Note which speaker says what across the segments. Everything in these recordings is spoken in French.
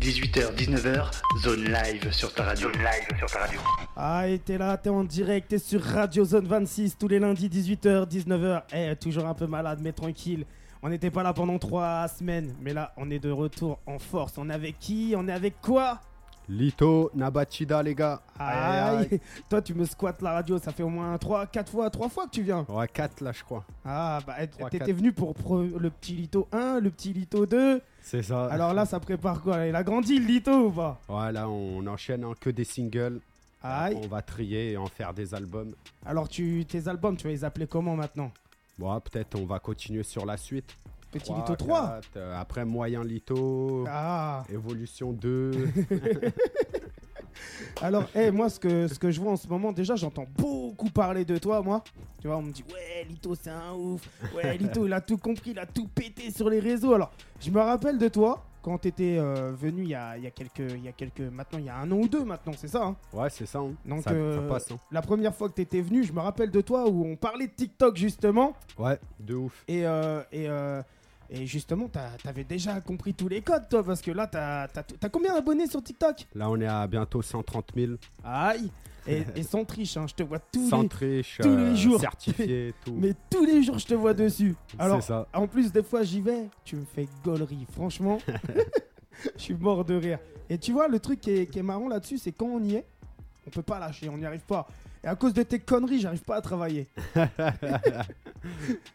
Speaker 1: 18h, 19h, zone live sur ta radio. Zone live sur ta radio.
Speaker 2: Ah, et t'es là, t'es en direct, t'es sur Radio Zone 26 tous les lundis 18h, 19h. Eh, toujours un peu malade, mais tranquille. On n'était pas là pendant trois semaines, mais là, on est de retour en force. On est avec qui On est avec quoi
Speaker 3: Lito, Nabachida, les gars.
Speaker 2: Aïe, Toi, tu me squattes la radio, ça fait au moins 3, 4 fois, 3 fois que tu viens.
Speaker 3: Ouais, 4 là, je crois.
Speaker 2: Ah, bah, eh,
Speaker 3: Trois,
Speaker 2: t'étais
Speaker 3: quatre.
Speaker 2: venu pour pre- le petit Lito 1, le petit Lito 2.
Speaker 3: C'est ça.
Speaker 2: Alors là, ça prépare quoi Il a grandi, le Lito, ou pas
Speaker 3: Ouais, là, on enchaîne hein, que des singles.
Speaker 2: Aïe.
Speaker 3: On va trier et en faire des albums.
Speaker 2: Alors, tu, tes albums, tu vas les appeler comment maintenant
Speaker 3: Bon, ah, peut-être on va continuer sur la suite.
Speaker 2: Petit
Speaker 3: Trois,
Speaker 2: Lito 3
Speaker 3: quatre, euh, après, Moyen Lito.
Speaker 2: Ah
Speaker 3: Évolution 2.
Speaker 2: Alors, eh, moi, ce que, ce que je vois en ce moment, déjà, j'entends beaucoup parler de toi, moi. Tu vois, on me dit, ouais, Lito, c'est un ouf. Ouais, Lito, il a tout compris, il a tout pété sur les réseaux. Alors, je me rappelle de toi quand t'étais euh, venu il y a, il y, a quelques, il y a quelques. Maintenant, il y a un an ou deux maintenant, c'est ça hein
Speaker 3: ouais, c'est ça. hein.
Speaker 2: Donc,
Speaker 3: ça, ça
Speaker 2: euh,
Speaker 3: passe. hein.
Speaker 2: La première fois que t'étais venu, je me rappelle de toi où on parlait de TikTok, justement.
Speaker 3: Ouais, de ouf.
Speaker 2: Et, euh, et, euh, et justement, t'as- t'avais déjà compris tous les codes, toi, parce que là, t'as t'as- t'as combien d'abonnés sur TikTok
Speaker 3: Là, on est à bientôt 130 000.
Speaker 2: Aïe Et, et sans triche, hein, je te vois tous
Speaker 3: Sans
Speaker 2: les-
Speaker 3: triche, euh,
Speaker 2: tous les jours.
Speaker 3: certifié, tout.
Speaker 2: Mais tous les jours, je te vois dessus. Alors,
Speaker 3: C'est ça.
Speaker 2: en plus, des fois, j'y vais, tu me fais gaulerie. Franchement, je suis mort de rire. Et tu vois, le truc qui est, qui est marrant là-dessus, c'est quand on y est, on peut pas lâcher, on n'y arrive pas. Et à cause de tes conneries, j'arrive pas à travailler.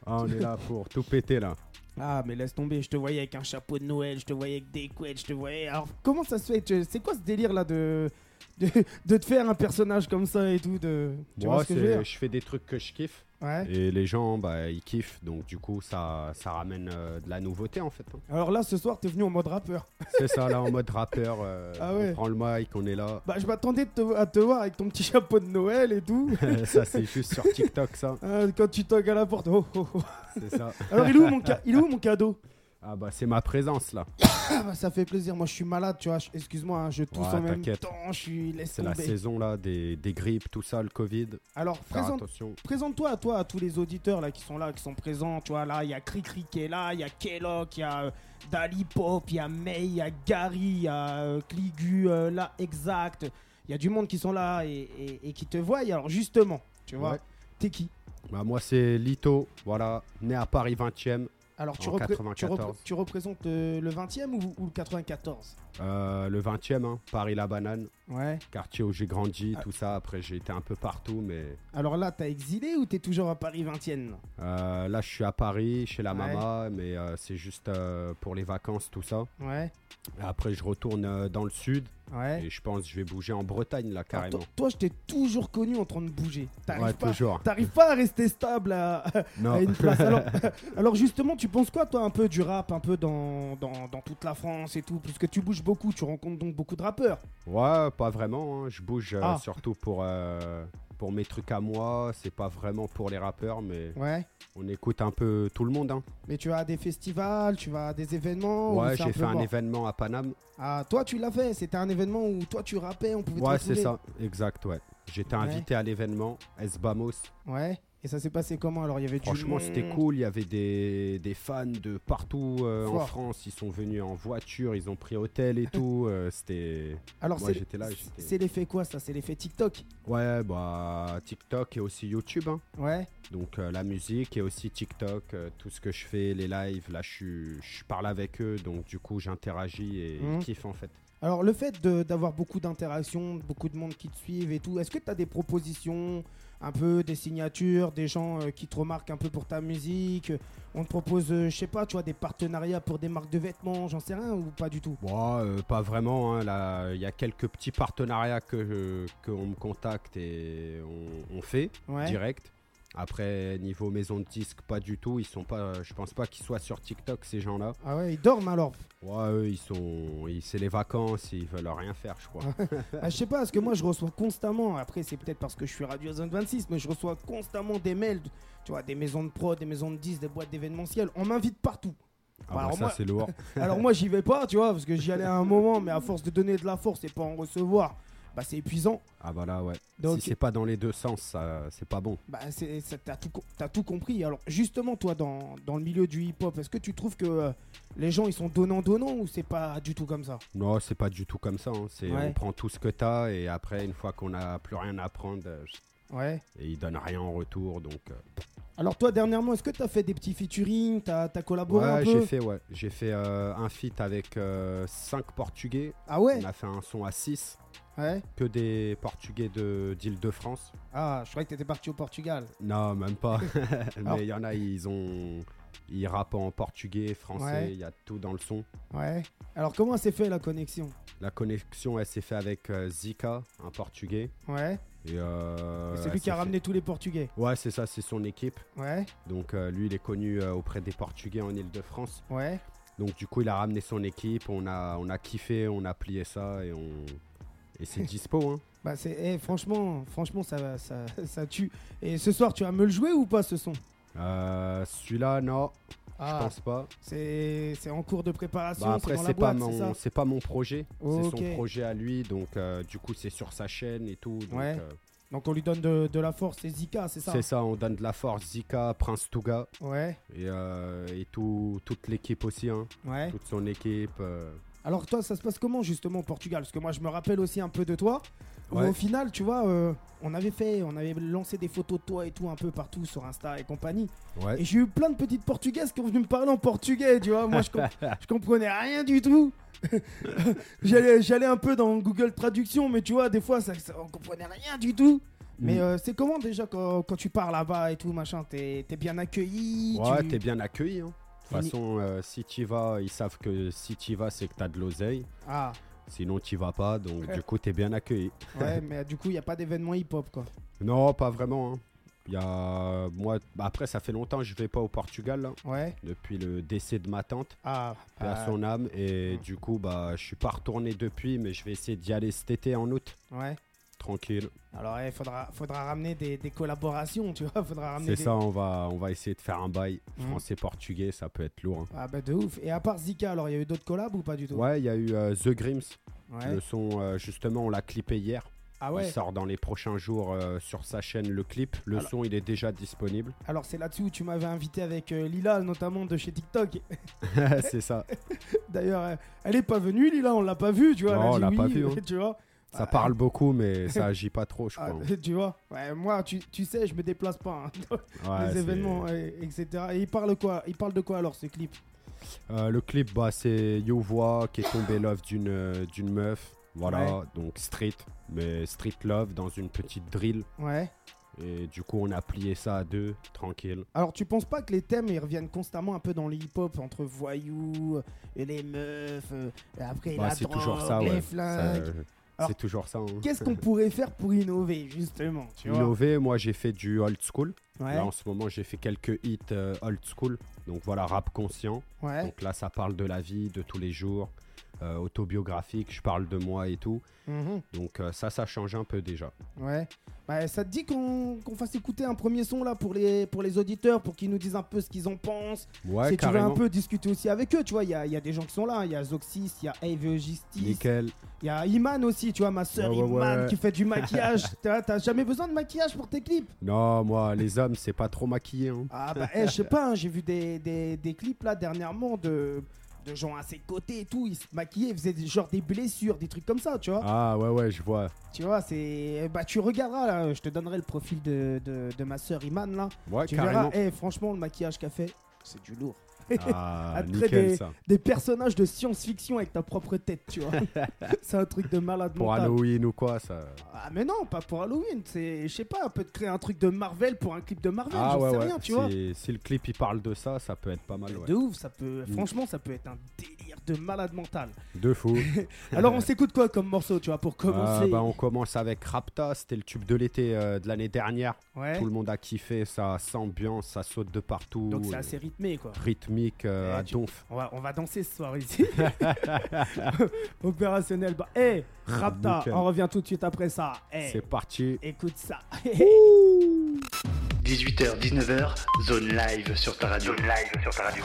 Speaker 3: Ah, on est là pour tout péter, là.
Speaker 2: Ah, mais laisse tomber, je te voyais avec un chapeau de Noël, je te voyais avec des couettes, je te voyais. Alors, comment ça se fait tu- C'est quoi ce délire là de. De, de te faire un personnage comme ça et tout de tu
Speaker 3: Moi,
Speaker 2: vois ce que je veux
Speaker 3: c'est-
Speaker 2: dire
Speaker 3: je fais des trucs que je kiffe.
Speaker 2: ouais.
Speaker 3: Et les gens, bah, ils kiffent, donc du coup, ça, ça ramène euh, de la nouveauté en fait. hein.
Speaker 2: alors là ce soir t'es venu en mode rappeur
Speaker 3: C'est ça, là, en mode rappeur, euh,
Speaker 2: Ah ouais.
Speaker 3: on prend le mic, on est là.
Speaker 2: Bah, je m'attendais de te- à te voir avec ton petit chapeau de Noël et tout.
Speaker 3: ça, c'est juste sur TikTok, ça.
Speaker 2: Euh, quand tu toques à la porte. Oh, oh, oh.
Speaker 3: C'est ça.
Speaker 2: Alors, il est où mon, ca- il est où mon cadeau
Speaker 3: Ah bah, c'est ma présence, là.
Speaker 2: Ah, bah, Ça fait plaisir. Moi, je suis malade, tu vois. Je- Excuse-moi, hein, je tousse
Speaker 3: Ouais,
Speaker 2: en même
Speaker 3: t'inquiète.
Speaker 2: temps. Je suis. Laisse
Speaker 3: C'est la
Speaker 2: tomber.
Speaker 3: saison, là, des, des grippes, tout ça, le Covid.
Speaker 2: Alors,
Speaker 3: Faire
Speaker 2: présente.
Speaker 3: attention.
Speaker 2: Présente-toi à toi, à tous les auditeurs là qui sont là, qui sont présents, tu vois là, il y a Cricri qui est là, il y a Kellogg, il y a euh, Dali Pop, il y a May, il y a Gary, il y a euh, Cligu, euh, là, exact. Il y a du monde qui sont là et, et- et qui te voient. Alors justement, tu vois,
Speaker 3: Ouais.
Speaker 2: t'es qui
Speaker 3: Bah, moi, c'est Lito, voilà, né à Paris 20e,
Speaker 2: Alors tu,
Speaker 3: En
Speaker 2: repré-
Speaker 3: 94.
Speaker 2: tu, repré- tu représentes euh, le 20e ou, ou le 94
Speaker 3: euh, le 20e, hein, Paris-la-Banane,
Speaker 2: Ouais.
Speaker 3: quartier où j'ai grandi,
Speaker 2: Ah.
Speaker 3: tout ça. Après, j'ai été un peu partout, mais
Speaker 2: Alors là, t'as exilé ou t'es toujours à Paris 20e là
Speaker 3: euh, là, je suis à Paris, chez la
Speaker 2: Ouais.
Speaker 3: maman, mais euh, c'est juste euh, pour les vacances, tout ça.
Speaker 2: Ouais.
Speaker 3: Après, je retourne euh, dans le sud
Speaker 2: Ouais.
Speaker 3: et je pense que je vais bouger en Bretagne, là,
Speaker 2: Alors,
Speaker 3: carrément.
Speaker 2: toi, toi, je t'ai toujours connu en train de bouger. T'arrives
Speaker 3: ouais,
Speaker 2: pas.
Speaker 3: toujours.
Speaker 2: T'arrives pas à rester stable à, à
Speaker 3: Non,
Speaker 2: une place. Alors, alors justement, tu penses quoi toi un peu du rap, un peu dans, dans, dans toute la France et tout Puisque tu bouges beaucoup, tu rencontres donc beaucoup de rappeurs.
Speaker 3: ouais, pas vraiment. hein. Je bouge euh,
Speaker 2: Ah.
Speaker 3: surtout pour, euh, pour mes trucs à moi. C'est pas vraiment pour les rappeurs, mais
Speaker 2: Ouais.
Speaker 3: on écoute un peu tout le monde. hein.
Speaker 2: Mais tu vas à des festivals, tu vas à des événements. ou
Speaker 3: Ouais,
Speaker 2: Oh, c'est
Speaker 3: j'ai
Speaker 2: peu
Speaker 3: fait un
Speaker 2: mort
Speaker 3: événement à Paname.
Speaker 2: Ah, toi, tu l'as fait. C'était un événement où toi, tu rappais, on pouvait te
Speaker 3: Ouais, c'est
Speaker 2: retrouver.
Speaker 3: ça. Exact, ouais. J'étais
Speaker 2: Ouais.
Speaker 3: invité à l'événement Esbamos.
Speaker 2: Ouais. Et ça s'est passé comment alors Il y avait du
Speaker 3: Franchement,
Speaker 2: monde.
Speaker 3: c'était cool. Il y avait des, des fans de partout euh, en
Speaker 2: Fort.
Speaker 3: France. Ils sont venus en voiture, ils ont pris hôtel et tout. euh, c'était.
Speaker 2: Alors
Speaker 3: Moi,
Speaker 2: c'est-
Speaker 3: j'étais là, j'étais-
Speaker 2: C'est l'effet quoi ça C'est l'effet TikTok.
Speaker 3: Ouais, bah, TikTok et aussi YouTube. hein.
Speaker 2: Ouais.
Speaker 3: Donc euh, la musique et aussi TikTok, euh, tout ce que je fais, les lives, là je, suis- je parle avec eux, donc du coup j'interagis et
Speaker 2: Mhm.
Speaker 3: ils kiffent en fait.
Speaker 2: Alors le fait de- d'avoir beaucoup d'interactions, beaucoup de monde qui te suivent et tout, est-ce que tu as des propositions, un peu des signatures, des gens euh, qui te remarquent un peu pour ta musique euh, On te propose, euh, je sais pas, tu vois, des partenariats pour des marques de vêtements, j'en sais rien ou pas du tout
Speaker 3: Bon, euh, pas vraiment, hein, là il y a quelques petits partenariats que qu'on me contacte et on, on fait
Speaker 2: Ouais.
Speaker 3: direct. Après niveau maison de disque, pas du tout, ils sont pas, je pense pas qu'ils soient sur TikTok ces gens-là.
Speaker 2: Ah ouais, ils dorment alors.
Speaker 3: Ouais, eux ils sont, ils- c'est les vacances, ils veulent rien faire, je crois.
Speaker 2: Bah, je sais pas, parce que moi je reçois constamment, après c'est peut-être parce que je suis Radio Zone 26, mais je reçois constamment des mails, tu vois, des maisons de pro, des maisons de 10, des boîtes d'événementiel, on m'invite partout.
Speaker 3: Ah
Speaker 2: Alors
Speaker 3: bah, ça
Speaker 2: moi-
Speaker 3: c'est lourd.
Speaker 2: Alors moi j'y vais pas, tu vois, parce que j'y allais à un moment, mais à force de donner de la force et pas en recevoir, bah, c'est épuisant.
Speaker 3: Ah bah là, ouais.
Speaker 2: Donc,
Speaker 3: si c'est pas dans les deux sens, ça, c'est pas bon.
Speaker 2: bah, c'est- ça- t'as tout, co- t'as tout compris. Alors, justement, toi, dans, dans le milieu du hip-hop, est-ce que tu trouves que euh, les gens, ils sont donnants-donnants ou c'est pas du tout comme ça
Speaker 3: Non, c'est pas du tout comme ça. hein. C'est
Speaker 2: Ouais.
Speaker 3: on prend tout ce que t'as et après, une fois qu'on a plus rien à prendre, euh,
Speaker 2: Ouais.
Speaker 3: et ils donnent rien en retour, donc. euh,
Speaker 2: Alors, toi, dernièrement, est-ce que t'as fait des petits featuring T'as as collaboré un
Speaker 3: ouais,
Speaker 2: peu
Speaker 3: j'ai fait, ouais, j'ai fait euh, un feat avec 5 Portugais.
Speaker 2: Ah ouais
Speaker 3: On a fait un son à 6
Speaker 2: Ouais.
Speaker 3: que des Portugais de d'Île-de-France.
Speaker 2: Ah, je croyais que t'étais parti au Portugal.
Speaker 3: Non, même pas.
Speaker 2: Alors-
Speaker 3: Mais il y en a, ils ont, ils rappent en portugais, français.
Speaker 2: Ouais.
Speaker 3: Il y a tout dans le son.
Speaker 2: Ouais. Alors, comment s'est fait la connexion
Speaker 3: La connexion, elle s'est faite avec euh, Zika, un portugais.
Speaker 2: Ouais.
Speaker 3: Et, euh,
Speaker 2: c'est
Speaker 3: elle
Speaker 2: lui
Speaker 3: s'est
Speaker 2: qui a ramené tous les Portugais.
Speaker 3: fait- Ouais, c'est ça, c'est son équipe.
Speaker 2: Ouais.
Speaker 3: Donc euh, lui, il est connu euh, auprès des Portugais en Île-de-France.
Speaker 2: Ouais.
Speaker 3: Donc du coup, il a ramené son équipe, on a, on a kiffé, on a plié ça et on et c'est dispo. Hein.
Speaker 2: Bah c'est eh, franchement, franchement ça, ça, ça tue. Et ce soir, tu vas me le jouer ou pas ce son Ah,
Speaker 3: Euh, Celui-là, non, je pense pas.
Speaker 2: c'est c'est en cours de préparation.
Speaker 3: Bah, après,
Speaker 2: dans la
Speaker 3: c'est pas
Speaker 2: boîte, c'est
Speaker 3: mon,
Speaker 2: ça
Speaker 3: c'est pas mon projet, c'est
Speaker 2: Ok.
Speaker 3: son projet à lui. Donc euh, du coup, c'est sur sa chaîne et tout. donc,
Speaker 2: Ouais.
Speaker 3: euh,
Speaker 2: Donc on lui donne de, de la force, c'est Zika, c'est ça
Speaker 3: c'est ça, on donne de la force Zika, Prince Touga
Speaker 2: Ouais,
Speaker 3: et, euh, et tout, toute l'équipe aussi, hein,
Speaker 2: ouais.
Speaker 3: toute son équipe. euh,
Speaker 2: Alors toi, ça se passe comment justement au Portugal Parce que moi, je me rappelle aussi un peu de toi. où
Speaker 3: Ouais.
Speaker 2: Au final, tu vois, euh, on avait fait, on avait lancé des photos de toi et tout un peu partout sur Insta et compagnie.
Speaker 3: ouais.
Speaker 2: Et j'ai eu plein de petites portugaises qui ont venu me parler en portugais, tu vois. Moi, je, com- je comprenais rien du tout. J'allais j'allais un peu dans Google Traduction, mais tu vois, des fois, ça, ça- on comprenait rien du tout. Mais
Speaker 3: Mm.
Speaker 2: euh, c'est comment déjà quand, quand tu pars là-bas et tout, machin T'es t'es bien accueilli
Speaker 3: Ouais,
Speaker 2: tu-
Speaker 3: t'es bien accueilli. hein. De
Speaker 2: Une-
Speaker 3: toute façon, euh, si t'y vas, ils savent que si t'y vas, c'est que t'as de l'oseille.
Speaker 2: Ah,
Speaker 3: Sinon, t'y vas pas, donc du coup, t'es bien accueilli.
Speaker 2: ouais, mais du coup, il n'y a pas d'événement hip-hop, quoi.
Speaker 3: Non, pas vraiment. hein. Y a... Moi, bah, après, ça fait longtemps que je vais pas au Portugal, là,
Speaker 2: Ouais.
Speaker 3: depuis le décès de ma tante,
Speaker 2: Ah,
Speaker 3: paix à
Speaker 2: euh,
Speaker 3: son âme. Et
Speaker 2: Mm.
Speaker 3: du coup, bah, je suis pas retourné depuis, mais je vais essayer d'y aller cet été en août.
Speaker 2: ouais.
Speaker 3: Tranquille.
Speaker 2: Alors, il faudra, faudra ramener des, des collaborations, tu vois. Faudra ramener
Speaker 3: C'est
Speaker 2: des-
Speaker 3: ça, on va, on va essayer de faire un bail
Speaker 2: Mm.
Speaker 3: français-portugais, ça peut être lourd. hein.
Speaker 2: Ah, bah, de ouf. Et à part Zika, alors, il y a eu d'autres collabs ou pas du tout
Speaker 3: Ouais, il y a eu euh, The Grims,
Speaker 2: Mmh. Ouais.
Speaker 3: le son, euh, justement, on l'a clippé hier.
Speaker 2: Ah, ouais.
Speaker 3: Il sort dans les prochains jours euh, sur sa chaîne le clip. Le
Speaker 2: Alors-
Speaker 3: son, il est déjà disponible.
Speaker 2: Alors c'est là-dessus où tu m'avais invité avec euh, Lila, notamment de chez TikTok.
Speaker 3: c'est ça.
Speaker 2: D'ailleurs, euh, elle est pas venue, Lila, on l'a pas vue, tu vois. elle
Speaker 3: Non,
Speaker 2: a
Speaker 3: on
Speaker 2: dit
Speaker 3: l'a pas
Speaker 2: oui,
Speaker 3: vue, hein.
Speaker 2: tu vois.
Speaker 3: Ça
Speaker 2: Ah,
Speaker 3: parle beaucoup, mais ça agit pas trop, je
Speaker 2: ah,
Speaker 3: crois.
Speaker 2: tu vois. Ouais, moi, tu, tu sais, je me déplace pas. hein, dans
Speaker 3: Ouais,
Speaker 2: les
Speaker 3: c'est-
Speaker 2: événements, ouais, etc. Et il parle quoi Il parle de quoi alors ce clip
Speaker 3: Euh, le clip, bah, c'est Youvois qui est tombé love d'une euh, d'une meuf. Voilà, donc street, mais street love dans une petite drill.
Speaker 2: Ouais.
Speaker 3: Et du coup, on a plié ça à deux, tranquille.
Speaker 2: Alors tu penses pas que les thèmes ils reviennent constamment un peu dans le hip-hop entre voyous euh, et les meufs euh, et après
Speaker 3: Bah,
Speaker 2: la
Speaker 3: c'est
Speaker 2: drogue,
Speaker 3: toujours ça,
Speaker 2: les
Speaker 3: ouais. Ça,
Speaker 2: flingues.
Speaker 3: euh,
Speaker 2: Alors,
Speaker 3: C'est toujours ça. hein.
Speaker 2: Qu'est-ce qu'on pourrait faire pour innover justement tu vois
Speaker 3: Innover, moi j'ai fait du old school.
Speaker 2: Ouais.
Speaker 3: Là en ce moment j'ai fait quelques hits euh, old school. Donc voilà, rap conscient.
Speaker 2: Ouais.
Speaker 3: Donc là, ça parle de la vie, de tous les jours, euh, autobiographique, je parle de moi et tout.
Speaker 2: Mhm.
Speaker 3: Donc euh, ça, ça change un peu déjà.
Speaker 2: Ouais. Bah, ça te dit qu'on qu'on fasse écouter un premier son là pour les, pour les auditeurs, pour qu'ils nous disent un peu ce qu'ils en pensent.
Speaker 3: Ouais,
Speaker 2: si tu veux un
Speaker 3: carrément.
Speaker 2: peu discuter aussi avec eux, tu vois, il y a, il y a des gens qui sont là. Il y a Zoxys, il y a Ave Justice,
Speaker 3: Nickel.
Speaker 2: il y a Iman aussi, tu vois, ma soeur
Speaker 3: Ouais, ouais,
Speaker 2: Iman
Speaker 3: ouais.
Speaker 2: qui fait du maquillage. T'as t'as jamais besoin de maquillage pour tes clips
Speaker 3: Non, moi, les hommes, c'est pas trop maquillé. hein.
Speaker 2: Ah bah, eh, je sais pas, hein, j'ai vu des, des, des clips là dernièrement de, de gens à ses côtés et tout. Ils se maquillaient, ils faisaient des- genre des blessures, des trucs comme ça, tu vois.
Speaker 3: Ah ouais, ouais, je vois.
Speaker 2: Tu vois, c'est. Bah, tu regarderas là, je te donnerai le profil de, de, de ma soeur Iman là.
Speaker 3: Ouais,
Speaker 2: Tu
Speaker 3: carrément.
Speaker 2: verras, eh, franchement, le maquillage qu'a fait, c'est du lourd.
Speaker 3: Ah,
Speaker 2: Après
Speaker 3: nickel
Speaker 2: des-
Speaker 3: ça.
Speaker 2: Des personnages de science-fiction avec ta propre tête, tu vois. c'est un truc de malade
Speaker 3: Pour
Speaker 2: mental.
Speaker 3: Halloween ou quoi, ça.
Speaker 2: Ah, mais non, pas pour Halloween. C'est, je sais pas, peut-être créer un truc de Marvel pour un clip de Marvel,
Speaker 3: Ah
Speaker 2: j'en
Speaker 3: ouais,
Speaker 2: sais
Speaker 3: ouais.
Speaker 2: rien, tu
Speaker 3: si,
Speaker 2: vois.
Speaker 3: si le clip il parle de ça, ça peut être pas mal. Ouais.
Speaker 2: Ah, De ouf, ça peut.
Speaker 3: Mm.
Speaker 2: Franchement, ça peut être un délire de malade mental.
Speaker 3: De fou.
Speaker 2: Alors, on s'écoute quoi comme morceau, tu vois, pour
Speaker 3: Ah,
Speaker 2: commencer
Speaker 3: bah, on commence avec Rapta, c'était le tube de l'été euh, de l'année dernière.
Speaker 2: Ouais.
Speaker 3: Tout le monde a kiffé, ça s'ambiance, ça saute de partout.
Speaker 2: Donc, c'est
Speaker 3: euh,
Speaker 2: assez rythmé, quoi.
Speaker 3: rythmique euh,
Speaker 2: Eh,
Speaker 3: à
Speaker 2: tu-
Speaker 3: donf.
Speaker 2: On va, on va danser ce soir ici. Opérationnel. Bah, hey, Rapta,
Speaker 3: Nickel.
Speaker 2: on revient tout de suite après ça. Hey,
Speaker 3: C'est parti.
Speaker 2: écoute ça.
Speaker 1: 18h, 19h, zone live sur ta radio. Zone live sur ta radio.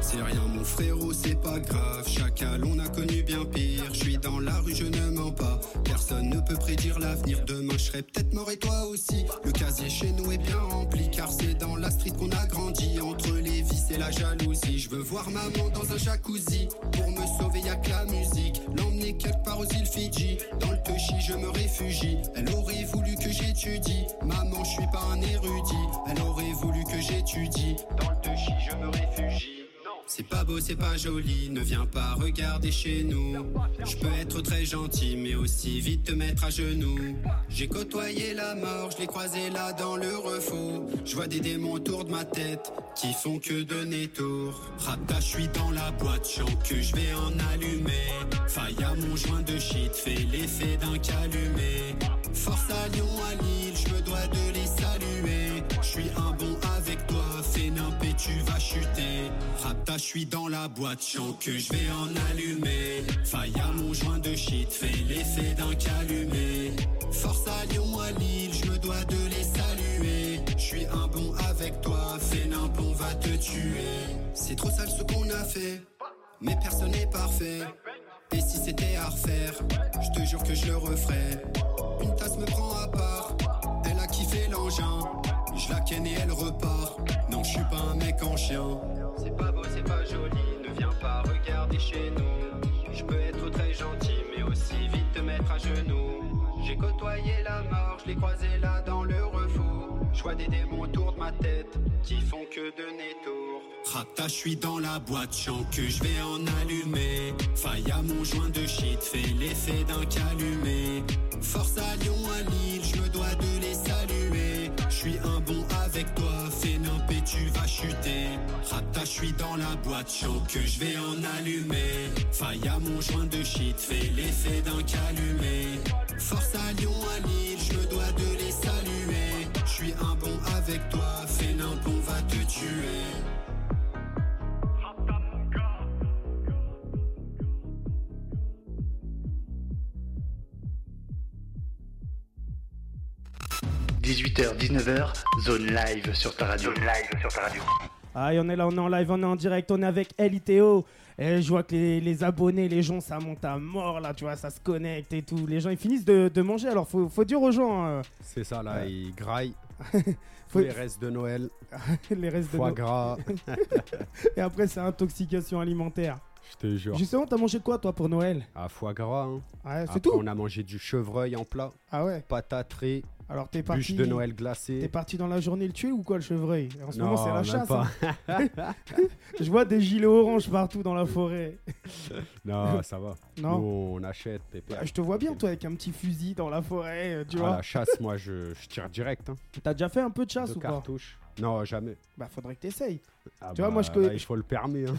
Speaker 4: C'est rien mon frérot, c'est pas grave. Chacal, on a connu bien pire. Je suis dans la rue, je ne mens pas. Personne ne peut prédire l'avenir. Demain, je serai peut-être mort et toi aussi. Le casier chez nous est bien rempli, car c'est dans la street qu'on a grandi. Entre les vices et la jalousie, je veux voir maman dans un jacuzzi. Pour me sauver, y'a que la musique. L'emmener quelque part aux îles Fidji. Dans le Toshi, je me réfugie. Elle aurait voulu que j'étudie. Maman, je suis pas un érudit. Elle aurait voulu que j'étudie. Dans le Toshi, je me réfugie. C'est pas beau, c'est pas joli, ne viens pas regarder chez nous. Je peux être très gentil, mais aussi vite te mettre à genoux. J'ai côtoyé la mort, je l'ai croisé là dans le refaux. Je vois des démons autour de ma tête qui font que donner tour. Rapta, je suis dans la boîte, chant que je vais en allumer. Faille à mon joint de shit, fait l'effet d'un calumet. Force à Lyon, à Lille, je me dois de les saluer. Je suis un bon avec toi, fais et tu vas chuter. Rapta, je suis dans la boîte, chant que je vais en allumer. Faille à mon joint de shit, fait l'effet d'un calumet. Force à Lyon, à Lille, je me dois de les saluer. Je suis un bon avec toi, fais on va te tuer. C'est trop sale ce qu'on a fait, mais personne n'est parfait. Et si c'était à refaire, je te jure que je le referais. Une tasse me prend à part, elle a kiffé l'engin. Je la ken et elle repart. Non, je suis pas un mec en chien. C'est pas beau, c'est pas joli, ne viens pas regarder chez nous. Je peux être très gentil, mais aussi vite te mettre à genoux. J'ai côtoyé la mort, je l'ai croisé là dans le refou. Je vois des démons autour de ma tête qui font que donner tour. Rapta, je suis dans la boîte, chant que je vais en allumer. Faille à mon joint de shit, fait l'effet d'un calumet. Force à Lyon, à Lille, je me dois de les saluer. Je suis un bon avec toi, fais et tu vas chuter. Rapta, je suis dans la boîte, chant que je vais en allumer. Faille à mon joint de shit, fait l'effet d'un calumet. Force à Lyon, à Lille, je me dois de les saluer. Je suis un bon avec toi, fais on va te tuer.
Speaker 1: h 19h, zone live sur ta radio. live sur ta radio.
Speaker 2: Aïe, on est là, on est en live, on est en direct, on est avec LITO. Et je vois que les, les abonnés, les gens, ça monte à mort là, tu vois, ça se connecte et tout. Les gens, ils finissent de, de manger, alors faut, faut dire aux gens euh,
Speaker 3: C'est ça, là, il graille.
Speaker 2: Faut-
Speaker 3: Tous les restes de Noël,
Speaker 2: les restes de
Speaker 3: foie
Speaker 2: nos-
Speaker 3: gras,
Speaker 2: Et après, c'est intoxication alimentaire.
Speaker 3: je te jure.
Speaker 2: Justement, t'as mangé quoi toi pour Noël
Speaker 3: Ah, foie gras, hein.
Speaker 2: Ouais,
Speaker 3: Après,
Speaker 2: Bah, c'est tout.
Speaker 3: on a mangé du chevreuil en plat,
Speaker 2: Ah ouais,
Speaker 3: patate rée,
Speaker 2: alors t'es parti.
Speaker 3: bûche de Noël
Speaker 2: T'es
Speaker 3: glacée.
Speaker 2: parti dans la journée le tuer ou quoi le chevreuil En ce moment, c'est la
Speaker 3: même
Speaker 2: chasse.
Speaker 3: pas.
Speaker 2: hein. Je vois des gilets orange partout dans la forêt.
Speaker 3: Non, ça va.
Speaker 2: Non.
Speaker 3: Nous, on achète, pépé.
Speaker 2: Bah, je te vois bien, toi, avec un petit fusil dans la forêt, euh, tu vois.
Speaker 3: Ah, la chasse, moi, je, je tire direct. Hein,
Speaker 2: T'as déjà fait un peu de chasse
Speaker 3: de
Speaker 2: ou pas
Speaker 3: cartouche. Non, jamais.
Speaker 2: Bah, faudrait que t'essayes.
Speaker 3: Ah
Speaker 2: Tu vois, moi, je
Speaker 3: là,
Speaker 2: connais-
Speaker 3: il faut le permis. hein.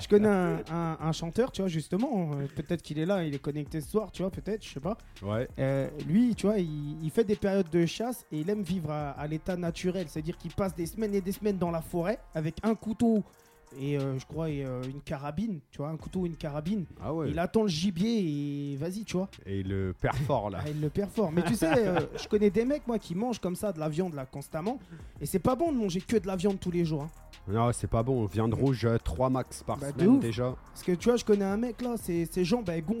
Speaker 2: Je connais un, un- un chanteur, tu vois, justement. euh, peut-être qu'il est là, il est connecté ce soir, tu vois, peut-être, je sais pas.
Speaker 3: Ouais.
Speaker 2: Euh, lui, tu vois, il, il fait des périodes de chasse et il aime vivre à, à l'état naturel. C'est-à-dire qu'il passe des semaines et des semaines dans la forêt avec un couteau et euh, je crois et, euh, une carabine, tu vois, un couteau et une carabine.
Speaker 3: Ah ouais.
Speaker 2: Il attend le gibier et vas-y, tu vois.
Speaker 3: Et le père fort, là.
Speaker 2: Ah, il le perfore. Mais tu sais, euh, je connais des mecs, moi, qui mangent comme ça de la viande, là, constamment. Et c'est pas bon de manger que de la viande tous les jours. hein.
Speaker 3: Non, c'est pas bon. Viande rouge, 3 max par
Speaker 2: Bah, de
Speaker 3: semaine
Speaker 2: ouf.
Speaker 3: déjà.
Speaker 2: Parce que tu vois, je connais un mec, là, ses, ses jambes, elles gonflent.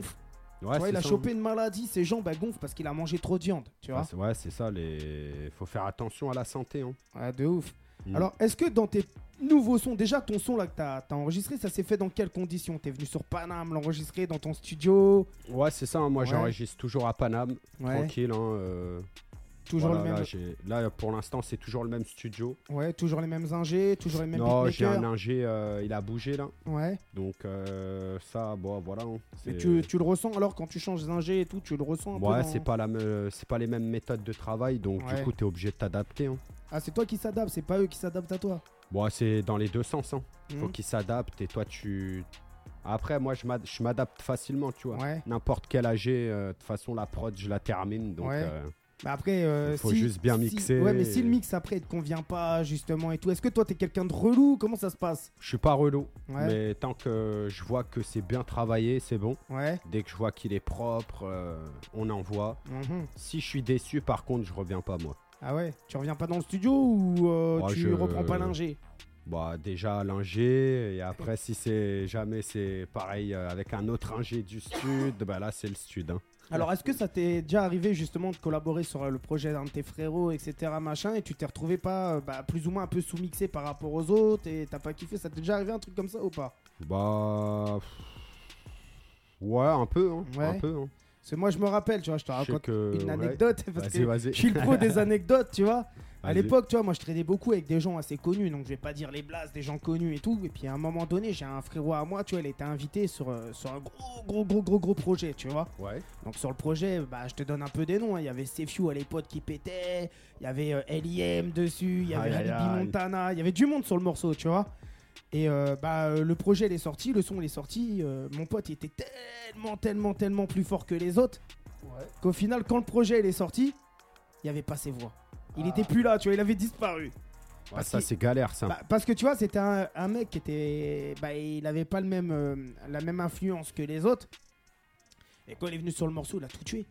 Speaker 3: Ouais,
Speaker 2: tu vois,
Speaker 3: c'est
Speaker 2: il a
Speaker 3: ça,
Speaker 2: chopé une maladie, ses jambes, elles gonflent parce qu'il a mangé trop de viande, tu
Speaker 3: hein.
Speaker 2: vois.
Speaker 3: Ah, c'est- ouais, c'est ça. Les... Faut faire attention à la santé. Hein.
Speaker 2: Ah, de ouf.
Speaker 3: Mm.
Speaker 2: Alors, est-ce que dans tes nouveaux sons, déjà ton son là que t'as t'as enregistré, ça s'est fait dans quelles conditions T'es venu sur Paname l'enregistrer dans ton studio
Speaker 3: Ouais, c'est ça. hein. Moi,
Speaker 2: Ouais.
Speaker 3: j'enregistre toujours à Paname.
Speaker 2: Ouais,
Speaker 3: Tranquille. Hein, euh,
Speaker 2: toujours
Speaker 3: voilà,
Speaker 2: le
Speaker 3: Là,
Speaker 2: même.
Speaker 3: j'ai- là, pour l'instant, c'est toujours le même studio.
Speaker 2: Ouais, toujours les mêmes ingés, toujours les mêmes
Speaker 3: non, j'ai un
Speaker 2: beatmakers.
Speaker 3: ingé. euh, il a bougé, là.
Speaker 2: Ouais.
Speaker 3: Donc, euh, ça, bon, voilà. hein.
Speaker 2: Mais
Speaker 3: C'est-
Speaker 2: tu, tu le ressens alors quand tu changes d'ingé et tout, tu le ressens un peu.
Speaker 3: Ouais,
Speaker 2: dans-
Speaker 3: c'est pas, la me- c'est pas les mêmes méthodes de travail, donc
Speaker 2: Ouais.
Speaker 3: du coup, t'es obligé de t'adapter. Hein.
Speaker 2: Ah, c'est toi qui s'adapte, c'est pas eux qui s'adaptent à toi.
Speaker 3: Bon, c'est dans les deux sens. Hein. Faut
Speaker 2: Hmm.
Speaker 3: qu'ils s'adaptent et toi, tu. Après, moi, je m'ad- je m'adapte facilement, tu vois.
Speaker 2: Ouais.
Speaker 3: N'importe quel AG, euh, de toute façon, la prod, je la termine. Donc,
Speaker 2: Ouais.
Speaker 3: euh,
Speaker 2: Bah après, euh,
Speaker 3: Faut
Speaker 2: si-
Speaker 3: juste bien
Speaker 2: si-
Speaker 3: mixer
Speaker 2: Ouais, mais
Speaker 3: et-
Speaker 2: si le mix après il te convient pas justement et tout, est-ce que toi t'es quelqu'un de relou Comment ça se passe
Speaker 3: je suis pas relou.
Speaker 2: Ouais.
Speaker 3: Mais tant que je vois que c'est bien travaillé, c'est bon.
Speaker 2: Ouais.
Speaker 3: Dès que je vois qu'il est propre, euh, on envoie.
Speaker 2: Mhm.
Speaker 3: Si je suis déçu, par contre, je reviens pas, moi.
Speaker 2: Ah ouais, tu reviens pas dans le studio ou euh,
Speaker 3: Ouais,
Speaker 2: tu
Speaker 3: je-
Speaker 2: reprends pas l'ingé
Speaker 3: bah, déjà à l'Angers, et après, si c'est jamais c'est pareil euh, avec un autre Angers du Sud, bah là, c'est le Sud. hein.
Speaker 2: Alors, est-ce que ça t'est déjà arrivé justement de collaborer sur euh, le projet d'un de tes frérots, etc. machin, et tu t'es retrouvé pas euh, bah, plus ou moins un peu sous-mixé par rapport aux autres et t'as pas kiffé Ça t'est déjà arrivé un truc comme ça ou pas
Speaker 3: Bah. pff, Ouais, un peu, hein,
Speaker 2: Ouais.
Speaker 3: un peu. hein.
Speaker 2: Parce que moi, je me rappelle, tu vois, je te
Speaker 3: Je sais
Speaker 2: raconte
Speaker 3: que,
Speaker 2: une
Speaker 3: ouais.
Speaker 2: anecdote parce
Speaker 3: Vas-y,
Speaker 2: que
Speaker 3: vas-y.
Speaker 2: je suis le pro des anecdotes, tu vois. À
Speaker 3: Vas-y.
Speaker 2: l'époque, tu vois, moi je traînais beaucoup avec des gens assez connus, donc je vais pas dire les blases, des gens connus et tout. Et puis à un moment donné, j'ai un frérot à moi, tu vois, il était invité sur, euh, sur un gros, gros, gros, gros, gros projet, tu vois.
Speaker 3: Ouais.
Speaker 2: Donc sur le projet, bah, je te donne un peu des noms. hein. Il y avait Sefiu à l'époque qui pétait, il y avait euh, L.I.M. dessus, il y avait
Speaker 3: Aïe, aïe,
Speaker 2: Halibi
Speaker 3: aïe.
Speaker 2: Montana, il y avait du monde sur le morceau, tu vois. Et euh, bah, euh, le projet il est sorti, le son il est sorti. euh, mon pote il était tellement, tellement, tellement plus fort que les autres qu'au final, quand le projet il est sorti, il n'y avait pas ses voix. Il était
Speaker 3: Ah.
Speaker 2: plus là, tu vois, il avait disparu.
Speaker 3: Ouais, ça,
Speaker 2: qu'il-
Speaker 3: c'est galère, ça.
Speaker 2: Bah, parce que tu vois, c'était un, un mec qui était. Bah, il avait pas le même, euh, la même influence que les autres. Et quand il est venu sur le morceau, il a tout tué.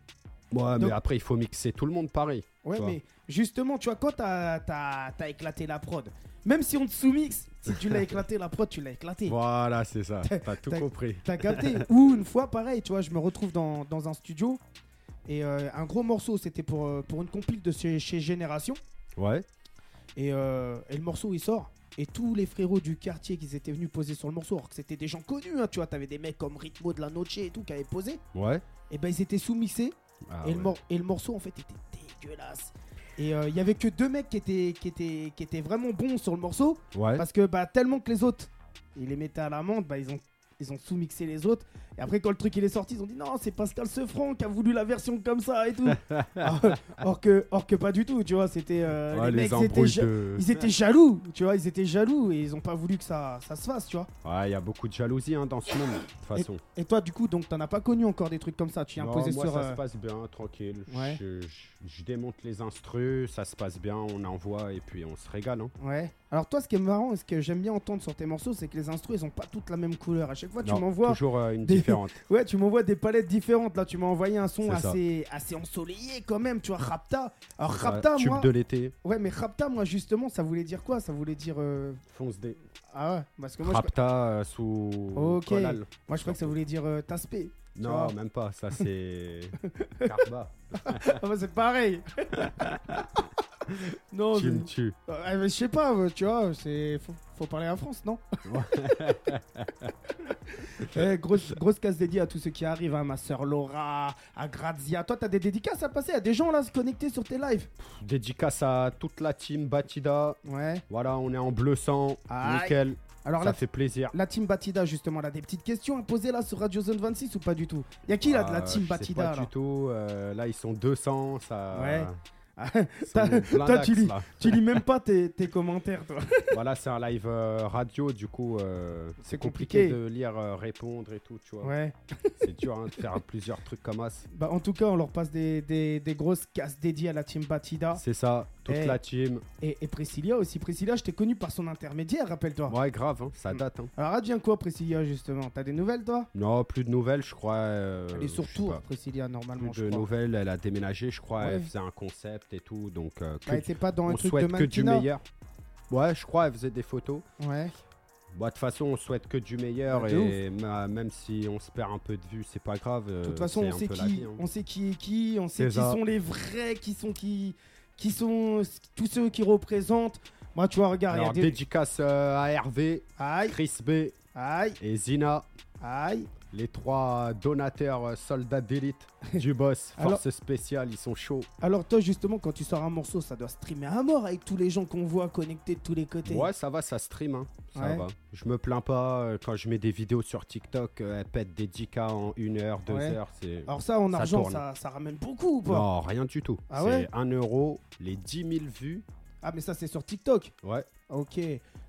Speaker 3: ouais,
Speaker 2: donc-
Speaker 3: mais après, il faut mixer tout le monde pareil.
Speaker 2: Ouais,
Speaker 3: Tu vois.
Speaker 2: mais justement, tu vois, quand t'as t'as- t'as éclaté la prod, même si on te sous-mixe, si tu l'as éclaté, la prod, tu l'as éclaté.
Speaker 3: Voilà, c'est ça. T'as tout
Speaker 2: t'as-
Speaker 3: compris.
Speaker 2: T'as capté Ou une fois, pareil, tu vois, je me retrouve dans, dans un studio et euh, un gros morceau, c'était pour, euh, pour une compile de chez, chez Génération.
Speaker 3: Ouais.
Speaker 2: Et, euh, et le morceau, il sort. Et tous les frérots du quartier qui étaient venus poser sur le morceau, alors que c'était des gens connus, hein, tu vois, t'avais des mecs comme Ritmo de la Noche et tout qui avaient posé,
Speaker 3: Ouais.
Speaker 2: et ben ils étaient sous-mixés
Speaker 3: Ah,
Speaker 2: et, le
Speaker 3: ouais.
Speaker 2: mor- et le morceau en fait était dégueulasse. Et euh, il y avait que deux mecs qui étaient, qui, étaient, qui étaient vraiment bons sur le morceau.
Speaker 3: Ouais.
Speaker 2: Parce que bah, tellement que les autres, ils les mettaient à l'amende, bah, ils ont, ils ont sous-mixé les autres. Et après, quand le truc il est sorti, ils ont dit non, c'est Pascal Sefranc qui a voulu la version comme ça et tout. Ah, or, que, or que pas du tout, tu vois. C'était. euh, les,
Speaker 3: Ouais, les,
Speaker 2: mecs, ils étaient,
Speaker 3: embrouilles
Speaker 2: ja-
Speaker 3: de.
Speaker 2: ils étaient jaloux, tu vois. Ils étaient jaloux et ils ont pas voulu que ça, ça se fasse, tu vois.
Speaker 3: Ouais, il y a beaucoup de jalousie hein, dans ce monde, de toute façon.
Speaker 2: Et toi, du coup, donc t'en as pas connu encore des trucs comme ça. Tu t'es
Speaker 3: Non,
Speaker 2: imposé
Speaker 3: moi,
Speaker 2: sur.
Speaker 3: ça
Speaker 2: euh,
Speaker 3: se passe bien, tranquille.
Speaker 2: Ouais.
Speaker 3: Je, je- je démonte les instrus, ça se passe bien, on envoie et puis on se régale. hein.
Speaker 2: Ouais. Alors toi, ce qui est marrant, et ce que j'aime bien entendre sur tes morceaux, c'est que les instrus, ils ont pas toutes la même couleur. À chaque fois, tu
Speaker 3: Non,
Speaker 2: m'envoies,
Speaker 3: Toujours euh, une
Speaker 2: des-
Speaker 3: différente.
Speaker 2: ouais, tu m'envoies des palettes différentes. Là, tu m'as envoyé un son
Speaker 3: C'est ça.
Speaker 2: assez, assez ensoleillé quand même. Tu vois, Rapta. Alors Rapta,
Speaker 3: Ouais, Euh, tube
Speaker 2: moi,
Speaker 3: de l'été,
Speaker 2: ouais, mais Rapta, moi justement, ça voulait dire quoi Ça voulait dire euh,
Speaker 3: fonce des.
Speaker 2: ah ouais, parce que moi, je,
Speaker 3: Rapta euh, sous.
Speaker 2: Ok.
Speaker 3: Colal.
Speaker 2: moi, je crois que ça voulait dire euh, Taspé.
Speaker 3: Non,
Speaker 2: vois.
Speaker 3: même pas, ça c'est. Karba.
Speaker 2: Ah bah, c'est pareil. non,
Speaker 3: Tu
Speaker 2: mais,
Speaker 3: me tues.
Speaker 2: Ah, mais je sais pas, euh, tu vois, c'est faut, faut parler à France, non Eh, grosse, grosse case dédiée à tous ceux qui arrivent, hein, ma soeur Laura, à Grazia. Toi, t'as des dédicaces à passer à des gens là se connecter sur tes lives.
Speaker 3: Dédicace à toute la team Batida.
Speaker 2: Ouais.
Speaker 3: Voilà, on est en bleu sang.
Speaker 2: Aïe.
Speaker 3: Nickel.
Speaker 2: Alors
Speaker 3: ça
Speaker 2: la,
Speaker 3: fait plaisir.
Speaker 2: la team Batida, justement, là, des petites questions à poser là sur Radio Zone 26 ou pas du tout Y a qui là de la
Speaker 3: Ah,
Speaker 2: team
Speaker 3: je sais
Speaker 2: Batida
Speaker 3: Pas
Speaker 2: là
Speaker 3: du tout. euh, là, ils sont 200. Ça.
Speaker 2: Ouais. Ah,
Speaker 3: ils sont
Speaker 2: t'as-
Speaker 3: plein
Speaker 2: toi,
Speaker 3: d'axes,
Speaker 2: tu lis.
Speaker 3: là.
Speaker 2: Tu lis même pas tes, tes commentaires, toi.
Speaker 3: voilà, c'est un live euh, radio, du coup, euh,
Speaker 2: C'est
Speaker 3: c'est compliqué.
Speaker 2: compliqué.
Speaker 3: de lire, euh, répondre et tout, tu vois.
Speaker 2: Ouais.
Speaker 3: C'est dur hein, de faire plusieurs trucs comme as.
Speaker 2: Bah, en tout cas, on leur passe des, des, des grosses cases dédiées à la team Batida.
Speaker 3: C'est ça, toute
Speaker 2: Hey.
Speaker 3: la team.
Speaker 2: Et, et Priscilla aussi. Priscilla, je t'ai connu par son intermédiaire, rappelle-toi.
Speaker 3: Ouais, grave, hein,
Speaker 2: Hmm.
Speaker 3: ça date. hein.
Speaker 2: Alors, advient quoi, Priscilla, justement T'as des nouvelles, toi
Speaker 3: Non, plus de nouvelles, je crois. euh,
Speaker 2: Elle est
Speaker 3: je sais
Speaker 2: surtout,
Speaker 3: pas.
Speaker 2: Priscilla, normalement,
Speaker 3: Plus
Speaker 2: je
Speaker 3: de
Speaker 2: crois.
Speaker 3: nouvelles, elle a déménagé, je crois.
Speaker 2: Ouais.
Speaker 3: Elle faisait un concept et tout, donc euh,
Speaker 2: Bah,
Speaker 3: que
Speaker 2: elle
Speaker 3: du-
Speaker 2: était pas dans un
Speaker 3: on
Speaker 2: truc de
Speaker 3: souhaite que du
Speaker 2: mannequinat.
Speaker 3: meilleur. Ouais, je crois, elle faisait des photos.
Speaker 2: Ouais.
Speaker 3: Bah, de toute façon, on souhaite que du meilleur
Speaker 2: Bah, de
Speaker 3: et ma- même si on se perd un peu de vue, c'est pas grave. euh,
Speaker 2: De toute façon, on sait, qui,
Speaker 3: hein.
Speaker 2: on sait qui est qui, on sait
Speaker 3: C'est
Speaker 2: qui
Speaker 3: ça.
Speaker 2: sont les vrais, qui sont qui, qui sont tous ceux qui représentent. Moi, tu vois, regarde, il y a
Speaker 3: Alors,
Speaker 2: des...
Speaker 3: dédicace euh, à Hervé,
Speaker 2: Aïe,
Speaker 3: Chris B
Speaker 2: aïe,
Speaker 3: et Zina,
Speaker 2: aïe.
Speaker 3: les trois donateurs euh, soldats d'élite du boss,
Speaker 2: Alors-
Speaker 3: force spéciale, ils sont chauds.
Speaker 2: Alors toi, justement, quand tu sors un morceau, ça doit streamer à mort avec tous les gens qu'on voit connectés de tous les côtés.
Speaker 3: Ouais, ça va, ça stream, hein. ça
Speaker 2: Ouais.
Speaker 3: va. Je me plains pas euh, quand je mets des vidéos sur TikTok, euh, elles pètent des 10K en une heure, deux
Speaker 2: Ouais.
Speaker 3: heures, c'est...
Speaker 2: Alors ça, en
Speaker 3: Ça
Speaker 2: argent,
Speaker 3: tourne.
Speaker 2: ça, ça ramène beaucoup ou pas
Speaker 3: Non, rien du tout.
Speaker 2: Ah ouais
Speaker 3: c'est 1 euro, les 10 000 vues.
Speaker 2: Ah, mais ça, c'est sur TikTok.
Speaker 3: Ouais.
Speaker 2: Ok.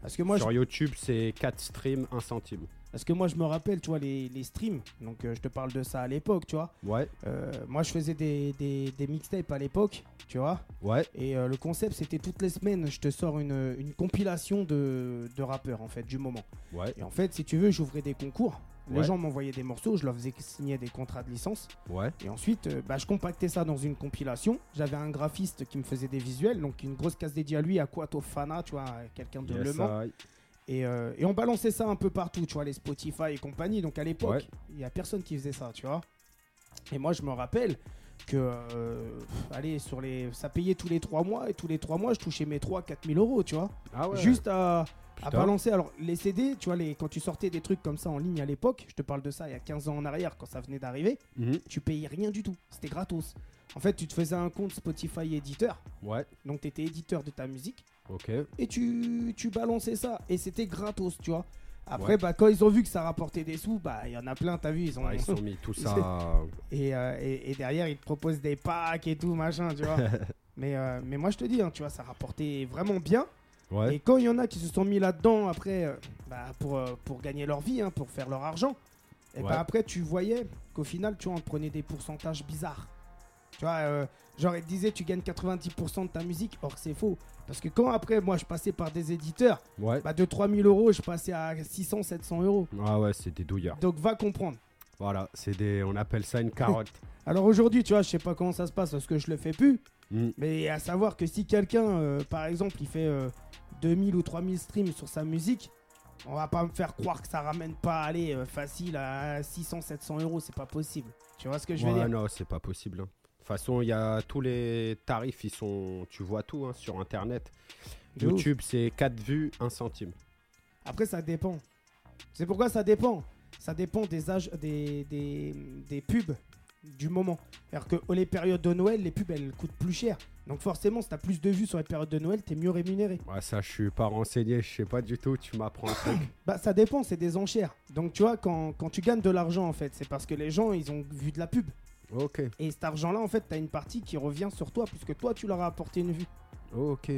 Speaker 2: Parce que moi, je,
Speaker 3: sur YouTube, c'est 4 streams, 1 centime.
Speaker 2: parce que moi, je me rappelle, tu vois, les, les streams. Donc, euh, je te parle de ça à l'époque, tu vois.
Speaker 3: Ouais,
Speaker 2: Euh, moi, je faisais des, des, des mixtapes à l'époque, tu vois.
Speaker 3: ouais,
Speaker 2: Et euh, le concept, c'était toutes les semaines, je te sors une, une compilation de, de rappeurs, en fait, du moment.
Speaker 3: ouais,
Speaker 2: Et en fait, si tu veux, j'ouvrais des concours. Les
Speaker 3: Ouais.
Speaker 2: gens m'envoyaient des morceaux, je leur faisais signer des contrats de licence.
Speaker 3: ouais,
Speaker 2: Et ensuite, euh, bah, je compactais ça dans une compilation. J'avais un graphiste qui me faisait des visuels, donc une grosse case dédiée à lui, à Quatofana, tu vois, à quelqu'un de
Speaker 3: Yes,
Speaker 2: Le Mans.
Speaker 3: I.
Speaker 2: Et, euh, et on balançait ça un peu partout, tu vois, les Spotify et compagnie. Donc à l'époque,
Speaker 3: Ouais.
Speaker 2: il n'y a personne qui faisait ça, tu vois. Et moi, je me rappelle que, euh, pff, allez, sur les, ça payait tous les 3 mois. Et tous les 3 mois, je touchais mes 3 4 000 euros, tu vois.
Speaker 3: Ah ouais.
Speaker 2: Juste à, à
Speaker 3: Putain.
Speaker 2: balancer. Alors, les CD, tu vois, les, quand tu sortais des trucs comme ça en ligne à l'époque, je te parle de ça il y a 15 ans en arrière, quand ça venait d'arriver,
Speaker 3: Mhm.
Speaker 2: tu payais rien du tout. C'était gratos. En fait, tu te faisais un compte Spotify éditeur.
Speaker 3: Ouais.
Speaker 2: Donc, tu étais éditeur de ta musique
Speaker 3: Ok.
Speaker 2: et tu, tu balançais ça. Et c'était gratos, tu vois. Après,
Speaker 3: Ouais.
Speaker 2: bah, quand ils ont vu que ça rapportait des sous, bah, il y en a plein, t'as vu, ils ont.
Speaker 3: Ah, ils sont mis tout ça.
Speaker 2: Et, euh, et- et derrière, ils te proposent des packs et tout, machin, tu vois. mais, euh, mais moi, je te dis, hein, tu vois, ça rapportait vraiment bien. Et
Speaker 3: Ouais.
Speaker 2: quand il y en a qui se sont mis là-dedans après euh, bah, pour, euh, pour gagner leur vie, hein, pour faire leur argent, et
Speaker 3: Ouais.
Speaker 2: bah, après tu voyais qu'au final, tu vois, on te prenait des pourcentages bizarres. Tu vois, euh, genre ils te disaient tu gagnes 90% de ta musique, or que c'est faux. Parce que quand après, moi je passais par des éditeurs,
Speaker 3: Ouais.
Speaker 2: bah, de 3000 euros, je passais à 600, 700 euros.
Speaker 3: Ah ouais, c'est des douilleurs.
Speaker 2: Donc va comprendre.
Speaker 3: Voilà, c'est des. On appelle ça une carotte.
Speaker 2: Alors aujourd'hui, tu vois, je sais pas comment ça se passe parce que je le fais plus.
Speaker 3: Mm.
Speaker 2: Mais à savoir que si quelqu'un, euh, par exemple, il fait euh, 2000 ou 3000 streams sur sa musique, on va pas me faire croire que ça ramène pas, aller facile à 600, 700 euros, c'est pas possible. Tu vois ce que je veux
Speaker 3: Ouais,
Speaker 2: dire
Speaker 3: non, c'est pas possible. hein. De toute façon, il y a tous les tarifs, ils sont. Tu vois tout hein, sur internet.
Speaker 2: De ouf.
Speaker 3: YouTube, c'est 4 vues, 1 centime.
Speaker 2: Après, ça dépend. C'est pourquoi ça dépend. Ça dépend des âges, des, des, des pubs du moment. C'est-à-dire que oh, les périodes de Noël, les pubs, elles coûtent plus cher. Donc forcément, si t'as plus de vues sur les périodes de Noël, t'es mieux rémunéré.
Speaker 3: Ouais, ça, je suis pas renseigné, je sais pas du tout. Tu m'apprends un truc.
Speaker 2: Bah ça dépend, c'est des enchères. Donc tu vois, quand, quand tu gagnes de l'argent en fait, c'est parce que les gens, ils ont vu de la pub.
Speaker 3: ok,
Speaker 2: Et cet argent-là, en fait, t'as une partie qui revient sur toi, puisque toi, tu leur as apporté une vue.
Speaker 3: ok.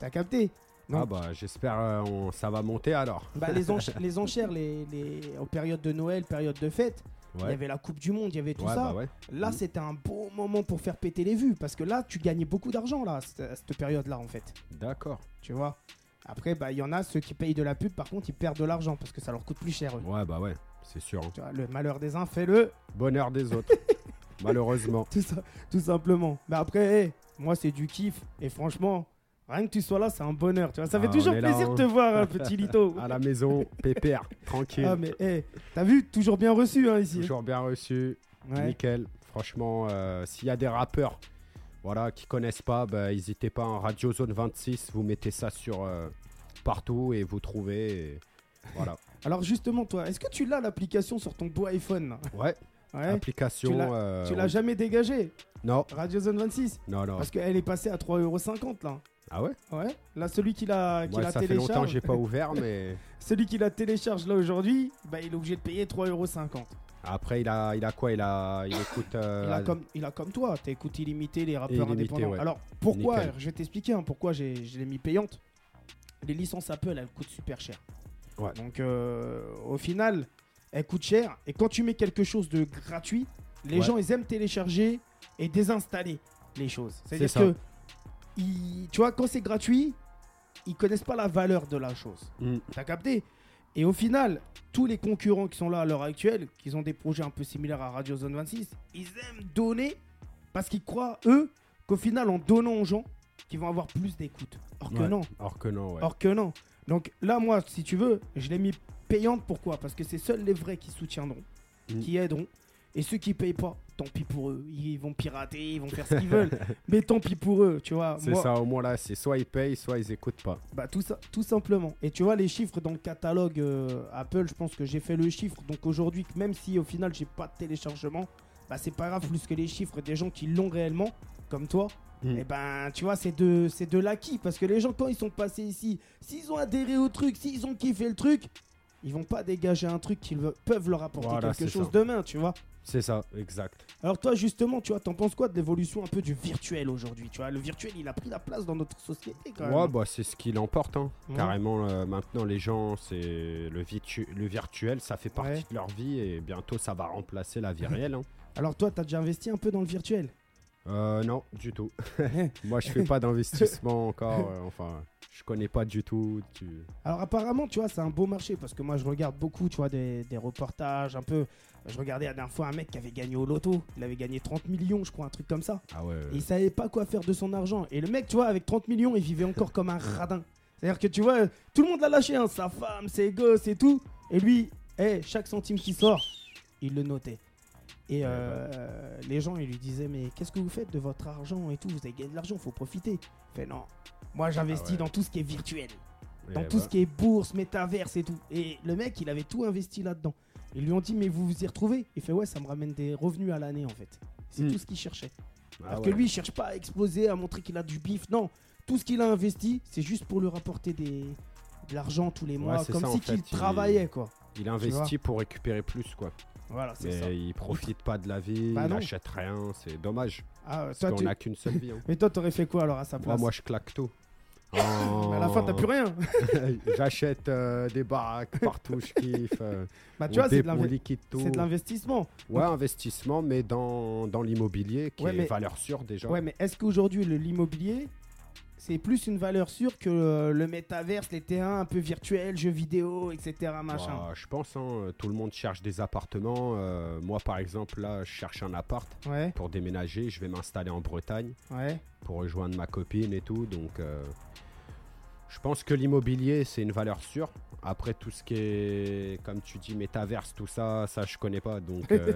Speaker 2: T'as capté Non.
Speaker 3: Ah bah, j'espère euh, on- ça va monter alors.
Speaker 2: bah, les, ench- les enchères, les, les... en période de Noël, période de fête, il y
Speaker 3: Ouais.
Speaker 2: avait la Coupe du Monde, il y avait tout
Speaker 3: Ouais,
Speaker 2: ça.
Speaker 3: bah ouais.
Speaker 2: Là,
Speaker 3: Mm.
Speaker 2: c'était un bon moment pour faire péter les vues, parce que là, tu gagnais beaucoup d'argent, là, à cette- à cette période-là, en fait.
Speaker 3: D'accord.
Speaker 2: Tu vois Après, bah, il y en a ceux qui payent de la pub, par contre, ils perdent de l'argent, parce que ça leur coûte plus cher, eux.
Speaker 3: Ouais, bah ouais, c'est sûr. hein.
Speaker 2: Tu vois, le malheur des uns fait le...
Speaker 3: Bonheur des autres. Malheureusement.
Speaker 2: tout, ça- tout simplement. Mais après, hey, moi, c'est du kiff. Et franchement, rien que tu sois là, c'est un bonheur. Tu vois, ça fait
Speaker 3: Ah, on
Speaker 2: toujours
Speaker 3: est là,
Speaker 2: plaisir de
Speaker 3: hein. Ah,
Speaker 2: te voir, hein, petit Lito.
Speaker 3: À la maison, pépère, tranquille.
Speaker 2: Ah, mais hey, t'as vu, toujours bien reçu hein, ici.
Speaker 3: Toujours bien reçu.
Speaker 2: Ouais.
Speaker 3: Nickel. Franchement, euh, s'il y a des rappeurs voilà, qui connaissent pas, bah, n'hésitez pas en Radio Zone 26. Vous mettez ça sur euh, partout et vous trouvez. et voilà.
Speaker 2: Alors, justement, toi, est-ce que tu l'as l'application sur ton beau iPhone là
Speaker 3: Ouais,
Speaker 2: Ouais.
Speaker 3: application.
Speaker 2: Tu l'as-
Speaker 3: euh,
Speaker 2: Tu l'as jamais dégagée,
Speaker 3: Non,
Speaker 2: Radio Zone 26
Speaker 3: non, non.
Speaker 2: Parce qu'elle est passée à 3,50€ là.
Speaker 3: Ah ouais
Speaker 2: Ouais. Là, celui qui la, qui
Speaker 3: Moi,
Speaker 2: la
Speaker 3: Ça fait longtemps que
Speaker 2: télécharge,
Speaker 3: j'ai pas ouvert, mais
Speaker 2: celui qui la télécharge là aujourd'hui, bah, il est obligé de payer 3,50€.
Speaker 3: après, il a, il a quoi il, a, il écoute. euh,
Speaker 2: Il a, comme, il a comme toi, t'écoutes illimité les rappeurs
Speaker 3: Illimité,
Speaker 2: indépendants.
Speaker 3: ouais.
Speaker 2: Alors pourquoi
Speaker 3: Nickel.
Speaker 2: Je vais t'expliquer hein, pourquoi j'ai- je l'ai mis payante. Les licences Apple, elles coûtent super cher.
Speaker 3: Ouais.
Speaker 2: Donc euh, au final, elles coûtent cher. Et quand tu mets quelque chose de gratuit, les
Speaker 3: Ouais.
Speaker 2: gens, ils aiment télécharger et désinstaller les choses. C'est-à-dire
Speaker 3: ça.
Speaker 2: que, ils- tu vois, quand c'est gratuit, ils connaissent pas la valeur de la chose.
Speaker 3: Mm.
Speaker 2: T'as capté Et au final, tous les concurrents qui sont là à l'heure actuelle, qui ont des projets un peu similaires à Radio Zone 26, ils aiment donner parce qu'ils croient, eux, qu'au final, en donnant aux gens, qu'ils vont avoir plus d'écoute. Or que
Speaker 3: Ouais.
Speaker 2: non,
Speaker 3: Or que non, ouais.
Speaker 2: or que non. Donc là, moi, si tu veux, je l'ai mis payante. Pourquoi Parce que c'est seuls les vrais qui soutiendront,
Speaker 3: Mm.
Speaker 2: qui aideront. Et ceux qui payent pas, tant pis pour eux. Ils vont pirater, ils vont faire ce qu'ils veulent. Mais tant pis pour eux, tu vois.
Speaker 3: C'est
Speaker 2: Moi,
Speaker 3: ça, au moins là, c'est soit ils payent, soit ils écoutent pas.
Speaker 2: bah, tout, ça, tout simplement. Et tu vois, les chiffres dans le catalogue euh, Apple, je pense que j'ai fait le chiffre. Donc aujourd'hui, que même si au final j'ai pas de téléchargement, bah, c'est pas grave, plus que les chiffres des gens qui l'ont réellement, comme toi.
Speaker 3: Mm.
Speaker 2: Et ben, tu vois, c'est de, c'est de l'acquis. Parce que les gens, quand ils sont passés ici, s'ils ont adhéré au truc, s'ils ont kiffé le truc, ils vont pas dégager un truc qu'ils ve- peuvent leur apporter
Speaker 3: Voilà,
Speaker 2: quelque
Speaker 3: c'est
Speaker 2: chose
Speaker 3: ça.
Speaker 2: demain, tu vois.
Speaker 3: C'est ça, exact.
Speaker 2: Alors toi justement, tu vois, t'en penses quoi de l'évolution un peu du virtuel aujourd'hui Tu vois, le virtuel, il a pris la place dans notre société quand même. hein.
Speaker 3: Ouais, bah, c'est ce qui l'emporte. hein.
Speaker 2: Ouais.
Speaker 3: Carrément, euh, maintenant, les gens, c'est le, vitu- le virtuel, ça fait partie
Speaker 2: Ouais.
Speaker 3: de leur vie et bientôt, ça va remplacer la vie réelle. hein.
Speaker 2: Alors toi, t'as déjà investi un peu dans le virtuel
Speaker 3: Euh, non, du tout. Moi, je fais pas d'investissement encore. euh, enfin, je connais pas du tout. tu-
Speaker 2: Alors apparemment, tu vois, c'est un beau marché parce que moi, je regarde beaucoup, tu vois, des, des reportages un peu. Je regardais la dernière fois un mec qui avait gagné au loto. Il avait gagné 30 millions, je crois, un truc comme ça.
Speaker 3: Ah ouais.
Speaker 2: Et il savait pas quoi faire de son argent. Et le mec, tu vois, avec 30 millions, il vivait encore comme un radin. C'est-à-dire que tu vois, tout le monde l'a lâché, hein, sa femme, ses gosses et tout. Et lui, eh, chaque centime qui sort, il le notait. Et euh, les gens, ils lui disaient, mais qu'est-ce que vous faites de votre argent et tout Vous avez gagné de l'argent, faut profiter. Il fait, non, moi j'investis
Speaker 3: Ah ouais.
Speaker 2: dans tout ce qui est virtuel
Speaker 3: Eh
Speaker 2: dans tout
Speaker 3: ben,
Speaker 2: ce qui est bourse, métaverse et tout. Et le mec, il avait tout investi là-dedans. Ils lui ont dit, mais vous vous y retrouvez Il fait, ouais, ça me ramène des revenus à l'année en fait. C'est
Speaker 3: Mm.
Speaker 2: tout ce qu'il cherchait.
Speaker 3: ah
Speaker 2: Alors
Speaker 3: ouais.
Speaker 2: que lui, il cherche pas à exploser, à montrer qu'il a du bif. Non, tout ce qu'il a investi, c'est juste pour lui rapporter des... de l'argent tous les mois,
Speaker 3: c'est
Speaker 2: comme
Speaker 3: ça, en
Speaker 2: si qu'il
Speaker 3: fait, il-
Speaker 2: travaillait quoi.
Speaker 3: il investit pour récupérer plus, quoi.
Speaker 2: Voilà, c'est ça.
Speaker 3: Mais il profite pas de la vie,
Speaker 2: Bah
Speaker 3: il
Speaker 2: non.
Speaker 3: achète rien, c'est dommage.
Speaker 2: Ah, toi,
Speaker 3: Parce qu'on
Speaker 2: tu-
Speaker 3: n'a qu'une seule vie. hein.
Speaker 2: Mais toi, t'aurais fait quoi alors à sa
Speaker 3: Moi,
Speaker 2: place
Speaker 3: moi, je claque tout. Oh.
Speaker 2: Mais à la fin, t'as plus rien.
Speaker 3: rien. J'achète euh, des baraques partout, je kiffe. euh,
Speaker 2: bah, tu
Speaker 3: on
Speaker 2: vois, c'est de
Speaker 3: dépouille,
Speaker 2: l'inve-
Speaker 3: liquide tout.
Speaker 2: c'est de l'investissement.
Speaker 3: Ouais, investissement, mais dans, dans l'immobilier, qui
Speaker 2: Ouais,
Speaker 3: est
Speaker 2: mais-
Speaker 3: valeur sûre déjà.
Speaker 2: Ouais, mais est-ce qu'aujourd'hui, le- l'immobilier, c'est plus une valeur sûre que euh, le métaverse, les terrains un peu virtuels, jeux vidéo, etc. Machin.
Speaker 3: Bah, je pense, hein, tout le monde cherche des appartements. euh, moi, par exemple, là, je cherche un appart
Speaker 2: Ouais,
Speaker 3: pour déménager. Je vais m'installer en Bretagne
Speaker 2: ouais.
Speaker 3: pour rejoindre ma copine et tout. Donc, euh, je pense que l'immobilier, c'est une valeur sûre. Après, tout ce qui est, comme tu dis, métaverse, tout ça, ça, je connais pas. Donc, euh,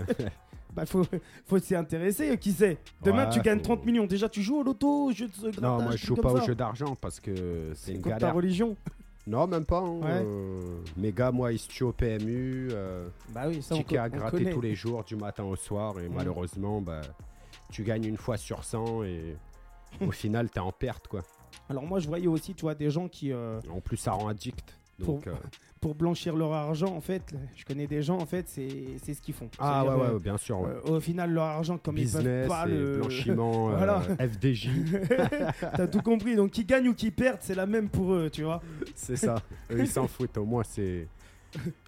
Speaker 2: Bah, faut, faut s'y intéresser, euh, qui sait. Demain,
Speaker 3: Ouais,
Speaker 2: tu gagnes
Speaker 3: faut-
Speaker 2: 30 millions. Déjà, tu joues au loto, au jeu de ce
Speaker 3: non,
Speaker 2: grattage,
Speaker 3: moi, je
Speaker 2: trucs
Speaker 3: joue
Speaker 2: comme
Speaker 3: pas au
Speaker 2: ça.
Speaker 3: jeu d'argent parce que c'est une
Speaker 2: Comme ta
Speaker 3: galère.
Speaker 2: religion.
Speaker 3: Non, même pas. hein,
Speaker 2: Ouais.
Speaker 3: euh, mes gars, moi, ils se tuent au PMU. euh,
Speaker 2: Bah oui, ça, on,
Speaker 3: ticket
Speaker 2: co-
Speaker 3: à
Speaker 2: on
Speaker 3: gratter
Speaker 2: connaît.
Speaker 3: tous les jours, du matin au soir, et
Speaker 2: Mm.
Speaker 3: malheureusement, bah, tu gagnes une fois sur 100 et au final, t'es en perte, quoi.
Speaker 2: Alors moi, je voyais aussi, tu vois, des gens qui, euh,
Speaker 3: En plus, ça rend addict. Donc,
Speaker 2: Pour-
Speaker 3: euh,
Speaker 2: pour blanchir leur argent, en fait, je connais des gens, en fait, c'est c'est ce qu'ils font.
Speaker 3: Ah ouais,
Speaker 2: C'est-à-dire,
Speaker 3: ouais,
Speaker 2: euh,
Speaker 3: ouais, bien sûr. ouais.
Speaker 2: euh, au final, leur argent, comme ils
Speaker 3: Business,
Speaker 2: peuvent pas
Speaker 3: et
Speaker 2: le
Speaker 3: blanchiment, euh,
Speaker 2: Voilà.
Speaker 3: FDJ,
Speaker 2: T'as tout compris, donc qui gagne ou qui perd, c'est la même pour eux, tu vois.
Speaker 3: c'est ça. Eux, ils s'en foutent. Au moins, c'est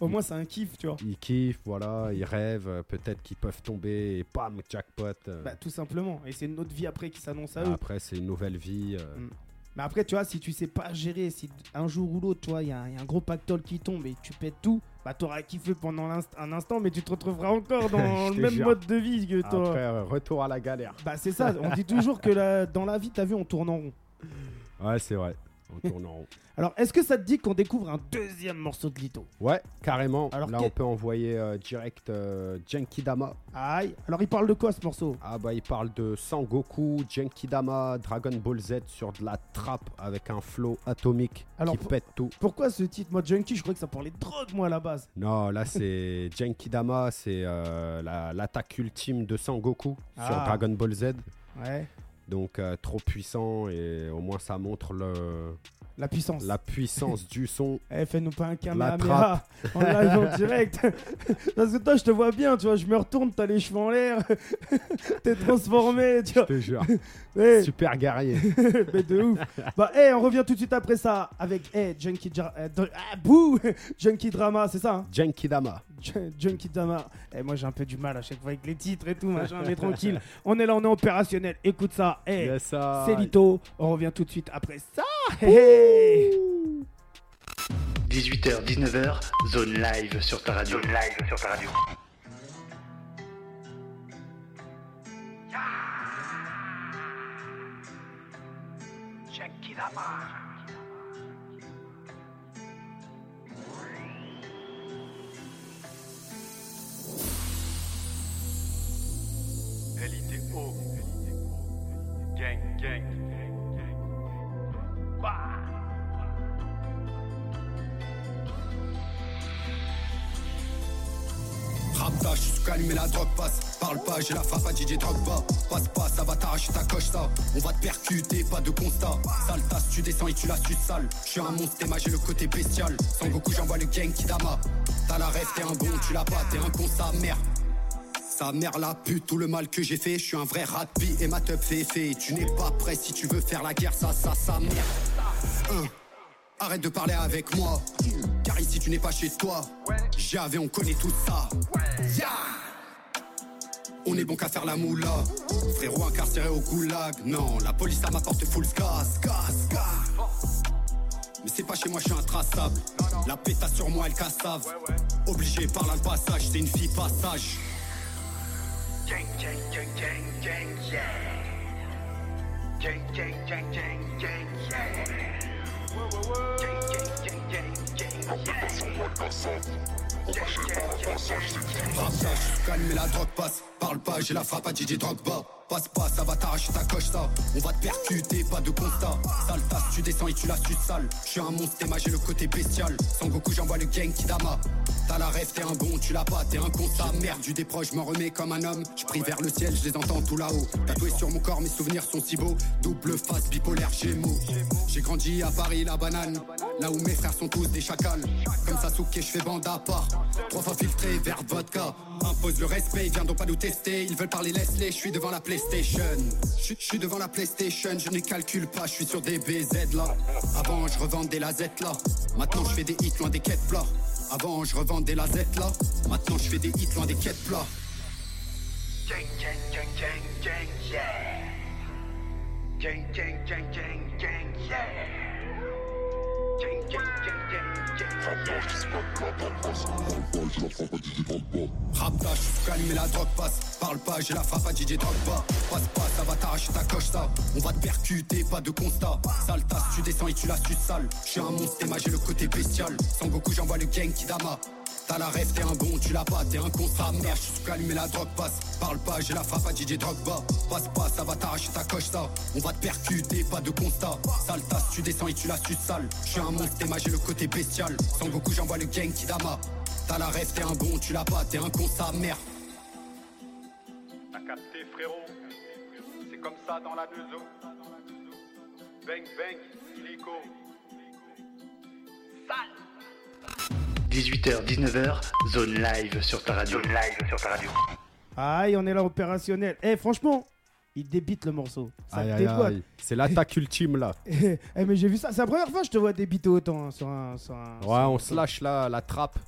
Speaker 2: Au moins, c'est un kiff, tu vois.
Speaker 3: ils kiffent, voilà, ils rêvent. euh, Peut-être qu'ils peuvent tomber et pam, jackpot. euh.
Speaker 2: Bah, tout simplement. Et c'est une autre vie après qui s'annonce à eux.
Speaker 3: Bah, Après, c'est une nouvelle vie. euh.
Speaker 2: Mm. Mais après, tu vois, si tu sais pas gérer, si un jour ou l'autre, tu vois, il y, a un- y a un gros pactole qui tombe et tu pètes tout, bah, t'auras kiffé pendant l'inst- un instant, mais tu te retrouveras encore dans
Speaker 3: Je
Speaker 2: le
Speaker 3: te
Speaker 2: même
Speaker 3: jure.
Speaker 2: mode de vie que toi.
Speaker 3: Après, euh, retour à la galère.
Speaker 2: Bah, c'est ça. On dit toujours que la- dans la vie, t'as vu, on tourne en rond.
Speaker 3: Ouais, c'est vrai. On tourne en rond.
Speaker 2: Alors, est-ce que ça te dit qu'on découvre un deuxième morceau de Lito
Speaker 3: Ouais, carrément.
Speaker 2: Alors,
Speaker 3: Là,
Speaker 2: que-
Speaker 3: on peut envoyer euh, direct euh, Genkidama.
Speaker 2: Aïe. Alors, il parle de quoi ce morceau
Speaker 3: Ah bah, il parle de Sangoku, Genkidama, Dragon Ball Z sur de la trappe avec un flow atomique
Speaker 2: Alors,
Speaker 3: qui
Speaker 2: pour-
Speaker 3: pète tout.
Speaker 2: Pourquoi ce titre, moi, Junkie Je crois que ça parlait de drogue, moi, à la base.
Speaker 3: Non, là, c'est Genkidama, c'est euh, la- l'attaque ultime de Sangoku sur
Speaker 2: Ah.
Speaker 3: Dragon Ball Z.
Speaker 2: Ouais.
Speaker 3: Donc, euh, trop puissant et au moins, ça montre le-
Speaker 2: La puissance.
Speaker 3: la puissance du son.
Speaker 2: Eh, fais-nous pas un Kamehameha
Speaker 3: trappe.
Speaker 2: en live en direct. Parce que toi, je te vois bien, tu vois, je me retourne, t'as les cheveux en l'air, t'es transformé, tu
Speaker 3: Je
Speaker 2: vois.
Speaker 3: te jure,
Speaker 2: Eh,
Speaker 3: super guerrier.
Speaker 2: mais de ouf. Bah, eh, on revient tout de suite après ça avec, eh, Junkie, Dra- euh, Dr- ah, bouh, Junkie Drama, c'est ça, hein
Speaker 3: Genkidama.
Speaker 2: Ju- Junkie Drama. Eh, moi, j'ai un peu du mal à chaque fois avec les titres et tout, machin, mais tranquille. On est là, on est opérationnel, écoute ça, eh,
Speaker 3: Yes, ça.
Speaker 2: c'est Lito, on revient tout de suite après ça. Hey.
Speaker 1: 18h, 19h, zone live sur ta radio. Zone live sur ta radio.
Speaker 5: LITO. Gang, gang, gang, gang. Bah.
Speaker 4: Rapta, je suis calme mais la drogue passe. Parle pas, j'ai la frappe à DJ Drogba. Passe pas, ça va t'arracher ta coche, ça. On va te percuter, pas de constat. Sale tasse, tu descends et tu la suces sale. Je suis un monstre, t'es j'ai le côté bestial. Sans beaucoup, j'envoie le gang Kidama. T'as la rêve, t'es un bon, tu l'as pas, t'es un con, sa mère. Sa mère la pute, tout le mal que j'ai fait, je suis un vrai rat de vie et ma teub fait fait. Tu n'es pas prêt si tu veux faire la guerre, ça, ça, sa mère. Hein. Arrête de parler avec moi, car ici tu n'es pas chez toi. J'avais, on connaît tout ça. Yeah on est bon qu'à faire la moula. Frérot incarcéré au goulag. Non, la police à ma porte full gas, gas, gas. Mais c'est pas chez moi, je suis intraçable. La pétasse sur moi, elle cassave. Obligé par là le passage, c'est une fille passage.
Speaker 5: Gang, gang, gang, gang, gang, yeah. Gang, gang, gang, gang, gang, yeah. Ouais, ouais, ouais. Gang, gang, gang, gang, gang, yeah. Gang, gang, gang, gang, gang.
Speaker 4: Brassage, calme et la drogue passe. Parle pas, j'ai la frappe à DJ drogue bas. Passe pas, ça va t'arracher ta coche, ça. On va te percuter, pas de constat. Sale tasse, tu descends et tu la suces sale. Je suis un monstre, t'es j'ai le côté bestial. Sans Goku, j'envoie le gang Kidama. T'as la rêve, t'es un bon, tu l'as pas, t'es un con, ça merde. Du déproche, je m'en remets comme un homme. Je prie vers le ciel, je les entends tout là-haut. Tatoué sur mon corps, mes souvenirs sont si beaux. Double face, bipolaire, gémeaux. J'ai grandi à Paris, la banane. Là où mes frères sont tous des chacals. Comme Sasuke, je fais bande à part. Trois fois filtré, verre de vodka. Impose le respect, ils viendront pas nous tester. Ils veulent parler, laisse-les, je suis devant la PlayStation. Je je suis devant la PlayStation, je ne calcule pas, je suis sur des BZ là. Avant, je revends des lazettes là. Maintenant, je fais des hits loin des quêtes plats. Avant, je revends des lazettes là. Maintenant, je fais des hits loin des quêtes plats.
Speaker 5: Gang, gang, gang, gang, gang, yeah. Gang, gang, gang, gang, gang, yeah. Gang, gang, gang, gang, gang, yeah.
Speaker 4: Rapta, je suis calme et la drogue passe. Parle pas, j'ai la frappe à DJ drogue pas. Passe pas, ça va t'arracher ta coche, ça. On va te percuter, pas de constat. Sale tasse, tu descends et tu la suces sale. Je suis un monstre, t'es j'ai le côté bestial. Sans Goku, j'envoie le gang Kidama. T'as la rêve, t'es un bon, tu l'as pas, t'es un con, ça merde. Je suis calme et la drogue passe. Parle pas, j'ai la frappe à DJ drogue bas. Passe pas, ça va t'arracher ta coche, ça. On va te percuter, pas de constat. Sale tasse, tu descends et tu la suces sale. Je suis un monstre, t'es j'ai le côté bestial. Sans Goku, j'envoie le gang Kidama. T'as la rêve, t'es un bon, tu l'as pas, t'es un con, sa mère.
Speaker 5: T'as capté frérot C'est comme ça dans la neuzo Bang bang, illico Sale
Speaker 1: 18h, 19h, zone live sur ta radio. Zone live sur ta radio.
Speaker 2: Aïe, on est là opérationnel. Eh, franchement, il débite le morceau. Ça
Speaker 3: Aïe,
Speaker 2: te
Speaker 3: aïe,
Speaker 2: déboîte.
Speaker 3: aïe. C'est l'attaque ultime là.
Speaker 2: Eh, mais j'ai vu ça. C'est la première fois que je te vois débiter autant hein, sur un. Sur un
Speaker 3: Ouais,
Speaker 2: sur un
Speaker 3: on
Speaker 2: morceau.
Speaker 3: se lâche là, la trappe.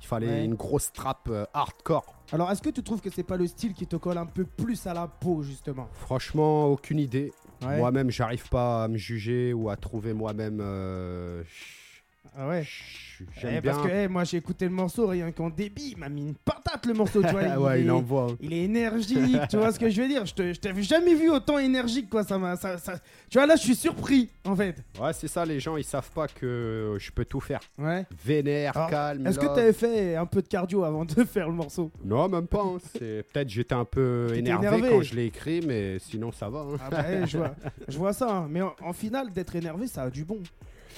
Speaker 3: Il fallait
Speaker 2: Ouais.
Speaker 3: une grosse trappe euh, hardcore.
Speaker 2: Alors, est-ce que tu trouves que c'est pas le style qui te colle un peu plus à la peau, justement
Speaker 3: Franchement, aucune idée.
Speaker 2: Ouais.
Speaker 3: Moi-même, j'arrive pas à me juger ou à trouver moi-même. euh, ch-
Speaker 2: Ah ouais.
Speaker 3: ch-
Speaker 2: Eh,
Speaker 3: J'aime bien.
Speaker 2: Parce que eh, moi, j'ai écouté le morceau, rien qu'en débit, il m'a mis une patate le morceau, tu vois.
Speaker 3: Ah ouais, il
Speaker 2: est-
Speaker 3: envoie.
Speaker 2: eh, Il est énergique, tu vois ce que je veux dire Je te- je t'avais jamais vu autant énergique, quoi. Ça m'a, ça, ça- Tu vois, là, je suis surpris, en fait.
Speaker 3: Ouais, c'est ça, les gens, ils savent pas que je peux tout faire.
Speaker 2: Ouais.
Speaker 3: Vénère,
Speaker 2: Alors,
Speaker 3: calme.
Speaker 2: Est-ce que
Speaker 3: love.
Speaker 2: t'avais fait un peu de cardio avant de faire le morceau
Speaker 3: Non, même pas. hein. C'est... Peut-être j'étais un peu
Speaker 2: T'étais
Speaker 3: énervé,
Speaker 2: énervé.
Speaker 3: quand je l'ai écrit, mais sinon ça va. hein.
Speaker 2: Ah bah, eh, je vois, je vois ça. hein. Mais en, en finale, d'être énervé, ça a du bon.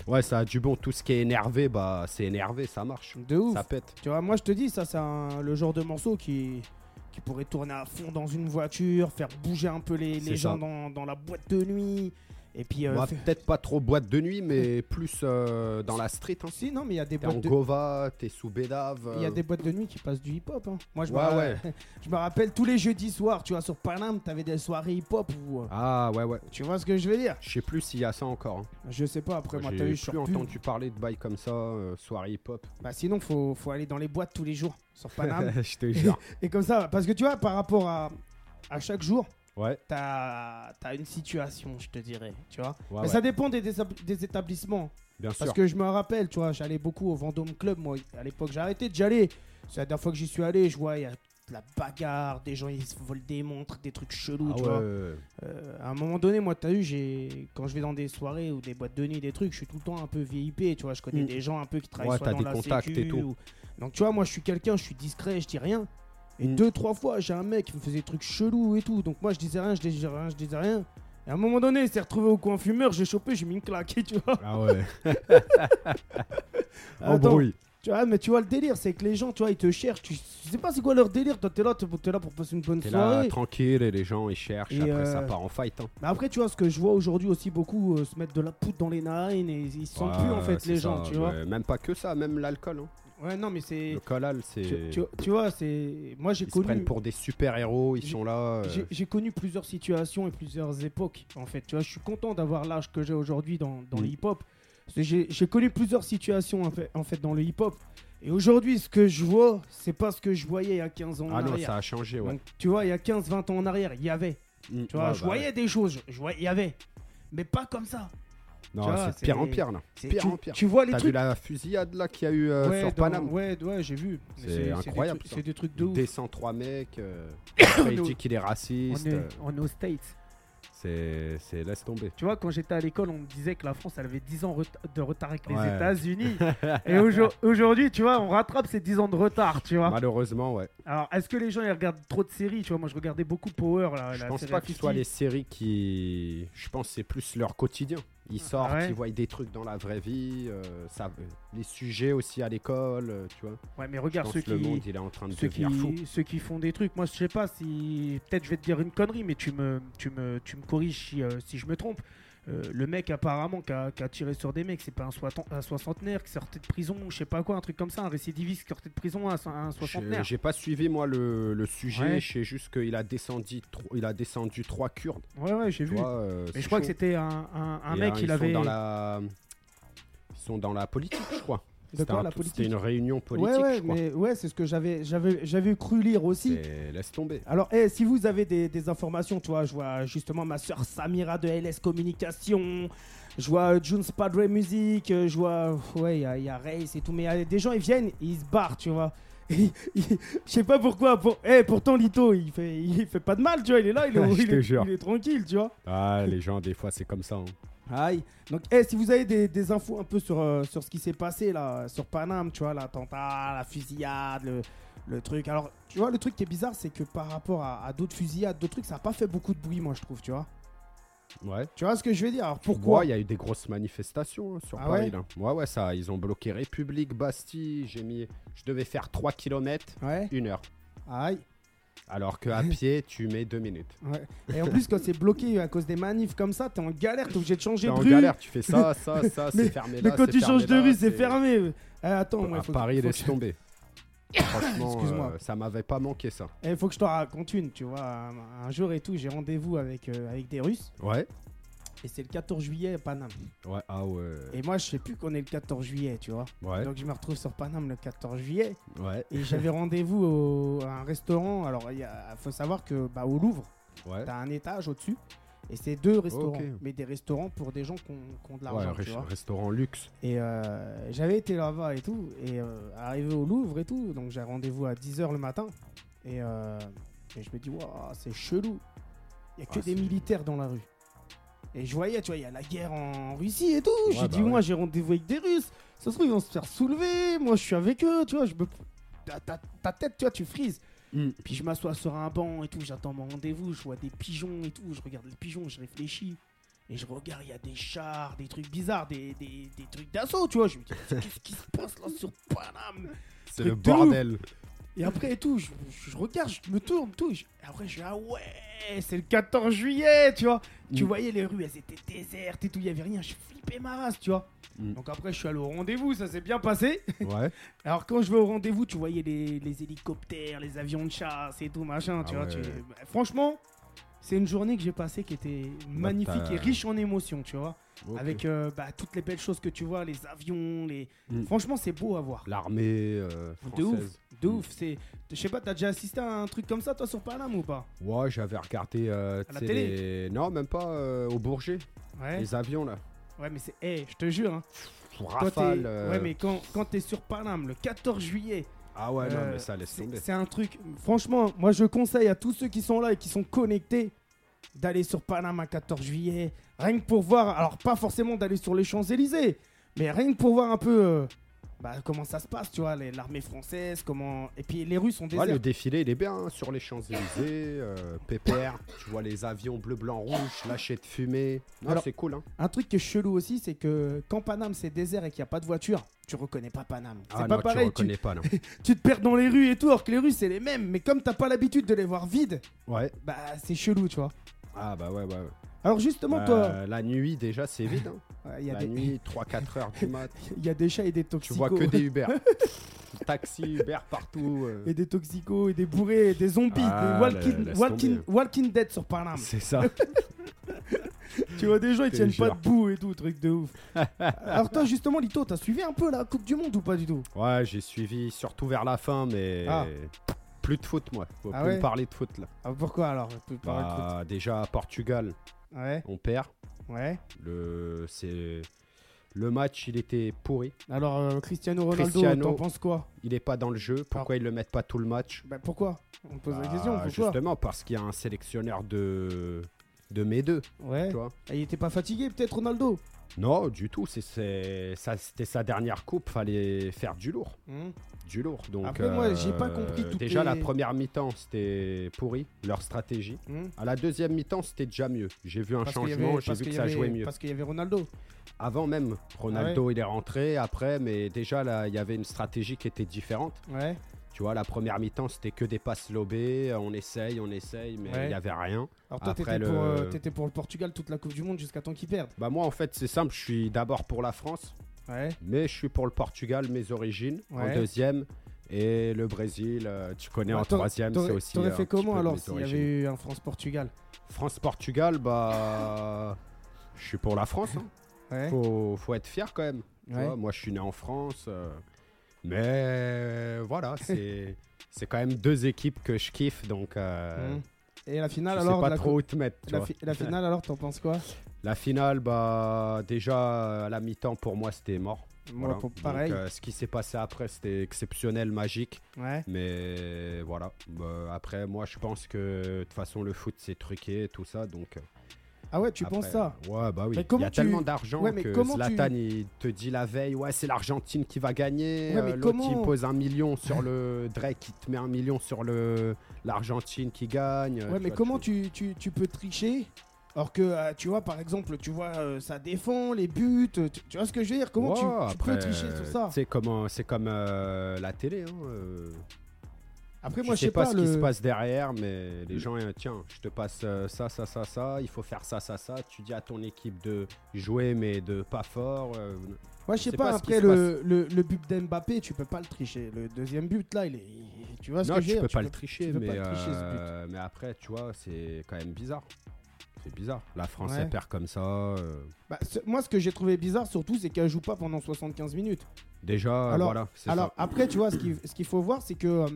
Speaker 3: Ouais, ça a du bon. Tout ce qui est énervé, bah, c'est énervé, ça marche.
Speaker 2: De ouf.
Speaker 3: Ça pète.
Speaker 2: Tu vois, moi, je te dis, ça, c'est un- le genre de morceau qui qui pourrait tourner à fond dans une voiture, faire bouger un peu les, les
Speaker 3: C'est
Speaker 2: gens
Speaker 3: ça.
Speaker 2: dans, dans la boîte de nuit. Et puis, euh,
Speaker 3: Moi,
Speaker 2: fait-
Speaker 3: peut-être pas trop boîte de nuit, mais plus euh, dans la street. hein.
Speaker 2: si, non, mais il y a des
Speaker 3: T'es en
Speaker 2: boîtes de
Speaker 3: Gova, t'es sous Bédave.
Speaker 2: Il y a
Speaker 3: euh,
Speaker 2: des boîtes de nuit qui passent du hip-hop. hein. Moi, je, me
Speaker 3: Ouais,
Speaker 2: ra-
Speaker 3: ouais.
Speaker 2: je me rappelle tous les jeudis soirs, tu vois, sur Paname, t'avais des soirées hip-hop ou. euh,
Speaker 3: Ah ouais, ouais.
Speaker 2: Tu vois ce que je veux dire
Speaker 3: Je sais plus s'il y a ça encore. hein.
Speaker 2: Je sais pas, après, moi, t'as
Speaker 3: J'ai
Speaker 2: eu
Speaker 3: plus
Speaker 2: sur pub.
Speaker 3: entendu parler de bail comme ça, euh, soirée hip-hop.
Speaker 2: Bah, sinon, faut, faut aller dans les boîtes tous les jours sur Paname.
Speaker 3: je te jure.
Speaker 2: Et comme ça, parce que tu vois, par rapport à, à chaque jour,
Speaker 3: Ouais,
Speaker 2: t'as as une situation, je te dirais, tu vois.
Speaker 3: ouais,
Speaker 2: Mais
Speaker 3: ouais,
Speaker 2: ça dépend des, désab- des établissements.
Speaker 3: bien
Speaker 2: Parce
Speaker 3: sûr.
Speaker 2: que je me rappelle, tu vois, j'allais beaucoup au Vendôme Club, moi, à l'époque. J'ai arrêté d'y aller. C'est la dernière fois que j'y suis allé, je vois, il y a de la bagarre, des gens, ils se volent des montres, des trucs chelous,
Speaker 3: Ah
Speaker 2: tu vois.
Speaker 3: ouais.
Speaker 2: Euh, à un moment donné, moi, t'as eu, j'ai quand je vais dans des soirées ou des boîtes de nuit, des trucs, je suis tout le temps un peu VIP, tu vois. Je connais
Speaker 3: Mm.
Speaker 2: des gens un peu qui travaillent
Speaker 3: Ouais,
Speaker 2: soit
Speaker 3: t'as
Speaker 2: dans
Speaker 3: des
Speaker 2: la
Speaker 3: contacts
Speaker 2: sécu
Speaker 3: et tout.
Speaker 2: ou- Donc, tu vois, moi, je suis quelqu'un, je suis discret, je dis rien. Et
Speaker 3: Mm.
Speaker 2: deux, trois fois, j'ai un mec qui me faisait des trucs chelous et tout. Donc, moi, je disais rien, je disais rien, je disais rien. Et à un moment donné, il s'est retrouvé au coin fumeur, j'ai chopé, j'ai mis une claque, tu vois.
Speaker 3: Ah ouais.
Speaker 2: Attends,
Speaker 3: Embrouille.
Speaker 2: Tu vois, mais tu vois le délire, c'est que les gens, tu vois, ils te cherchent. Tu tu sais pas c'est quoi leur délire. Toi, t'es là, t'es t'es là pour passer une bonne
Speaker 3: T'es
Speaker 2: soirée.
Speaker 3: là tranquille et les gens ils cherchent.
Speaker 2: Et
Speaker 3: après ça
Speaker 2: euh,
Speaker 3: part en fight. hein.
Speaker 2: Mais après, tu vois, ce que je vois aujourd'hui aussi beaucoup, euh, se mettre de la poudre dans les narines et ils sentent
Speaker 3: Ouais,
Speaker 2: plus en fait
Speaker 3: c'est
Speaker 2: les
Speaker 3: ça,
Speaker 2: gens, tu vois.
Speaker 3: ouais. Même pas que ça, même l'alcool. hein.
Speaker 2: Ouais, non, mais c'est.
Speaker 3: Le colal,
Speaker 2: Tu,
Speaker 3: c'est.
Speaker 2: tu- tu vois, c'est. Moi, j'ai
Speaker 3: Ils se prennent
Speaker 2: connu.
Speaker 3: pour des super-héros, ils
Speaker 2: J'ai-
Speaker 3: sont là. euh,
Speaker 2: j'ai- J'ai connu plusieurs situations et plusieurs époques, en fait. Tu vois, je suis content d'avoir l'âge que j'ai aujourd'hui dans, dans le
Speaker 3: Mm.
Speaker 2: hip-hop. Parce que J'ai j'ai connu plusieurs situations, en fait, en fait, dans le hip-hop. Et aujourd'hui, ce que je vois, c'est pas ce que je voyais il y a 15 ans en
Speaker 3: Ah non,
Speaker 2: arrière.
Speaker 3: ça a changé, ouais.
Speaker 2: Donc, tu vois, il y a 15-20 ans en arrière, il y avait.
Speaker 3: Mm,
Speaker 2: Tu vois,
Speaker 3: ouais,
Speaker 2: je
Speaker 3: bah
Speaker 2: voyais
Speaker 3: ouais.
Speaker 2: des choses, je- je voyais- il y avait. Mais pas comme ça. tu
Speaker 3: Non,
Speaker 2: vois,
Speaker 3: c'est de pire en
Speaker 2: c'est-
Speaker 3: pire là.
Speaker 2: C'est-
Speaker 3: Pire
Speaker 2: tu,
Speaker 3: en pire.
Speaker 2: tu vois les
Speaker 3: T'as vu
Speaker 2: trucs.
Speaker 3: la fusillade là qu'il y a eu euh,
Speaker 2: ouais,
Speaker 3: sur
Speaker 2: dans-
Speaker 3: Paname
Speaker 2: Ouais, ouais, j'ai vu.
Speaker 3: C'est
Speaker 2: Mais des
Speaker 3: incroyable,
Speaker 2: trucs-
Speaker 3: ça.
Speaker 2: C'est des trucs de
Speaker 3: Il
Speaker 2: ouf.
Speaker 3: descend trois mecs. euh, après,
Speaker 2: On est
Speaker 3: il
Speaker 2: au-
Speaker 3: dit qu'il est
Speaker 6: On
Speaker 3: raciste.
Speaker 6: est,
Speaker 3: euh,
Speaker 6: on est aux States.
Speaker 3: C'est, c'est laisse tomber.
Speaker 7: Tu vois, quand j'étais à l'école, on me disait que la France, elle avait 10 ans reta- de retard avec les
Speaker 3: Ouais.
Speaker 7: États-Unis. Et aujo- aujourd'hui, tu vois, on rattrape ces 10 ans de retard, tu
Speaker 2: Ah.
Speaker 7: vois.
Speaker 3: Malheureusement, ouais.
Speaker 7: Alors, est-ce que les gens, ils regardent trop de séries Tu vois, moi, je regardais beaucoup Power, là.
Speaker 3: je
Speaker 7: la
Speaker 3: pense
Speaker 7: série
Speaker 3: pas
Speaker 7: à
Speaker 3: que ce
Speaker 7: 50.
Speaker 3: soit les séries qui. Je pense que c'est plus leur quotidien. Ils sortent,
Speaker 7: ouais.
Speaker 3: ils voient des trucs dans la vraie vie, euh, ça, les sujets aussi à l'école, euh, tu vois.
Speaker 7: Ouais, mais
Speaker 3: Je
Speaker 7: regarde
Speaker 3: pense
Speaker 7: ceux
Speaker 3: que le monde
Speaker 7: qui...
Speaker 3: il est en train de
Speaker 7: Ceux qui,
Speaker 3: devenir fou.
Speaker 7: ceux qui font des trucs, moi je sais pas si. Peut-être je vais te dire une connerie, mais tu me, tu me, tu me corriges si, euh, si je me trompe. Euh, le mec apparemment qui a, qui a tiré sur des mecs, c'est pas un, soitan- un soixantenaire qui sortait de prison, je sais pas quoi, un truc comme ça, un récidiviste qui sortait de prison, un, so- un
Speaker 3: J'ai
Speaker 7: soixantenaire.
Speaker 3: j'ai pas suivi moi le, le sujet,
Speaker 7: Ouais.
Speaker 3: je sais juste qu'il a descendu, tro- il a descendu trois Kurdes.
Speaker 7: Ouais, ouais, j'ai
Speaker 3: Tu
Speaker 7: vu.
Speaker 3: vois, euh,
Speaker 7: Mais
Speaker 3: c'est
Speaker 7: je crois que
Speaker 3: chaud.
Speaker 7: c'était un, un, un
Speaker 3: Et,
Speaker 7: mec,
Speaker 3: euh,
Speaker 7: il
Speaker 3: ils
Speaker 7: avait.
Speaker 3: Sont dans la... Ils sont dans la politique, je crois.
Speaker 2: De
Speaker 3: C'était
Speaker 2: quoi,
Speaker 3: un-
Speaker 2: la
Speaker 3: C'était
Speaker 2: politique
Speaker 3: une réunion politique,
Speaker 2: Ouais, ouais,
Speaker 3: je crois.
Speaker 2: mais ouais, c'est ce que j'avais, j'avais, j'avais cru lire aussi.
Speaker 3: C'est- Laisse tomber.
Speaker 2: Alors, eh, si vous avez des, des informations, tu vois, je vois justement ma soeur Samira de LS Communication, je vois euh, Junes Padre Music, euh, je vois, ouais, il y a- il y, a Race et tout, mais euh, des gens, ils viennent, ils se barrent, tu vois. Je sais pas pourquoi, pour... eh, pourtant Lito, il fait, il fait pas de mal, tu vois, il est là, il est,
Speaker 3: Je
Speaker 2: il
Speaker 3: te
Speaker 2: est-
Speaker 3: jure.
Speaker 2: il est tranquille, tu vois.
Speaker 3: Ah, les gens, des fois, c'est comme ça. hein.
Speaker 2: Aïe. Donc, eh, si vous avez des, des infos un peu sur, euh, sur ce qui s'est passé là, sur Paname, tu vois, l'attentat, la fusillade, le, le truc. Alors, tu vois, le truc qui est bizarre, c'est que par rapport à, à d'autres fusillades, d'autres trucs, ça n'a pas fait beaucoup de bruit, moi, je trouve, tu vois.
Speaker 3: Ouais.
Speaker 2: Tu vois ce que je veux dire Alors,
Speaker 3: Pourquoi
Speaker 2: pourquoi
Speaker 3: Il y a eu des grosses manifestations hein, sur
Speaker 2: Ah
Speaker 3: Paris.
Speaker 2: ouais
Speaker 3: là. ouais, ouais, ça. Ils ont bloqué République, Bastille. J'ai mis. Je devais faire 3 km,
Speaker 2: Ouais,
Speaker 3: une heure.
Speaker 2: aïe.
Speaker 3: Alors que à pied, tu mets 2 minutes.
Speaker 2: Ouais. Et en plus, quand c'est bloqué à cause des manifs comme ça, t'es en galère, t'es obligé de changer
Speaker 3: T'es
Speaker 2: de
Speaker 3: en
Speaker 2: rue.
Speaker 3: galère, tu fais ça, ça, ça,
Speaker 2: Mais-
Speaker 3: c'est fermé
Speaker 2: Mais
Speaker 3: là.
Speaker 2: quand
Speaker 3: c'est
Speaker 2: tu
Speaker 3: fermé
Speaker 2: changes de
Speaker 3: là,
Speaker 2: rue, c'est fermé. Eh, attends,
Speaker 3: À
Speaker 2: moi, il faut, que-
Speaker 3: Paris,
Speaker 2: faut que
Speaker 3: laisse
Speaker 2: je-
Speaker 3: tomber. Franchement,
Speaker 2: Excuse-moi.
Speaker 3: euh, ça m'avait pas manqué ça.
Speaker 2: eh, faut que je te raconte une, tu vois. Un, un jour et tout, j'ai rendez-vous avec, euh, avec des Russes.
Speaker 3: Ouais.
Speaker 2: Et c'est le 14 juillet à Paname.
Speaker 3: Ouais, ah ouais.
Speaker 2: Et moi, je sais plus qu'on est le 14 juillet, tu vois.
Speaker 3: Ouais,
Speaker 2: Donc, je me retrouve sur Paname le 14 juillet.
Speaker 3: ouais,
Speaker 2: Et j'avais rendez-vous au- à un restaurant. Alors, il y a- faut savoir que bah, au Louvre,
Speaker 3: ouais.
Speaker 2: t'as un étage au-dessus. Et c'est deux restaurants.
Speaker 3: Ok.
Speaker 2: Mais des restaurants pour des gens qui ont, qui ont de
Speaker 3: Ouais,
Speaker 2: l'argent, tu
Speaker 3: ré-
Speaker 2: vois.
Speaker 3: restaurant luxe.
Speaker 2: Et euh, j'avais été là-bas et tout. Et euh, arrivé au Louvre et tout. Donc, j'ai rendez-vous à 10h le matin. Et, euh, et je me dis, waouh, c'est chelou. Il y a que des
Speaker 3: Ah, c'est-
Speaker 2: militaires dans la rue. Et je voyais, tu vois, il y a la guerre en Russie et tout. j'ai
Speaker 3: Ouais,
Speaker 2: dit,
Speaker 3: bah ouais.
Speaker 2: moi, j'ai rendez-vous avec des Russes. Ça se trouve, ils vont se faire soulever. Moi, je suis avec eux, tu vois. Je me... ta, ta- ta tête, tu vois, tu frises.
Speaker 3: Mm.
Speaker 2: Puis je m'assois sur un banc et tout. J'attends mon rendez-vous. Je vois des pigeons et tout. Je regarde les pigeons, je réfléchis. Et je regarde, il y a des chars, des trucs bizarres, des, des- des trucs d'assaut, tu vois. Je me dis, qu'est-ce qui se passe là sur Paname
Speaker 3: C'est
Speaker 2: Truc
Speaker 3: le
Speaker 2: de ouf.
Speaker 3: bordel.
Speaker 2: et après et tout, je, je regarde, je me tourne, tout. je- et après, je suis ah ouais, c'est le 14 juillet, tu vois. Tu
Speaker 3: Mm.
Speaker 2: voyais les rues, elles étaient désertes et tout, il y avait rien. Je flippais ma race, tu vois.
Speaker 3: Mm.
Speaker 2: Donc après, je suis allé au rendez-vous, ça s'est bien passé.
Speaker 3: Ouais.
Speaker 2: Alors quand je vais au rendez-vous, tu voyais les, les hélicoptères, les avions de chasse et tout machin, tu
Speaker 3: Ah
Speaker 2: vois. tu-
Speaker 3: ouais.
Speaker 2: bah, franchement, c'est une journée que j'ai passée qui était magnifique
Speaker 3: t'as-
Speaker 2: et riche en émotions, tu vois.
Speaker 3: Ok.
Speaker 2: Avec euh, bah, toutes les belles choses que tu vois, les avions, les.
Speaker 3: Mm.
Speaker 2: Franchement, c'est beau à voir.
Speaker 3: l'armée euh,
Speaker 2: De ouf,
Speaker 3: française.
Speaker 2: de ouf. C'est, je sais pas, t'as déjà assisté à un truc comme ça toi sur Paname ou pas
Speaker 3: Ouais, j'avais regardé. euh,
Speaker 2: À la
Speaker 3: tu sais,
Speaker 2: télé.
Speaker 3: les- Non, même pas euh, au Bourget.
Speaker 2: Ouais.
Speaker 3: Les avions là.
Speaker 2: Ouais, mais c'est, eh, je te jure. Hein, quand t'es-
Speaker 3: Rafale. euh,
Speaker 2: Ouais, mais quand, quand t'es sur Paname le 14 juillet,
Speaker 3: Ah ouais, non,
Speaker 2: euh,
Speaker 3: mais ça laisse
Speaker 2: c'est,
Speaker 3: tomber.
Speaker 2: c'est un truc. Franchement, moi je conseille à tous ceux qui sont là et qui sont connectés d'aller sur Paname à 14 juillet, rien que pour voir. Alors pas forcément d'aller sur les Champs Élysées, mais rien que pour voir un peu. euh, bah, comment ça se passe, tu vois, les- l'armée française, comment. Et puis les Russes ont des
Speaker 3: Ouais, le défilé, il est bien hein, sur les Champs-Élysées, euh, pépère. Tu vois les avions bleu, blanc, rouge, lâcher de fumée. Non,
Speaker 2: Alors-
Speaker 3: c'est cool. Hein.
Speaker 2: Un truc qui est chelou aussi, c'est que quand Paname c'est désert et qu'il n'y a pas de voiture, tu reconnais pas Paname. C'est
Speaker 3: Ah
Speaker 2: pas
Speaker 3: non, tu
Speaker 2: pareil, tu,
Speaker 3: reconnais pas, non.
Speaker 2: tu te perds dans les rues et tout, alors que les rues c'est les mêmes, mais comme t'as pas l'habitude de les voir vides,
Speaker 3: Ouais.
Speaker 2: bah c'est chelou, tu vois.
Speaker 3: Ah bah ouais, ouais. ouais.
Speaker 2: Alors justement,
Speaker 3: Euh,
Speaker 2: toi,
Speaker 3: La nuit, déjà, c'est vide. hein.
Speaker 2: il y, a
Speaker 3: la
Speaker 2: des-
Speaker 3: nuit, 3-4 heures du mat.
Speaker 2: il y a des chats et des
Speaker 3: Tu
Speaker 2: toxicos.
Speaker 3: vois que des Uber. Taxi, Uber partout. euh.
Speaker 2: Et des toxicos, et des bourrés, et des zombies,
Speaker 3: Ah,
Speaker 2: des walking,
Speaker 3: laisse
Speaker 2: walking,
Speaker 3: tomber.
Speaker 2: walking dead sur Paname.
Speaker 3: C'est ça.
Speaker 2: Tu vois des gens, ils
Speaker 3: T'es
Speaker 2: tiennent pas
Speaker 3: jure.
Speaker 2: debout et tout, truc de ouf. alors toi, justement, Lito, t'as suivi un peu la Coupe du Monde ou pas du tout
Speaker 3: Ouais, j'ai suivi surtout vers la fin, mais
Speaker 2: Ah.
Speaker 3: plus de foot, moi. Faut
Speaker 2: Ah
Speaker 3: plus
Speaker 2: ouais
Speaker 3: me parler de foot là.
Speaker 2: ah, Pourquoi alors Tu peux parler de foot.
Speaker 3: Bah, déjà, à Portugal,
Speaker 2: Ouais,
Speaker 3: on perd.
Speaker 2: ouais.
Speaker 3: Le, c'est, le match, il était pourri.
Speaker 2: Alors, euh, Cristiano Ronaldo,
Speaker 3: Cristiano.
Speaker 2: t'en penses quoi
Speaker 3: Il est pas dans le jeu. Pourquoi ils le mettent pas tout le match
Speaker 2: Bah pourquoi On Ah. pose la
Speaker 3: Bah,
Speaker 2: question, pourquoi
Speaker 3: Justement, parce qu'il y a un sélectionneur de. de mes deux,
Speaker 2: Ouais.
Speaker 3: tu vois.
Speaker 2: Et il était pas fatigué, peut-être, Ronaldo
Speaker 3: Non, du tout. c'est- c'est- ça, C'était sa dernière coupe. Fallait faire du lourd. Du lourd. Donc, euh,
Speaker 2: Après, moi, j'ai pas compris toutes
Speaker 3: Déjà,
Speaker 2: les-
Speaker 3: la première mi-temps, c'était pourri, leur stratégie.
Speaker 2: Mhm.
Speaker 3: À la deuxième mi-temps, c'était déjà mieux. J'ai vu un
Speaker 2: Parce qu'il y
Speaker 3: changement,
Speaker 2: avait-
Speaker 3: j'ai
Speaker 2: parce
Speaker 3: vu que
Speaker 2: qu'il y
Speaker 3: ça
Speaker 2: avait- Ah
Speaker 3: jouait mieux.
Speaker 2: Parce qu'il y avait Ronaldo.
Speaker 3: Avant même, Ronaldo, il est rentré après, mais déjà, là, il y avait une stratégie qui était différente.
Speaker 2: Ouais.
Speaker 3: Tu vois, la première mi-temps, c'était que des passes lobées. euh, On essaye, on essaye, mais
Speaker 2: Ouais.
Speaker 3: il n'y avait rien.
Speaker 2: Alors toi,
Speaker 3: Après
Speaker 2: t'étais
Speaker 3: le-
Speaker 2: pour, euh, t'étais pour le Portugal toute la Coupe du Monde jusqu'à temps qu'ils perdent.
Speaker 3: Bah, moi, en fait, c'est simple. Je suis d'abord pour la France,
Speaker 2: Ouais.
Speaker 3: mais je suis pour le Portugal, mes origines, en
Speaker 2: Ouais.
Speaker 3: deuxième. Et le Brésil, euh, tu connais,
Speaker 2: Bah,
Speaker 3: en
Speaker 2: t'a-
Speaker 3: troisième, c'est
Speaker 2: T'aurais
Speaker 3: aussi. euh,
Speaker 2: t'aurais
Speaker 3: un
Speaker 2: fait
Speaker 3: petit peu
Speaker 2: comment
Speaker 3: de
Speaker 2: alors
Speaker 3: mes
Speaker 2: s'il y avait
Speaker 3: origines.
Speaker 2: eu un France-Portugal
Speaker 3: France-Portugal, bah. Je suis pour la France. hein.
Speaker 2: Ouais.
Speaker 3: Faut, faut être fier quand même. tu
Speaker 2: Ouais.
Speaker 3: vois. moi, je suis né en France. euh, mais voilà, c'est c'est quand même deux équipes que je kiffe. Donc, euh,
Speaker 2: Mhm. Et la finale
Speaker 3: je
Speaker 2: alors
Speaker 3: sais
Speaker 2: de
Speaker 3: pas
Speaker 2: la
Speaker 3: trop
Speaker 2: coupe-
Speaker 3: où te mettre. tu
Speaker 2: la,
Speaker 3: vois.
Speaker 2: fi- la finale alors, t'en penses quoi
Speaker 3: La finale, bah, déjà, à la mi-temps, pour moi, c'était mort.
Speaker 2: Moi,
Speaker 3: Voilà.
Speaker 2: pour-
Speaker 3: Donc,
Speaker 2: pareil.
Speaker 3: euh, ce qui s'est passé après, c'était exceptionnel, magique.
Speaker 2: Ouais.
Speaker 3: Mais voilà. Bah, après, moi, je pense que de toute façon, le foot, c'est truqué, tout ça. Donc,
Speaker 2: Ah ouais, tu
Speaker 3: après,
Speaker 2: penses ça
Speaker 3: Ouais, bah
Speaker 2: Mais
Speaker 3: oui. Il y
Speaker 2: comment
Speaker 3: a
Speaker 2: tu-
Speaker 3: tellement d'argent
Speaker 2: Ouais, mais
Speaker 3: que
Speaker 2: comment tu-
Speaker 3: Zlatan, il te dit la veille, ouais, c'est l'Argentine qui va gagner.
Speaker 2: Ouais, mais
Speaker 3: Euh, L'autre,
Speaker 2: comment-
Speaker 3: il pose un million sur le Drake, il te met un million sur le l'Argentine qui gagne.
Speaker 2: Ouais, mais
Speaker 3: vois,
Speaker 2: comment tu, tu, tu peux tricher alors que euh, tu vois par exemple tu vois euh, ça défend les buts euh, tu, tu vois ce que je veux dire comment tu-
Speaker 3: Ouais,
Speaker 2: tu,
Speaker 3: après,
Speaker 2: peux tricher sur
Speaker 3: euh,
Speaker 2: ça
Speaker 3: tu sais, comment- C'est comme, euh, la télé. Hein, euh,
Speaker 2: après
Speaker 3: tu
Speaker 2: moi je
Speaker 3: sais
Speaker 2: sais
Speaker 3: pas,
Speaker 2: pas,
Speaker 3: ce
Speaker 2: le...
Speaker 3: qui se passe derrière, mais les gens, euh, tiens, je te passe euh, ça, ça, ça, ça, il faut faire ça, ça, ça. Tu dis à ton équipe de jouer, mais de pas fort. euh,
Speaker 2: Moi, je sais
Speaker 3: sais
Speaker 2: pas,
Speaker 3: pas ce qui
Speaker 2: après le,
Speaker 3: se
Speaker 2: le, le but d'Mbappé, tu peux pas le tricher. Le deuxième but, là, il est. Tu vois ce
Speaker 3: non,
Speaker 2: que je
Speaker 3: tu
Speaker 2: veux dire
Speaker 3: peux pas le tricher,
Speaker 2: tu peux
Speaker 3: mais,
Speaker 2: pas le tricher, ce but.
Speaker 3: euh, mais après, tu vois, c'est quand même bizarre. C'est bizarre. La France,
Speaker 2: Ouais.
Speaker 3: elle perd comme ça. euh,
Speaker 2: Bah, ce- moi, ce que j'ai trouvé bizarre, surtout, c'est qu'elle joue pas pendant 75 minutes.
Speaker 3: Déjà,
Speaker 2: Alors-
Speaker 3: voilà, c'est
Speaker 2: Alors,
Speaker 3: ça.
Speaker 2: après, tu vois, ce qu'il ce qu'il faut voir, c'est que, euh,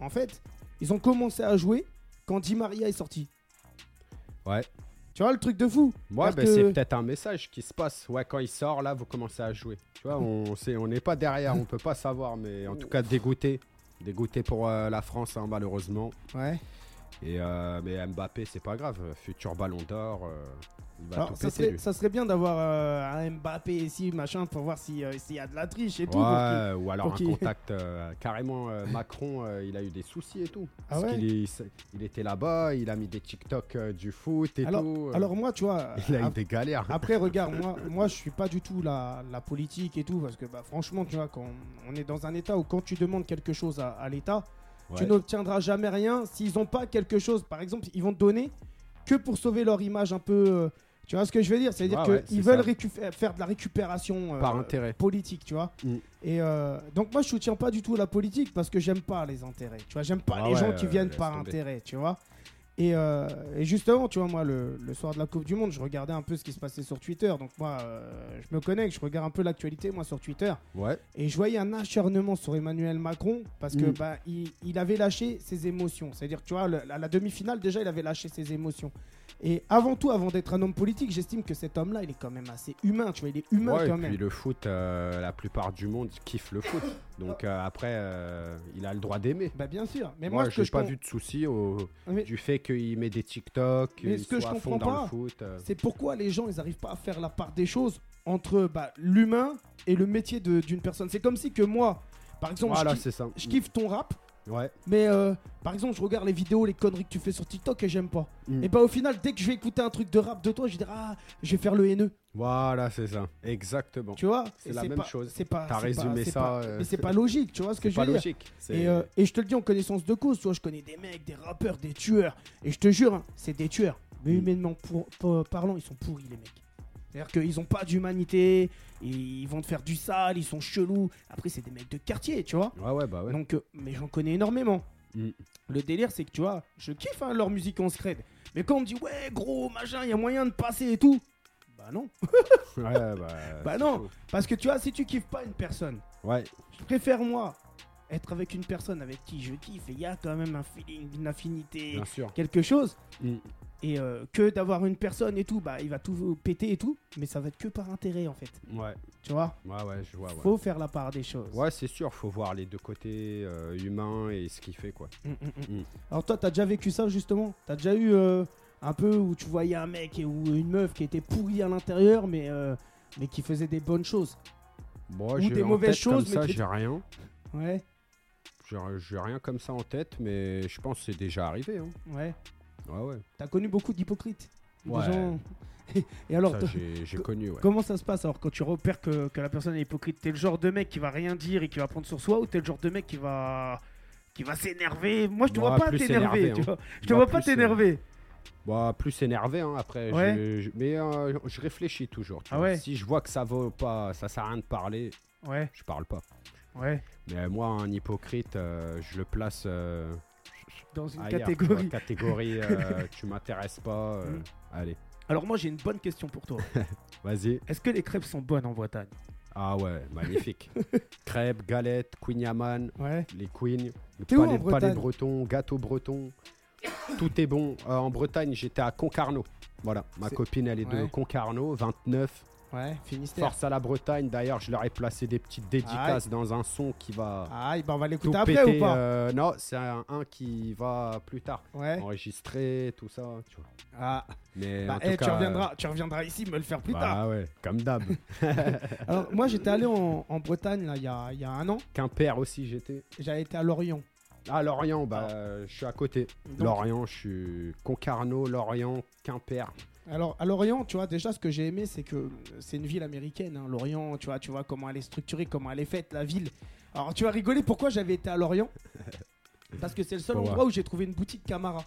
Speaker 2: en fait, ils ont commencé à jouer quand Di Maria est sorti.
Speaker 3: Ouais.
Speaker 2: Tu vois le truc de fou
Speaker 3: Moi,
Speaker 2: parce
Speaker 3: ben,
Speaker 2: que-
Speaker 3: c'est peut-être un message qui se passe. Ouais, quand il sort, là, vous commencez à jouer. Tu vois, on sait- on n'est pas derrière, on peut pas savoir, mais en tout cas, dégoûté. Dégoûté pour euh, la France, hein, malheureusement.
Speaker 2: Ouais.
Speaker 3: Et, euh, mais Mbappé, c'est pas grave. Futur ballon d'or, euh, il va
Speaker 2: Alors,
Speaker 3: tout
Speaker 2: Ah, ça
Speaker 3: péter,
Speaker 2: serait,
Speaker 3: lui.
Speaker 2: ça serait bien d'avoir euh, un Mbappé ici, machin, pour voir si, euh, s'il y a de la triche et tout. euh, pour qu'il-
Speaker 3: Ouais, ou alors
Speaker 2: pour
Speaker 3: un
Speaker 2: qu'il-
Speaker 3: contact euh, carrément euh, Macron, euh, il a eu des soucis et tout.
Speaker 2: Ah
Speaker 3: Parce
Speaker 2: ouais
Speaker 3: qu'il est- il était là-bas, il a mis des TikTok euh, du foot et
Speaker 2: alors,
Speaker 3: tout. euh,
Speaker 2: alors, moi, tu vois.
Speaker 3: il a eu
Speaker 2: après-
Speaker 3: des galères.
Speaker 2: Après, regarde, moi, moi, je suis pas du tout la, la politique et tout, parce que bah, franchement, tu vois, quand on est dans un état où quand tu demandes quelque chose à, à l'État, tu
Speaker 3: Ouais.
Speaker 2: n'obtiendras jamais rien s'ils n'ont pas quelque chose. Par exemple, ils vont te donner que pour sauver leur image un peu. euh, tu vois ce que je veux dire C'est-à-dire
Speaker 3: Ouais,
Speaker 2: qu'ils
Speaker 3: ouais, c'est
Speaker 2: veulent
Speaker 3: ça.
Speaker 2: récu- faire de la récupération euh,
Speaker 3: Par intérêt.
Speaker 2: politique, tu vois.
Speaker 3: Mm.
Speaker 2: Et euh, donc moi, je soutiens pas du tout la politique parce que j'aime pas les intérêts. Tu vois, j'aime pas
Speaker 3: Ah
Speaker 2: les gens
Speaker 3: ouais,
Speaker 2: qui
Speaker 3: euh,
Speaker 2: viennent
Speaker 3: laisse
Speaker 2: par
Speaker 3: tomber.
Speaker 2: intérêt, tu vois. Et, euh, et justement, tu vois, moi, le, le soir de la Coupe du Monde, je regardais un peu ce qui se passait sur Twitter. Donc moi, euh, je me connecte, je regarde un peu l'actualité, moi, sur Twitter.
Speaker 3: Ouais.
Speaker 2: Et je voyais un acharnement sur Emmanuel Macron parce que
Speaker 3: Mm.
Speaker 2: bah, il, il avait lâché ses émotions. C'est-à-dire, tu vois, le- à la demi-finale, déjà, il avait lâché ses émotions. Et avant tout, avant d'être un homme politique, j'estime que cet homme-là, il est quand même assez humain, tu vois, il est humain
Speaker 3: Ouais, et
Speaker 2: quand
Speaker 3: puis
Speaker 2: même.
Speaker 3: le foot, euh, la plupart du monde kiffe le foot. Donc euh, après, euh, il a le droit d'aimer.
Speaker 2: Bah bien sûr, mais
Speaker 3: moi,
Speaker 2: moi, ce
Speaker 3: je
Speaker 2: que
Speaker 3: n'ai
Speaker 2: je
Speaker 3: pas
Speaker 2: com-
Speaker 3: vu de soucis au-
Speaker 2: Mais-
Speaker 3: du fait qu'il met des TikTok,
Speaker 2: Mais
Speaker 3: qu'il
Speaker 2: ce que
Speaker 3: soit
Speaker 2: je
Speaker 3: à fond
Speaker 2: comprends
Speaker 3: dans
Speaker 2: pas,
Speaker 3: le foot. euh.
Speaker 2: c'est pourquoi les gens, ils n'arrivent pas à faire la part des choses entre bah, l'humain et le métier de- d'une personne. C'est comme si que moi, par exemple,
Speaker 3: Voilà,
Speaker 2: je, kiffe,
Speaker 3: c'est ça.
Speaker 2: je kiffe ton rap,
Speaker 3: Ouais.
Speaker 2: mais euh, par exemple, je regarde les vidéos, les conneries que tu fais sur TikTok et j'aime pas.
Speaker 3: Mm.
Speaker 2: Et bah au final, dès que je vais écouter un truc de rap de toi, je vais dire ah, je vais faire le haineux,
Speaker 3: Voilà, c'est ça. Exactement.
Speaker 2: tu vois
Speaker 3: C'est
Speaker 2: Et
Speaker 3: la même
Speaker 2: pas-
Speaker 3: chose.
Speaker 2: C'est pas.
Speaker 3: T'as
Speaker 2: c'est pas-
Speaker 3: résumé
Speaker 2: c'est
Speaker 3: ça,
Speaker 2: pas-
Speaker 3: euh,
Speaker 2: Mais c'est pas logique, tu vois ce que
Speaker 3: C'est
Speaker 2: je veux
Speaker 3: pas
Speaker 2: dire
Speaker 3: logique. c'est-
Speaker 2: Et, euh, et je te le dis en connaissance de cause, tu vois, je connais des mecs, des rappeurs, des tueurs. Et je te jure, hein, c'est des tueurs. Mais
Speaker 3: Mm.
Speaker 2: humainement pour, pour- parlant, ils sont pourris, les mecs. C'est-à-dire qu'ils ont pas d'humanité, ils vont te faire du sale, ils sont chelous. Après, c'est des mecs de quartier, tu vois.
Speaker 3: Ouais, ouais, bah ouais.
Speaker 2: Donc, euh, mais j'en connais énormément.
Speaker 3: Mm.
Speaker 2: Le délire, c'est que tu vois, je kiffe hein, leur musique en scred. Mais quand on me dit, ouais, gros, machin, il y a moyen de passer et tout. Bah non.
Speaker 3: Ouais, bah,
Speaker 2: Bah
Speaker 3: Ah, c'est
Speaker 2: non.
Speaker 3: chaud.
Speaker 2: Parce que tu vois, si tu kiffes pas une personne,
Speaker 3: Ouais,
Speaker 2: je préfère moi être avec une personne avec qui je kiffe et il y a quand même un feeling, une affinité,
Speaker 3: bien sûr.
Speaker 2: quelque chose.
Speaker 3: Mm.
Speaker 2: Et euh, que d'avoir une personne et tout, bah il va tout péter et tout, mais ça va être que par intérêt en fait.
Speaker 3: Ouais,
Speaker 2: Tu vois
Speaker 3: ouais, ouais, je vois. Ouais,
Speaker 2: Faut faire la part des choses.
Speaker 3: ouais c'est sûr, faut voir les deux côtés euh, humains et ce qu'il fait, quoi.
Speaker 2: Mm, mm, mm.
Speaker 3: Mm.
Speaker 2: Alors toi, t'as déjà vécu ça justement T'as déjà eu euh,
Speaker 6: un peu où tu voyais un mec et ou une meuf qui était pourrie à l'intérieur, mais, euh, mais qui faisait des bonnes choses.
Speaker 3: Moi,
Speaker 6: Ou
Speaker 3: j'ai
Speaker 6: des
Speaker 3: en
Speaker 6: mauvaises
Speaker 3: tête
Speaker 6: choses, mais
Speaker 3: Comme ça,
Speaker 6: qui-
Speaker 3: j'ai rien.
Speaker 6: Ouais,
Speaker 3: J'ai j'ai rien comme ça en tête, mais je pense que c'est déjà arrivé. hein.
Speaker 6: ouais.
Speaker 3: Ouais, ouais.
Speaker 6: T'as connu beaucoup d'hypocrites. Des
Speaker 3: Ouais.
Speaker 6: gens- Et alors,
Speaker 3: Ça,
Speaker 6: toi,
Speaker 3: j'ai j'ai
Speaker 6: co-
Speaker 3: connu, ouais.
Speaker 6: comment ça se passe alors quand tu repères que, que la personne est hypocrite T'es le genre de mec qui va rien dire et qui va prendre sur soi ou t'es le genre de mec qui va qui va s'énerver Moi, je te
Speaker 3: Moi,
Speaker 6: vois pas
Speaker 3: plus
Speaker 6: t'énerver.
Speaker 3: énervé,
Speaker 6: tu
Speaker 3: hein.
Speaker 6: vois. Je te
Speaker 3: Moi,
Speaker 6: vois pas
Speaker 3: plus, euh,
Speaker 6: t'énerver.
Speaker 3: Bah, plus énervé, hein, après.
Speaker 6: Ouais.
Speaker 3: je- je- mais euh, je réfléchis toujours. tu
Speaker 6: Ah
Speaker 3: vois.
Speaker 6: ouais.
Speaker 3: Si je vois que ça vaut pas, ça sert à rien de parler,
Speaker 6: Ouais,
Speaker 3: je parle pas.
Speaker 6: ouais.
Speaker 3: Mais euh, moi, un hypocrite, euh, je le place. euh,
Speaker 6: Dans une
Speaker 3: ailleurs, tu vois,
Speaker 6: catégorie.
Speaker 3: catégorie, euh, tu m'intéresses pas. euh,
Speaker 6: Mm.
Speaker 3: Allez,
Speaker 6: Alors moi j'ai une bonne question pour toi.
Speaker 3: vas-y.
Speaker 6: Est-ce que les crêpes sont bonnes en Bretagne
Speaker 3: Ah ouais, magnifique. Crêpes, galettes, queen yaman,
Speaker 6: Ouais.
Speaker 3: les queens, le
Speaker 2: T'es où
Speaker 3: palais,
Speaker 2: en Bretagne
Speaker 3: palais breton, gâteau breton. Tout est bon. Euh, en Bretagne, j'étais à Concarneau. Voilà, ma
Speaker 2: C'est-
Speaker 3: copine, elle est de
Speaker 2: Ouais.
Speaker 3: Concarneau, 29.
Speaker 2: Ouais, Finistère.
Speaker 3: Force à la Bretagne. D'ailleurs, je leur ai placé des petites
Speaker 2: Ah
Speaker 3: dédicaces dans un son qui va
Speaker 2: Aïe, bah on va
Speaker 3: tout
Speaker 2: l'écouter
Speaker 3: péter.
Speaker 2: après ou pas
Speaker 3: euh, non, c'est un, un qui va plus tard.
Speaker 2: Ouais.
Speaker 3: Enregistrer, tout ça. Tu vois.
Speaker 2: Ah,
Speaker 3: Mais
Speaker 2: Eh. bah,
Speaker 3: en tout
Speaker 2: eh,
Speaker 3: cas, euh,
Speaker 2: tu,
Speaker 6: euh,
Speaker 2: reviendras, tu reviendras ici me le faire plus
Speaker 3: bah
Speaker 2: tard.
Speaker 3: ouais, comme d'hab.
Speaker 2: Alors, moi, j'étais allé en, en Bretagne, là, il y a, il y a un an.
Speaker 3: Quimper aussi, j'étais.
Speaker 2: J'avais été à Lorient.
Speaker 3: Ah, Lorient, bah, euh, je suis à côté.
Speaker 2: Donc-
Speaker 3: Lorient, je suis Concarneau, Lorient, Quimper.
Speaker 2: Alors, à Lorient, tu vois, déjà, ce que j'ai aimé, c'est que euh, c'est une ville américaine. hein. Lorient, tu vois, tu vois comment elle est structurée, comment elle est faite, la ville. Alors, tu vas rigoler, pourquoi j'avais été à Lorient Parce que c'est le seul
Speaker 3: Pour
Speaker 2: endroit
Speaker 3: voir.
Speaker 2: où j'ai trouvé une boutique Camara.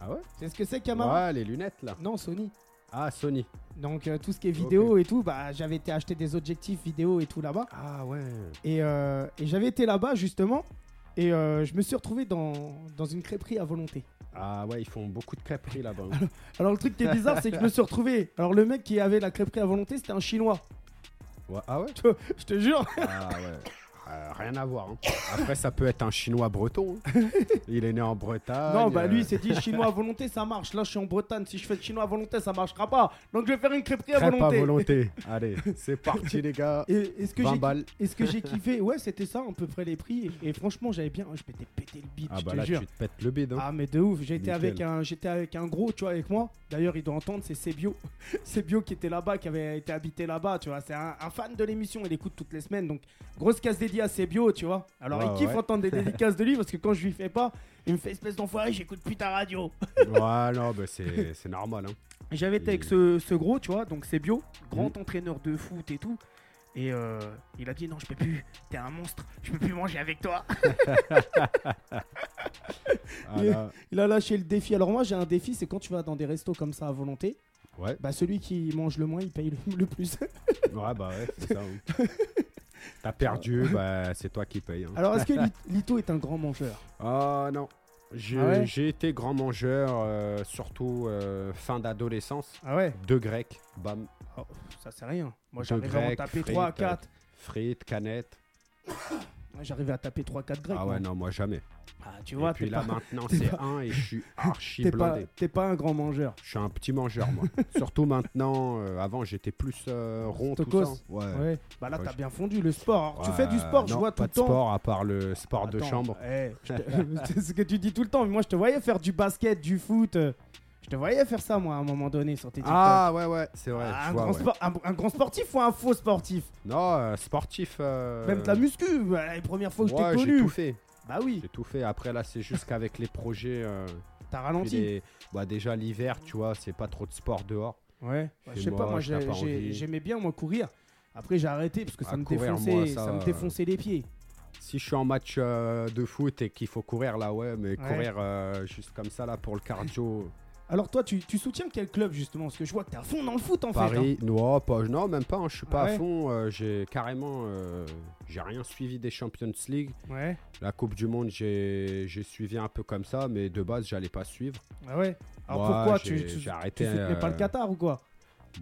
Speaker 3: Ah ouais
Speaker 2: C'est ce que c'est, Camara
Speaker 3: Ouais, les lunettes là.
Speaker 2: Non, Sony.
Speaker 3: Ah, Sony.
Speaker 2: Donc, euh, tout ce qui est vidéo et tout, bah, j'avais été acheter des objectifs vidéo et tout là-bas.
Speaker 3: Ah ouais.
Speaker 2: Et, euh, et j'avais été là-bas, justement. Et euh, je me suis retrouvé dans, dans une crêperie à volonté.
Speaker 3: Ah ouais, ils font beaucoup de crêperies là-bas. hein.
Speaker 2: Alors, le truc qui est bizarre, c'est que je me suis retrouvé. Alors, le mec qui avait la crêperie à volonté, c'était un chinois.
Speaker 3: Ouais, ah ouais
Speaker 2: Je te jure.
Speaker 3: Ah ouais. Euh, rien à voir. hein. Après, ça peut être un chinois breton. hein. Il est né en Bretagne.
Speaker 2: Non, bah lui, il
Speaker 3: euh,
Speaker 2: s'est dit chinois à volonté, ça marche. Là, je suis en Bretagne. Si je fais le chinois à volonté, ça marchera pas. Donc, je vais faire une crêperie à
Speaker 3: crêpe
Speaker 2: volonté.
Speaker 3: à volonté. Allez, c'est parti, les gars.
Speaker 2: Et est-ce que
Speaker 3: 20
Speaker 2: j'ai
Speaker 3: balles.
Speaker 2: est-ce que j'ai kiffé Ouais, c'était ça, à peu près les prix. Et, et franchement, j'avais bien. Je m'étais pété le bide,
Speaker 3: Ah
Speaker 2: je
Speaker 3: bah
Speaker 2: te
Speaker 3: là,
Speaker 2: jure.
Speaker 3: tu te pètes le bide. hein.
Speaker 2: Ah, mais de ouf. J'étais
Speaker 3: Nickel.
Speaker 2: avec, un- j'étais avec un gros, tu vois, avec moi. D'ailleurs, il doit entendre, c'est Sebio. Sebio qui était là-bas, qui avait été habité là-bas, tu vois. C'est un, un fan de l'émission, il écoute toutes les semaines. Donc, grosse case dédiée à Sebio, tu vois. Alors,
Speaker 3: Ouais,
Speaker 2: il kiffe
Speaker 3: ouais.
Speaker 2: entendre des dédicaces de lui parce que quand je lui fais pas, il me fait espèce d'enfoiré, j'écoute plus ta radio.
Speaker 3: Ouais, non, bah c'est c'est normal. hein.
Speaker 6: J'avais été avec
Speaker 3: Et-
Speaker 6: ce, ce gros, tu vois, donc c'est bio,
Speaker 2: Mm.
Speaker 6: grand entraîneur de foot et tout. Et euh, il a dit non, je peux plus, t'es un monstre, je peux plus manger avec toi.
Speaker 3: Ah là,
Speaker 2: Il a lâché le défi. Alors moi j'ai un défi, c'est quand tu vas dans des restos comme ça à volonté,
Speaker 3: Ouais,
Speaker 2: bah celui qui mange le moins, il paye le, le plus.
Speaker 3: ouais, bah ouais, c'est ça. hein. T'as perdu, bah c'est toi qui paye. hein.
Speaker 2: Alors est-ce que Lit- Lito est un grand mangeur
Speaker 3: Ah non. J'ai
Speaker 2: Ah ouais
Speaker 3: j'ai été grand mangeur, euh, surtout euh, fin d'adolescence.
Speaker 2: Ah ouais,
Speaker 3: Deux grecs, bam,
Speaker 2: ça c'est rien. Moi
Speaker 3: De
Speaker 2: j'arrivais à en
Speaker 3: grec,
Speaker 2: taper
Speaker 3: frites, euh.
Speaker 2: 3 à 4.
Speaker 3: frites, canettes.
Speaker 2: Moi, J'arrivais à taper 3 4 grecs.
Speaker 3: ah ouais,
Speaker 2: moi.
Speaker 3: non, moi jamais.
Speaker 2: Ah, tu vois,
Speaker 3: et puis
Speaker 2: t'es
Speaker 3: là
Speaker 2: pas,
Speaker 3: maintenant
Speaker 2: t'es
Speaker 3: c'est
Speaker 2: pas-
Speaker 3: un et je suis archi
Speaker 2: t'es pas,
Speaker 3: blindé.
Speaker 2: t'es pas un grand mangeur.
Speaker 3: Je suis un petit mangeur moi. Surtout maintenant, euh, avant j'étais plus euh, rond tout
Speaker 2: Stokos.
Speaker 3: ça. Ouais.
Speaker 2: Ouais. Bah là
Speaker 3: Ouais,
Speaker 2: t'as
Speaker 3: je-
Speaker 2: bien fondu le sport. Alors, tu
Speaker 3: Ouais,
Speaker 2: fais du sport, je
Speaker 3: non,
Speaker 2: vois tout
Speaker 3: pas
Speaker 2: le
Speaker 3: de
Speaker 2: temps.
Speaker 3: sport à part le sport de
Speaker 2: Attends,
Speaker 3: chambre.
Speaker 2: eh, je te- c'est ce que tu dis tout le temps. Moi je te voyais faire du basket, du foot. euh, Je te voyais faire ça moi à un moment donné sur tes TikTok.
Speaker 3: Ah ouais ouais, c'est vrai.
Speaker 2: Ah,
Speaker 3: je
Speaker 2: un,
Speaker 3: vois,
Speaker 2: grand
Speaker 3: ouais.
Speaker 2: spor- un- un grand sportif ou un faux sportif
Speaker 3: Non, euh, sportif. euh,
Speaker 2: Même de la muscu, bah, la première fois que
Speaker 3: ouais,
Speaker 2: je t'ai
Speaker 3: j'ai tout
Speaker 2: connu.
Speaker 3: fait.
Speaker 2: Bah oui,
Speaker 3: J'ai tout fait. Après là, c'est juste qu'avec les projets, euh,
Speaker 2: t'as
Speaker 3: puis
Speaker 2: ralenti.
Speaker 3: les- bah, déjà l'hiver, tu vois, c'est pas trop de sport dehors.
Speaker 2: Ouais, Bah,
Speaker 3: Chez
Speaker 2: je sais pas,
Speaker 3: moi,
Speaker 2: moi
Speaker 3: je n'ai
Speaker 2: j'ai-
Speaker 3: pas
Speaker 2: j'ai-
Speaker 3: envie.
Speaker 2: j'aimais bien moi courir. Après j'ai arrêté parce que ça
Speaker 3: Ah,
Speaker 2: me
Speaker 3: courir,
Speaker 2: défonçait,
Speaker 3: moi,
Speaker 2: ça,
Speaker 3: ça,
Speaker 2: me
Speaker 3: euh,
Speaker 2: défonçait les pieds.
Speaker 3: Si je suis en match euh, de foot et qu'il faut courir là, ouais, mais
Speaker 2: Ouais.
Speaker 3: courir euh, juste comme ça là pour le cardio.
Speaker 2: Alors toi, tu, tu soutiens quel club justement Parce que je vois que t'es à fond dans le foot en fait. hein.
Speaker 3: Paris, non, pas- non, même pas, hein, je suis pas
Speaker 2: Ah ouais
Speaker 3: à fond, euh, j'ai carrément, euh, j'ai rien suivi des Champions League.
Speaker 2: hein. Ouais,
Speaker 3: La Coupe du Monde, j'ai j'ai suivi un peu comme ça, mais de base, j'allais pas suivre.
Speaker 2: ah ouais. Alors
Speaker 3: Moi,
Speaker 2: pourquoi
Speaker 3: j'ai-
Speaker 2: tu, tu,
Speaker 3: j'ai
Speaker 2: tu
Speaker 3: arrêté,
Speaker 2: soutenais pas le
Speaker 3: euh,
Speaker 2: Qatar ou quoi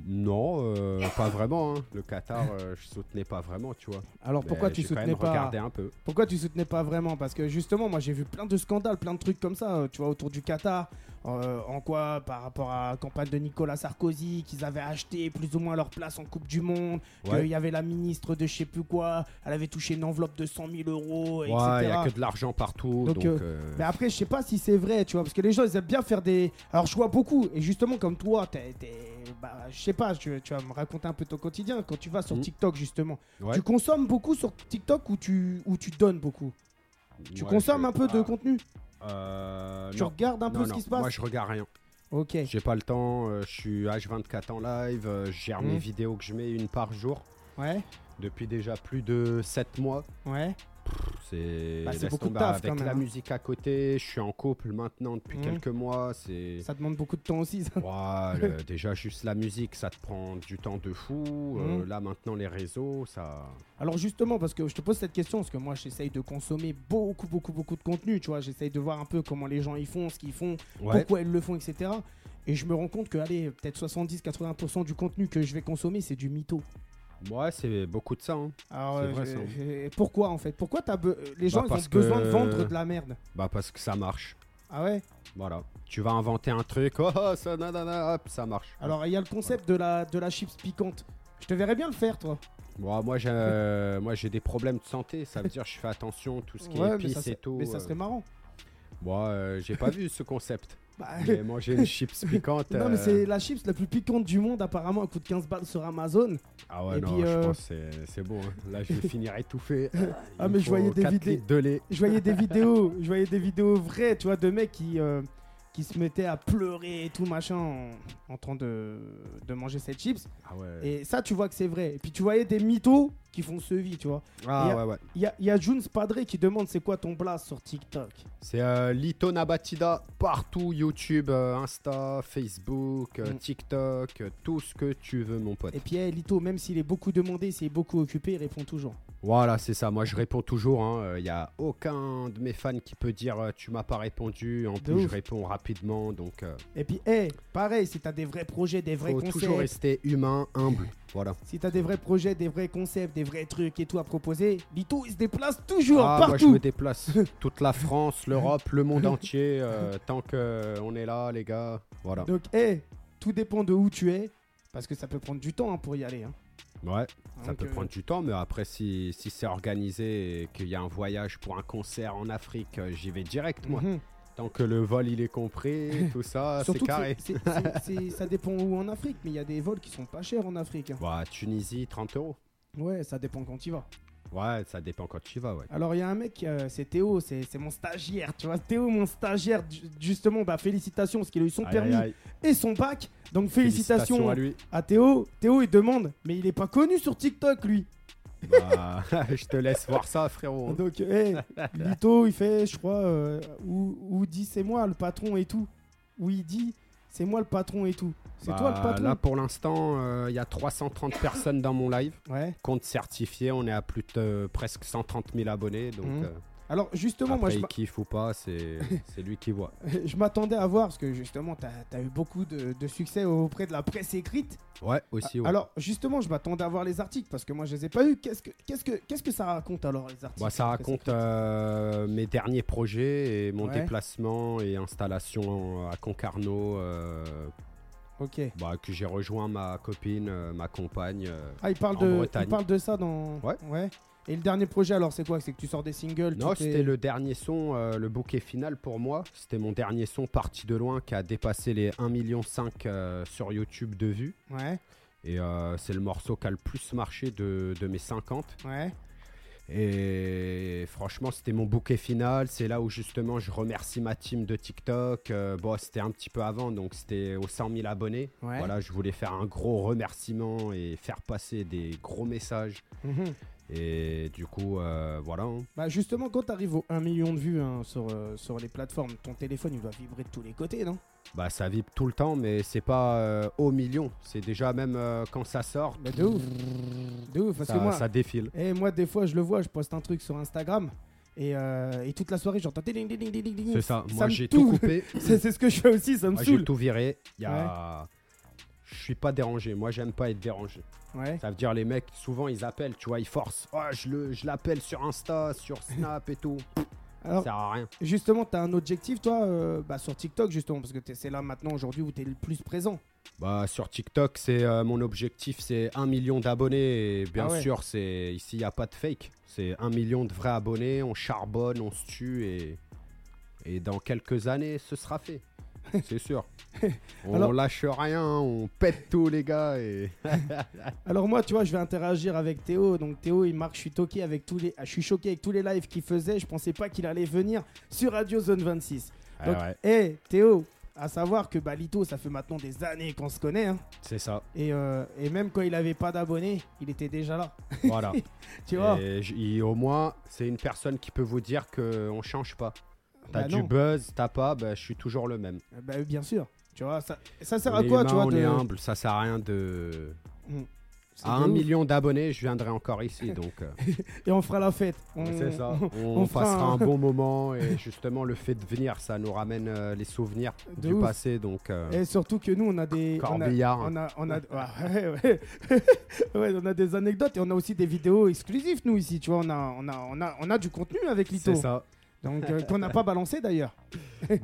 Speaker 3: Non, euh, pas vraiment. hein. Le Qatar, euh, je soutenais pas vraiment, tu vois.
Speaker 2: Alors pourquoi
Speaker 3: Mais
Speaker 2: tu
Speaker 3: ben, j'ai quand
Speaker 2: soutenais
Speaker 3: même
Speaker 2: pas
Speaker 3: regardé un peu.
Speaker 2: Pourquoi tu soutenais pas vraiment Parce que justement, moi j'ai vu plein de scandales, plein de trucs comme ça, euh, tu vois, autour du Qatar. Euh, en quoi Par rapport à la campagne de Nicolas Sarkozy, qu'ils avaient acheté plus ou moins leur place en Coupe du Monde,
Speaker 3: Ouais.
Speaker 2: qu'il y avait la ministre de je sais plus quoi, elle avait touché une enveloppe de 100 000 euros,
Speaker 3: Ouais, il
Speaker 2: etc.
Speaker 3: y a que de l'argent partout.
Speaker 2: Donc,
Speaker 3: Donc,
Speaker 2: euh,
Speaker 3: euh,
Speaker 2: Mais après, je sais pas si c'est vrai, tu vois, parce que les gens ils aiment bien faire des. Alors, je vois beaucoup, et justement, comme toi, t'es. t'es- Bah, je sais pas, tu, tu vas me raconter un peu ton quotidien quand tu vas sur
Speaker 3: Mhm.
Speaker 2: TikTok, justement.
Speaker 3: ouais.
Speaker 2: Tu consommes beaucoup sur TikTok ou tu, ou tu donnes beaucoup Tu
Speaker 3: Ouais,
Speaker 2: consommes
Speaker 3: je-
Speaker 2: un peu de
Speaker 3: ah,
Speaker 2: contenu
Speaker 3: euh,
Speaker 2: Tu
Speaker 3: non.
Speaker 2: regardes un peu
Speaker 3: Non,
Speaker 2: ce
Speaker 3: non,
Speaker 2: qui se passe
Speaker 3: Moi, je regarde rien.
Speaker 2: Ok.
Speaker 3: J'ai pas le temps. euh, je suis H24 en live. euh, je gère mes
Speaker 2: Mm.
Speaker 3: vidéos que je mets une par jour
Speaker 2: Ouais,
Speaker 3: depuis déjà plus de 7 mois.
Speaker 2: ouais.
Speaker 3: C'est
Speaker 2: Bah, c'est
Speaker 3: laisse
Speaker 2: beaucoup de
Speaker 3: tomber,
Speaker 2: taf,
Speaker 3: Avec
Speaker 2: quand même,
Speaker 3: la
Speaker 2: hein.
Speaker 3: musique à côté, je suis en couple maintenant depuis
Speaker 2: Mm.
Speaker 3: quelques mois. C'est
Speaker 2: Ça demande beaucoup de temps aussi, ça.
Speaker 3: Ouah, le- déjà juste la musique, ça te prend du temps de fou. euh,
Speaker 2: Mm.
Speaker 3: là maintenant les réseaux, ça.
Speaker 2: Alors justement, parce que je te pose cette question, parce que moi j'essaye de consommer beaucoup, beaucoup, beaucoup de contenu, tu vois, j'essaye de voir un peu comment les gens ils font, ce qu'ils font, pourquoi ils le font, etc. Et je me rends compte que, allez, peut-être 70-80% du contenu que je vais consommer, c'est du mytho.
Speaker 3: Ouais, c'est beaucoup de ça. hein.
Speaker 2: Alors,
Speaker 3: C'est
Speaker 2: euh,
Speaker 3: vrai,
Speaker 2: je-
Speaker 3: ça. Bah,
Speaker 2: je- pourquoi en fait Pourquoi t'as be- euh, les gens ils
Speaker 3: parce
Speaker 2: ont besoin
Speaker 3: que-
Speaker 2: de vendre de la merde
Speaker 3: Bah parce que ça marche.
Speaker 2: Ah ouais
Speaker 3: Voilà. Tu vas inventer un truc, oh ça nanana, hop, ça marche.
Speaker 2: Alors, il y a le concept de la, de la chips piquante. Je te verrais bien le faire, toi.
Speaker 3: Moi, moi, j'ai, euh, moi, j'ai des problèmes de santé. Ça veut dire je fais attention tout ce qui est
Speaker 2: Ouais, mais ça,
Speaker 3: épices
Speaker 2: c'est-
Speaker 3: et tout.
Speaker 2: mais ça
Speaker 3: euh.
Speaker 2: serait marrant.
Speaker 3: Moi, euh, j'ai pas vu ce concept.
Speaker 2: Bah,
Speaker 3: J'ai mangé une chips piquante.
Speaker 2: Non, mais
Speaker 3: euh,
Speaker 2: c'est la chips la plus piquante du monde, apparemment, à coûte de 15 balles sur Amazon.
Speaker 3: Ah ouais,
Speaker 2: et
Speaker 3: non,
Speaker 2: puis, euh,
Speaker 3: je pense que c'est, c'est bon. hein. Là, je vais finir étouffé.
Speaker 2: Ah,
Speaker 3: Il
Speaker 2: mais je
Speaker 3: faut
Speaker 2: voyais des
Speaker 3: quatre
Speaker 2: vidéos-
Speaker 3: litres de lait.
Speaker 2: Je voyais des vidéos, je voyais des vidéos vraies, tu vois, de mecs qui, euh, qui se mettaient à pleurer et tout machin en, en train de, de manger cette chips.
Speaker 3: Ah ouais.
Speaker 2: Et ça, tu vois que c'est vrai. Et puis tu voyais des mythos qui font ce vie, tu vois.
Speaker 3: Ah
Speaker 2: et-
Speaker 3: ouais, ouais.
Speaker 2: Il y a, il y a Junes Padre qui demande c'est quoi ton blast sur TikTok.
Speaker 3: C'est euh, Lito Nabatida partout YouTube, euh, Insta, Facebook, euh,
Speaker 2: Mm.
Speaker 3: TikTok, euh, tout ce que tu veux, mon pote.
Speaker 2: Et puis, eh, Lito, même s'il est beaucoup demandé, s'il est beaucoup occupé, il répond toujours.
Speaker 3: Voilà, c'est ça. Moi, je réponds toujours. Il n'y a aucun de mes fans qui peut dire euh, tu m'as pas répondu. En plus,
Speaker 2: ouf.
Speaker 3: je réponds rapidement. Donc, euh,
Speaker 2: Et puis, eh, pareil, si t'as des vrais projets, des vrais
Speaker 3: faut
Speaker 2: concepts,
Speaker 3: toujours rester humain, humble. Voilà.
Speaker 2: si t'as des vrais projets, des vrais concepts, des vrais trucs et tout à proposer, Lito, il se déplace toujours,
Speaker 3: Ah, moi, je
Speaker 2: partout.
Speaker 3: me déplace. Toute la France, l'Europe, le monde entier. euh, tant qu'on est là, les gars. Voilà.
Speaker 2: Donc, eh, tout dépend de où tu es, parce que ça peut prendre du temps hein, pour y aller. hein.
Speaker 3: Ouais. Ça
Speaker 2: Donc,
Speaker 3: peut
Speaker 2: euh,
Speaker 3: prendre du temps, mais après, si, si c'est organisé et qu'il y a un voyage pour un concert en Afrique, euh, j'y vais direct, moi.
Speaker 2: mhm.
Speaker 3: Tant que le vol, il est compris, tout ça, Ah, c'est
Speaker 2: Surtout que
Speaker 3: carré.
Speaker 2: c'est- c'est- c'est- c'est- ça dépend où en Afrique, mais il y a des vols qui sont pas chers en Afrique. hein.
Speaker 3: Bah, Tunisie, 30 euros.
Speaker 2: Ouais, ça dépend quand tu vas.
Speaker 3: Ouais, ça dépend quand tu y vas, ouais.
Speaker 2: Alors, il y a un mec, euh, c'est Théo, c'est c'est mon stagiaire, tu vois. Théo, mon stagiaire, ju- justement, bah félicitations, parce qu'il a eu son
Speaker 3: Aïe,
Speaker 2: permis
Speaker 3: aïe, aïe.
Speaker 2: et son bac. Donc, félicitations,
Speaker 3: à lui.
Speaker 2: à Théo. Théo, il demande, mais il est pas connu sur TikTok, lui.
Speaker 3: Bah, je te laisse voir ça, frérot.
Speaker 2: Donc, eh, Lito, il fait, je crois, euh, ou, ou dit c'est moi le patron et tout. Ou il dit c'est moi le patron et tout. C'est toi le
Speaker 3: Bah,
Speaker 2: patron.
Speaker 3: Là, pour l'instant, euh, il y a 330 personnes dans mon live.
Speaker 2: Ouais.
Speaker 3: Compte certifié, on est à plus de presque 130 000 abonnés. Donc,
Speaker 2: Mhm.
Speaker 3: euh,
Speaker 2: Alors, justement, moi,
Speaker 3: après,
Speaker 2: je
Speaker 3: il
Speaker 2: m'a-
Speaker 3: kiffe ou pas, c'est c'est lui qui voit.
Speaker 2: je m'attendais à voir, parce que justement, t'as as eu beaucoup de, de succès auprès de la presse écrite.
Speaker 3: Ouais, aussi, ouais.
Speaker 2: Alors, justement, je m'attendais à voir les articles, parce que moi, je les ai pas eu. Qu'est-ce que, qu'est-ce que, qu'est-ce que ça raconte alors, les articles
Speaker 3: Bah, ça
Speaker 2: de presse
Speaker 3: raconte
Speaker 2: écrite
Speaker 3: euh, mes derniers projets et mon
Speaker 2: Ouais.
Speaker 3: déplacement et installation à Concarneau euh,
Speaker 2: Ok.
Speaker 3: bah, que j'ai rejoint ma copine, euh, ma compagne. euh.
Speaker 2: Ah, il parle,
Speaker 3: En
Speaker 2: de, il
Speaker 3: Bretagne.
Speaker 2: parle de ça dans.
Speaker 3: Ouais.
Speaker 2: Et le dernier projet, alors, c'est quoi C'est que tu sors des singles
Speaker 3: Non,
Speaker 2: tu t'es-
Speaker 3: c'était le dernier son, euh, le bouquet final pour moi. C'était mon dernier son parti de loin qui a dépassé les 1,5 million euh, sur YouTube de vues.
Speaker 2: Ouais,
Speaker 3: Et euh, c'est le morceau qui a le plus marché de, de mes 50.
Speaker 2: ouais.
Speaker 3: Et franchement, c'était mon bouquet final. C'est là où justement je remercie ma team de TikTok. Euh, bon, c'était un petit peu avant, donc c'était aux 100 000 abonnés.
Speaker 2: Ouais.
Speaker 3: Voilà, je voulais faire un gros remerciement et faire passer des gros messages.
Speaker 2: Mhm.
Speaker 3: Et du coup, euh, voilà. hein.
Speaker 2: Bah justement, quand t'arrives aux 1 million de vues hein, sur, euh, sur les plateformes, ton téléphone il va vibrer de tous les côtés, non
Speaker 3: Bah, ça vibre tout le temps, mais c'est pas euh, au million. C'est déjà même euh, quand ça sort,
Speaker 2: Bah de ouf De ouf, parce
Speaker 3: ça,
Speaker 2: que moi,
Speaker 3: ça défile.
Speaker 2: eh, moi des fois je le vois, je poste un truc sur Instagram et, euh, et toute la soirée j'entends ding ding ding ding ding ding.
Speaker 3: C'est ça.
Speaker 2: Ça
Speaker 3: Moi,
Speaker 2: me
Speaker 3: j'ai tout
Speaker 2: touche.
Speaker 3: coupé.
Speaker 2: C'est c'est ce que je fais aussi, ça me
Speaker 3: Moi, j'ai
Speaker 2: saoule.
Speaker 3: tout viré. Il y a. je suis pas dérangé. Moi, j'aime pas être dérangé.
Speaker 2: Ouais.
Speaker 3: Ça veut dire les mecs, souvent ils appellent, tu vois, ils forcent. Oh, je le- je l'appelle sur Insta, sur Snap et tout. Ça
Speaker 2: Alors,
Speaker 3: sert à rien.
Speaker 2: justement, t'as un objectif, toi, euh, bah, sur TikTok, justement, parce que t'es- c'est là maintenant, aujourd'hui, où t'es le plus présent.
Speaker 3: Bah, sur TikTok, c'est euh, mon objectif, c'est 1 million d'abonnés. Et bien
Speaker 2: Ah ouais.
Speaker 3: sûr, c'est ici, il n'y a pas de fake. C'est 1 million de vrais abonnés, on charbonne, on se tue et, et dans quelques années, ce sera fait. C'est sûr. On
Speaker 2: Alors-
Speaker 3: lâche rien, on pète tout, les gars. Et...
Speaker 2: Alors moi, tu vois, je vais interagir avec Théo. Donc Théo, il marque, je suis toqué avec tous les, ah, je suis choqué avec tous les lives qu'il faisait. Je pensais pas qu'il allait venir sur Radio Zone 26. Donc,
Speaker 3: Ah Ouais, ouais,
Speaker 2: hey, Théo, à savoir que Balito, ça fait maintenant des années qu'on se connaît. hein.
Speaker 3: c'est ça.
Speaker 2: et, euh, et même quand il avait pas d'abonnés, il était déjà là.
Speaker 3: Voilà.
Speaker 2: Tu vois
Speaker 3: Et j- il- au moins, c'est une personne qui peut vous dire qu'on change pas. T'as
Speaker 2: Bah
Speaker 3: du
Speaker 2: non.
Speaker 3: buzz, t'as pas, bah, je suis toujours le même.
Speaker 2: Bah, bien sûr. Tu vois, ça, ça sert
Speaker 3: on
Speaker 2: à
Speaker 3: est
Speaker 2: quoi,
Speaker 3: humain,
Speaker 2: tu vois
Speaker 3: on
Speaker 2: de-
Speaker 3: est humble, ça sert à rien de.
Speaker 2: c'est
Speaker 3: À
Speaker 2: de
Speaker 3: un
Speaker 2: ouf.
Speaker 3: million d'abonnés, je viendrai encore ici, donc euh,
Speaker 2: Et on fera la fête. On-
Speaker 3: c'est ça. On,
Speaker 2: on fera
Speaker 3: passera
Speaker 2: un-
Speaker 3: un bon moment et justement le fait de venir, ça nous ramène euh, les souvenirs
Speaker 2: De
Speaker 3: du
Speaker 2: ouf. Eh,
Speaker 3: passé, donc euh,
Speaker 2: Et surtout que nous, on a des. on a-
Speaker 3: Corbillard.
Speaker 2: On a, on a, ouais, ouais, Ouais, on a des anecdotes et on a aussi des vidéos exclusives, nous, ici. Tu vois, on a, on a, on a, on a du contenu avec Lito.
Speaker 3: c'est ça.
Speaker 2: Donc, euh, qu'on n'a pas balancé d'ailleurs.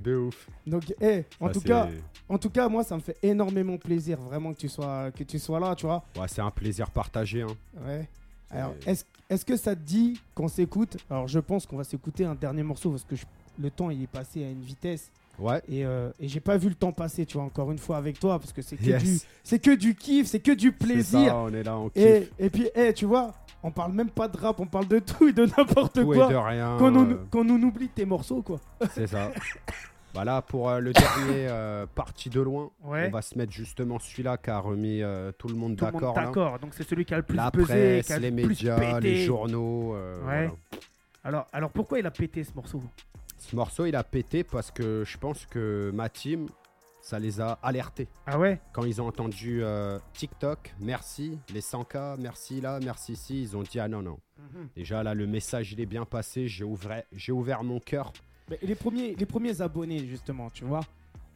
Speaker 3: De ouf.
Speaker 2: Donc, eh, en,
Speaker 3: Ça,
Speaker 2: tout
Speaker 3: Ah, c'est-
Speaker 2: cas, en tout cas, moi, ça me fait énormément plaisir, vraiment, que tu sois, que tu sois là, tu vois.
Speaker 3: ouais, c'est un plaisir partagé. hein.
Speaker 2: Ouais. Alors,
Speaker 3: C'est-
Speaker 2: est-ce est que ça te dit qu'on s'écoute Alors, je pense qu'on va s'écouter un dernier morceau parce que je- le temps, il est passé à une vitesse.
Speaker 3: Ouais.
Speaker 2: Et, euh, et j'ai pas vu le temps passer, tu vois, encore une fois avec toi, parce que c'est que,
Speaker 3: Yes.
Speaker 2: du, c'est que du kiff, c'est que du
Speaker 3: C'est
Speaker 2: plaisir.
Speaker 3: ça, hein. on est là, on kiffe.
Speaker 2: Et, et puis, eh, tu vois, on parle même pas de rap, on parle de tout et de n'importe
Speaker 3: Tout et de
Speaker 2: quoi.
Speaker 3: rien.
Speaker 2: Qu'on
Speaker 3: euh,
Speaker 2: nous, qu'on nous oublie de tes morceaux, quoi.
Speaker 3: C'est ça. Voilà, pour euh, le dernier euh, parti de loin,
Speaker 2: Ouais.
Speaker 3: on va se mettre justement celui-là qui a remis euh, tout le monde d'accord. là.
Speaker 2: Donc c'est celui hein. qui a le plus
Speaker 3: La presse, les médias, les journaux. euh,
Speaker 2: Ouais.
Speaker 3: voilà.
Speaker 2: Alors, alors pourquoi il a pété ce morceau
Speaker 3: Ce morceau, il a pété parce que je pense que ma team, ça les a alertés.
Speaker 2: Ah ouais
Speaker 3: Quand ils ont entendu euh, TikTok, merci, les 100K, merci là, merci ici, ils ont dit ah non, non.
Speaker 2: Mhm.
Speaker 3: Déjà là, le message, il est bien passé, j'ai ouvert, j'ai ouvert mon cœur.
Speaker 2: les, premiers, les premiers abonnés, justement, tu vois,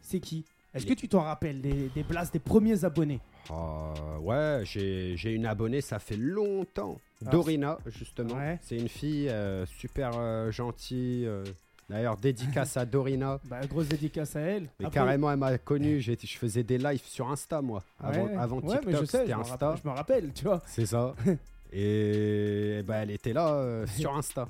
Speaker 2: c'est qui Est-ce que tu t'en rappelles des, des blasts des premiers abonnés
Speaker 3: Euh, ouais, j'ai j'ai une abonnée, ça fait longtemps. Dorina, justement.
Speaker 2: Ah, Ouais.
Speaker 3: C'est une fille euh, super euh, gentille. euh, D'ailleurs, dédicace à Dorina.
Speaker 2: Bah, grosse dédicace à elle.
Speaker 3: Mais
Speaker 2: Après-
Speaker 3: carrément, elle m'a connu. j'ai- Je faisais des lives sur Insta, moi. Avant,
Speaker 2: Ouais,
Speaker 3: avant
Speaker 2: ouais, mais
Speaker 3: TikTok,
Speaker 2: je sais,
Speaker 3: c'était
Speaker 2: je m'en
Speaker 3: Insta.
Speaker 2: rappelle- Je me rappelle, tu vois.
Speaker 3: C'est ça. Et, eh ben, elle était là euh, sur Insta.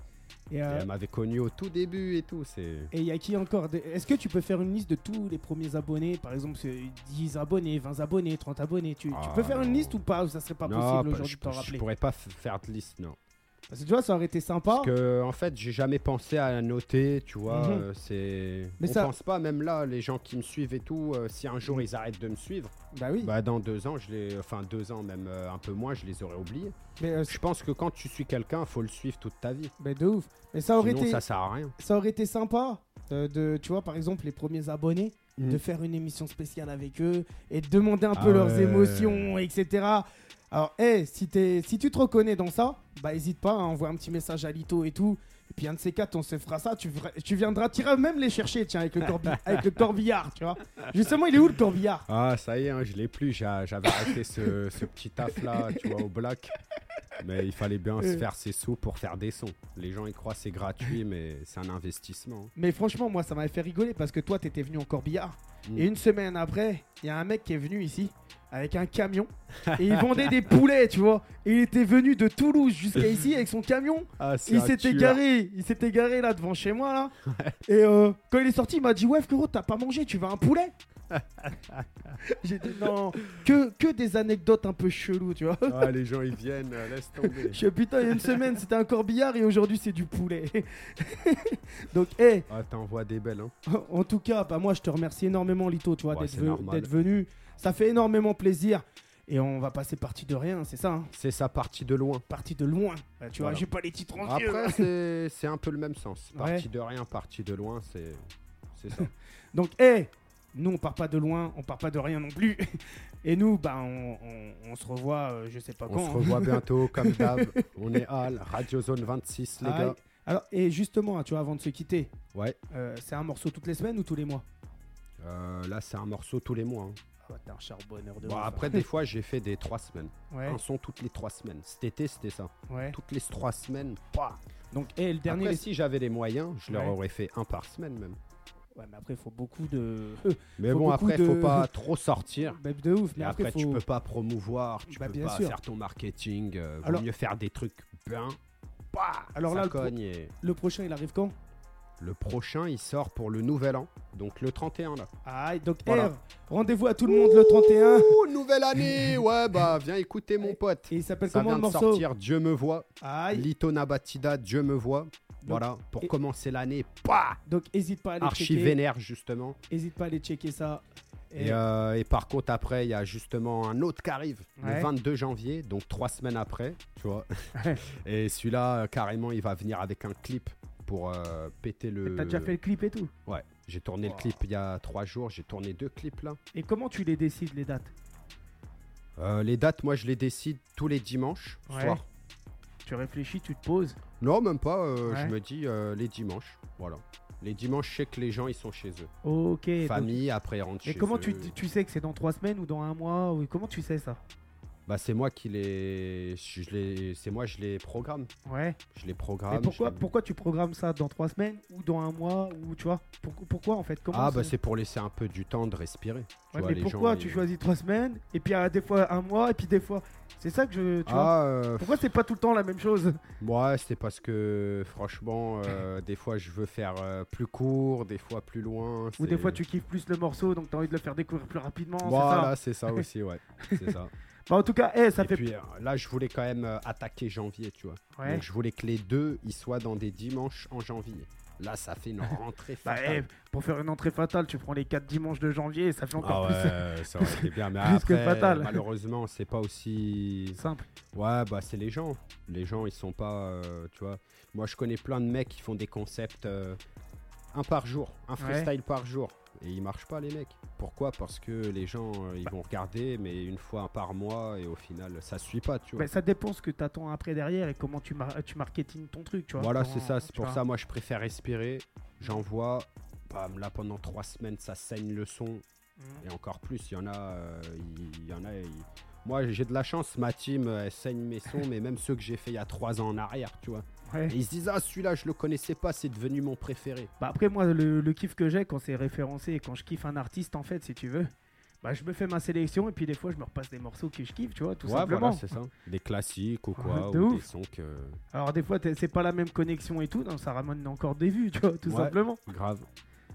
Speaker 2: Et,
Speaker 3: Et
Speaker 2: euh,
Speaker 3: elle m'avait connu au tout début et tout. C'est
Speaker 2: Et il y a qui encore des- Est-ce que tu peux faire une liste de tous les premiers abonnés Par exemple, c'est 10 abonnés, 20 abonnés, 30 abonnés. Tu, tu
Speaker 3: Ah,
Speaker 2: peux faire une
Speaker 3: non.
Speaker 2: liste ou pas Ou ça serait pas
Speaker 3: non,
Speaker 2: possible
Speaker 3: pas-
Speaker 2: aujourd'hui
Speaker 3: je,
Speaker 2: de t'en
Speaker 3: je
Speaker 2: rappeler
Speaker 3: pourrais pas f- faire de liste, non.
Speaker 2: Parce que tu vois, ça aurait été sympa.
Speaker 3: Parce que en fait, j'ai jamais pensé à la noter, tu vois.
Speaker 2: Mhm.
Speaker 3: euh, c'est.
Speaker 2: Mais
Speaker 3: on
Speaker 2: ça-
Speaker 3: pense pas, même là, les gens qui me suivent et tout. euh, si un jour ils arrêtent de me suivre,
Speaker 2: Bah oui.
Speaker 3: bah dans deux ans, je les, enfin deux ans même euh, un peu moins, je les aurais oubliés.
Speaker 2: Mais, euh,
Speaker 3: Je pense que quand tu suis quelqu'un, faut le suivre toute ta vie.
Speaker 2: mais de ouf. Mais ça aurait,
Speaker 3: Sinon,
Speaker 2: été,
Speaker 3: ça
Speaker 2: ça...
Speaker 3: sert à rien.
Speaker 2: aurait été sympa euh, de, tu vois, par exemple, les premiers abonnés,
Speaker 3: Mm.
Speaker 2: de faire une émission spéciale avec eux et de demander un
Speaker 3: Ah
Speaker 2: peu leurs
Speaker 3: ouais.
Speaker 2: émotions, etc. Alors, hey, si, t'es- si tu te reconnais dans ça, bah hésite pas, à envoyer un petit message à Lito et tout. Et puis un de ces quatre, on se fera ça. Tu, vra- tu viendras, tu iras même les chercher, tiens, avec le, corbi- avec le corbillard, tu vois. Justement, il est où le corbillard
Speaker 3: Ah, ça y est, hein, je l'ai plus. j'a- J'avais arrêté ce, ce petit taf-là, tu vois, au black. Mais il fallait bien
Speaker 2: Euh.
Speaker 3: se faire ses sous pour faire des sons. Les gens, ils croient c'est gratuit, mais c'est un investissement. hein.
Speaker 2: Mais franchement, moi, ça m'avait fait rigoler parce que toi, t'étais venu en corbillard.
Speaker 3: Mm.
Speaker 2: Et une semaine après, il y a un mec qui est venu ici avec un camion et il vendait des poulets, tu vois. Et il était venu de Toulouse jusqu'à ici avec son camion.
Speaker 3: Ah,
Speaker 2: Il s'était garé, il s'était garé là devant chez moi là. Et euh, quand il est sorti, il m'a dit ouais frérot, t'as pas mangé, tu veux un poulet J'ai dit non, que, que des anecdotes un peu cheloues, tu vois.
Speaker 3: Ah, les gens, ils viennent, euh, laisse tomber.
Speaker 2: Je suis putain, il y a une semaine c'était un corbillard et aujourd'hui c'est du poulet. Donc hé,
Speaker 3: Ah, t'envoies des belles, hein.
Speaker 2: en tout cas, bah moi je te remercie énormément Lito, tu vois,
Speaker 3: Ouais,
Speaker 2: d'être,
Speaker 3: c'est
Speaker 2: ve-
Speaker 3: normal.
Speaker 2: d'être venu. Ça fait énormément plaisir et on va passer partie de rien, c'est ça, hein
Speaker 3: C'est sa partie de loin.
Speaker 2: partie de loin. Euh, tu vois,
Speaker 3: Voilà.
Speaker 2: j'ai pas les titres en hein. yeux.
Speaker 3: Après, c'est- c'est un peu le même sens.
Speaker 2: Ouais.
Speaker 3: Partie de rien, partie de loin, c'est c'est ça.
Speaker 2: Donc, hey, nous, on part pas de loin, on part pas de rien non plus. Et nous, bah, on, on- on se revoit, euh, je sais pas
Speaker 3: On
Speaker 2: quand.
Speaker 3: se
Speaker 2: hein.
Speaker 3: revoit bientôt, comme d'hab. On est Hall, Radio Zone 26, les
Speaker 2: Ah,
Speaker 3: gars.
Speaker 2: Alors, et justement, tu hein, vois, avant de se quitter,
Speaker 3: Ouais.
Speaker 2: euh, c'est un morceau toutes les semaines ou tous les mois
Speaker 3: Euh, là, c'est un morceau tous les mois. hein.
Speaker 2: Ah bah, t'es un charbonneur de
Speaker 3: Bon,
Speaker 2: ouf, hein.
Speaker 3: après, des fois, j'ai fait des trois semaines.
Speaker 2: Ouais,
Speaker 3: Un son toutes les trois semaines. Cet été, c'était ça.
Speaker 2: ouais.
Speaker 3: Toutes les trois semaines. Pouah.
Speaker 2: Donc, et le dernier.
Speaker 3: Après, si j'avais les moyens, je leur
Speaker 2: Ouais.
Speaker 3: aurais fait un par semaine même.
Speaker 2: Ouais, mais après, faut beaucoup de.
Speaker 3: Mais
Speaker 2: Faut
Speaker 3: bon,
Speaker 2: beaucoup
Speaker 3: après,
Speaker 2: de-
Speaker 3: faut pas trop sortir.
Speaker 2: Bah, de ouf,
Speaker 3: Et
Speaker 2: mais
Speaker 3: après,
Speaker 2: après,
Speaker 3: tu
Speaker 2: faut-
Speaker 3: peux pas promouvoir, tu
Speaker 2: Bah,
Speaker 3: peux
Speaker 2: bien
Speaker 3: pas
Speaker 2: sûr.
Speaker 3: faire ton marketing. euh, vaut
Speaker 2: Alors-
Speaker 3: mieux faire des trucs bien. Pouah,
Speaker 2: Alors
Speaker 3: ça
Speaker 2: là, le pro-
Speaker 3: cogne et
Speaker 2: Le prochain, il arrive quand
Speaker 3: le prochain, il sort pour le nouvel an. Donc le 31 là.
Speaker 2: Ah, donc,
Speaker 3: Voilà.
Speaker 2: R, rendez-vous à tout le monde le 31.
Speaker 3: Ouh, nouvelle année Ouais, bah viens écouter mon pote.
Speaker 2: Et il s'appelle
Speaker 3: Ça
Speaker 2: comment
Speaker 3: vient
Speaker 2: le
Speaker 3: de
Speaker 2: morceau
Speaker 3: sortir Dieu me voit.
Speaker 2: Aïe.
Speaker 3: Lito Nabatida, Dieu me voit. voilà, pour
Speaker 2: et-
Speaker 3: commencer l'année, pas
Speaker 2: Donc, hésite pas à aller
Speaker 3: Archi
Speaker 2: checker.
Speaker 3: vénère justement.
Speaker 2: Hésite pas à aller checker ça. Et-
Speaker 3: Et, euh, et par contre, après, il y a justement un autre qui arrive
Speaker 2: Ouais.
Speaker 3: le 22 janvier, donc trois semaines après, tu vois. et celui-là, euh, carrément, il va venir avec un clip pour euh, péter le.
Speaker 6: T'as déjà fait le clip et tout.
Speaker 3: Ouais, j'ai tourné le clip il y a trois jours, j'ai tourné deux clips là.
Speaker 6: Et comment tu les décides, les dates
Speaker 3: Euh, les dates, moi, je les décide tous les dimanches
Speaker 6: Ouais.
Speaker 3: soir.
Speaker 6: Tu réfléchis, tu te poses.
Speaker 3: Non, même pas, euh,
Speaker 6: Ouais.
Speaker 3: je me dis euh, les dimanches, voilà. Les dimanches, je sais que les gens, ils sont chez eux.
Speaker 6: Ok. donc-
Speaker 3: Famille, après, ils rentrent
Speaker 6: Et
Speaker 3: chez
Speaker 6: comment
Speaker 3: eux.
Speaker 6: tu, tu sais que c'est dans trois semaines ou dans un mois ou- Comment tu sais ça
Speaker 3: Bah, c'est moi qui les... je les... C'est moi, je les programme.
Speaker 6: Ouais.
Speaker 3: Je les programme.
Speaker 6: Mais pourquoi,
Speaker 3: Ah, je-
Speaker 6: pourquoi tu programmes ça dans trois semaines ou dans un mois ou tu vois pour- Pourquoi en fait Comment
Speaker 3: Ah
Speaker 6: ça-
Speaker 3: bah c'est pour laisser un peu du temps de respirer. Tu
Speaker 6: Ouais,
Speaker 3: vois,
Speaker 6: mais
Speaker 3: les
Speaker 6: pourquoi
Speaker 3: gens,
Speaker 6: tu
Speaker 3: ils-
Speaker 6: choisis trois semaines et puis euh, des fois un mois et puis des fois c'est ça que je tu vois
Speaker 3: Ah euh,
Speaker 6: pourquoi c'est pas tout le temps la même chose
Speaker 3: moi c'est parce que franchement euh, des fois je veux faire euh, plus court, des fois plus loin.
Speaker 6: ou des
Speaker 3: c'est-
Speaker 6: fois tu kiffes plus le morceau donc t'as envie de le faire découvrir plus rapidement c'est ça
Speaker 3: Voilà c'est ça aussi ouais. C'est ça.
Speaker 6: bah en tout cas eh, ça
Speaker 3: Et
Speaker 6: fait
Speaker 3: puis euh, là je voulais quand même euh, attaquer janvier tu vois.
Speaker 6: ouais.
Speaker 3: Donc je voulais que les deux ils soient dans des dimanches en janvier. Là ça fait une rentrée
Speaker 6: Bah, eh,
Speaker 3: fatale.
Speaker 6: pour faire une entrée fatale tu prends les 4 dimanches de janvier et ça fait
Speaker 3: Ah
Speaker 6: encore plus
Speaker 3: ouais, ça aurait été bien, mais
Speaker 6: plus que
Speaker 3: après,
Speaker 6: fatal.
Speaker 3: malheureusement, c'est pas aussi
Speaker 6: simple
Speaker 3: Ouais, bah c'est les gens. Les gens, ils sont pas, euh, tu vois. Moi, je connais plein de mecs qui font des concepts euh, un par jour, un freestyle par jour, et ils marchent pas les mecs. Pourquoi Parce que les gens, euh,
Speaker 6: Bah.
Speaker 3: ils vont regarder, mais une fois un par mois, et au final, ça suit pas, tu vois.
Speaker 6: Bah, ça dépend ce que t'attends après derrière et comment tu, mar- tu marketing ton truc tu vois
Speaker 3: voilà,
Speaker 6: Comment-
Speaker 3: c'est ça. C'est
Speaker 6: tu
Speaker 3: pour
Speaker 6: vois.
Speaker 3: ça, moi, je préfère respirer. J'envoie. Bam, là pendant trois semaines, ça saigne le son
Speaker 6: Mhm.
Speaker 3: et encore plus. Il y en a, euh, il y en a. il- Moi, j'ai de la chance. Ma team, euh, elle saigne mes sons, mais même ceux que j'ai fait il y a trois ans en arrière, tu vois.
Speaker 6: Ouais.
Speaker 3: Et ils se disent ah celui-là je le connaissais pas c'est devenu mon préféré.
Speaker 6: Bah après moi le, le kiff que j'ai quand c'est référencé et quand je kiffe un artiste en fait si tu veux bah je me fais ma sélection et puis des fois je me repasse des morceaux que je kiffe tu vois tout simplement
Speaker 3: ça. Des classiques ou quoi
Speaker 6: Ouais, de
Speaker 3: ou des
Speaker 6: ouf.
Speaker 3: sons que
Speaker 6: alors des fois t'es- c'est pas la même connexion et tout donc ça ramène encore des vues tu vois tout
Speaker 3: Ouais.
Speaker 6: simplement
Speaker 3: grave.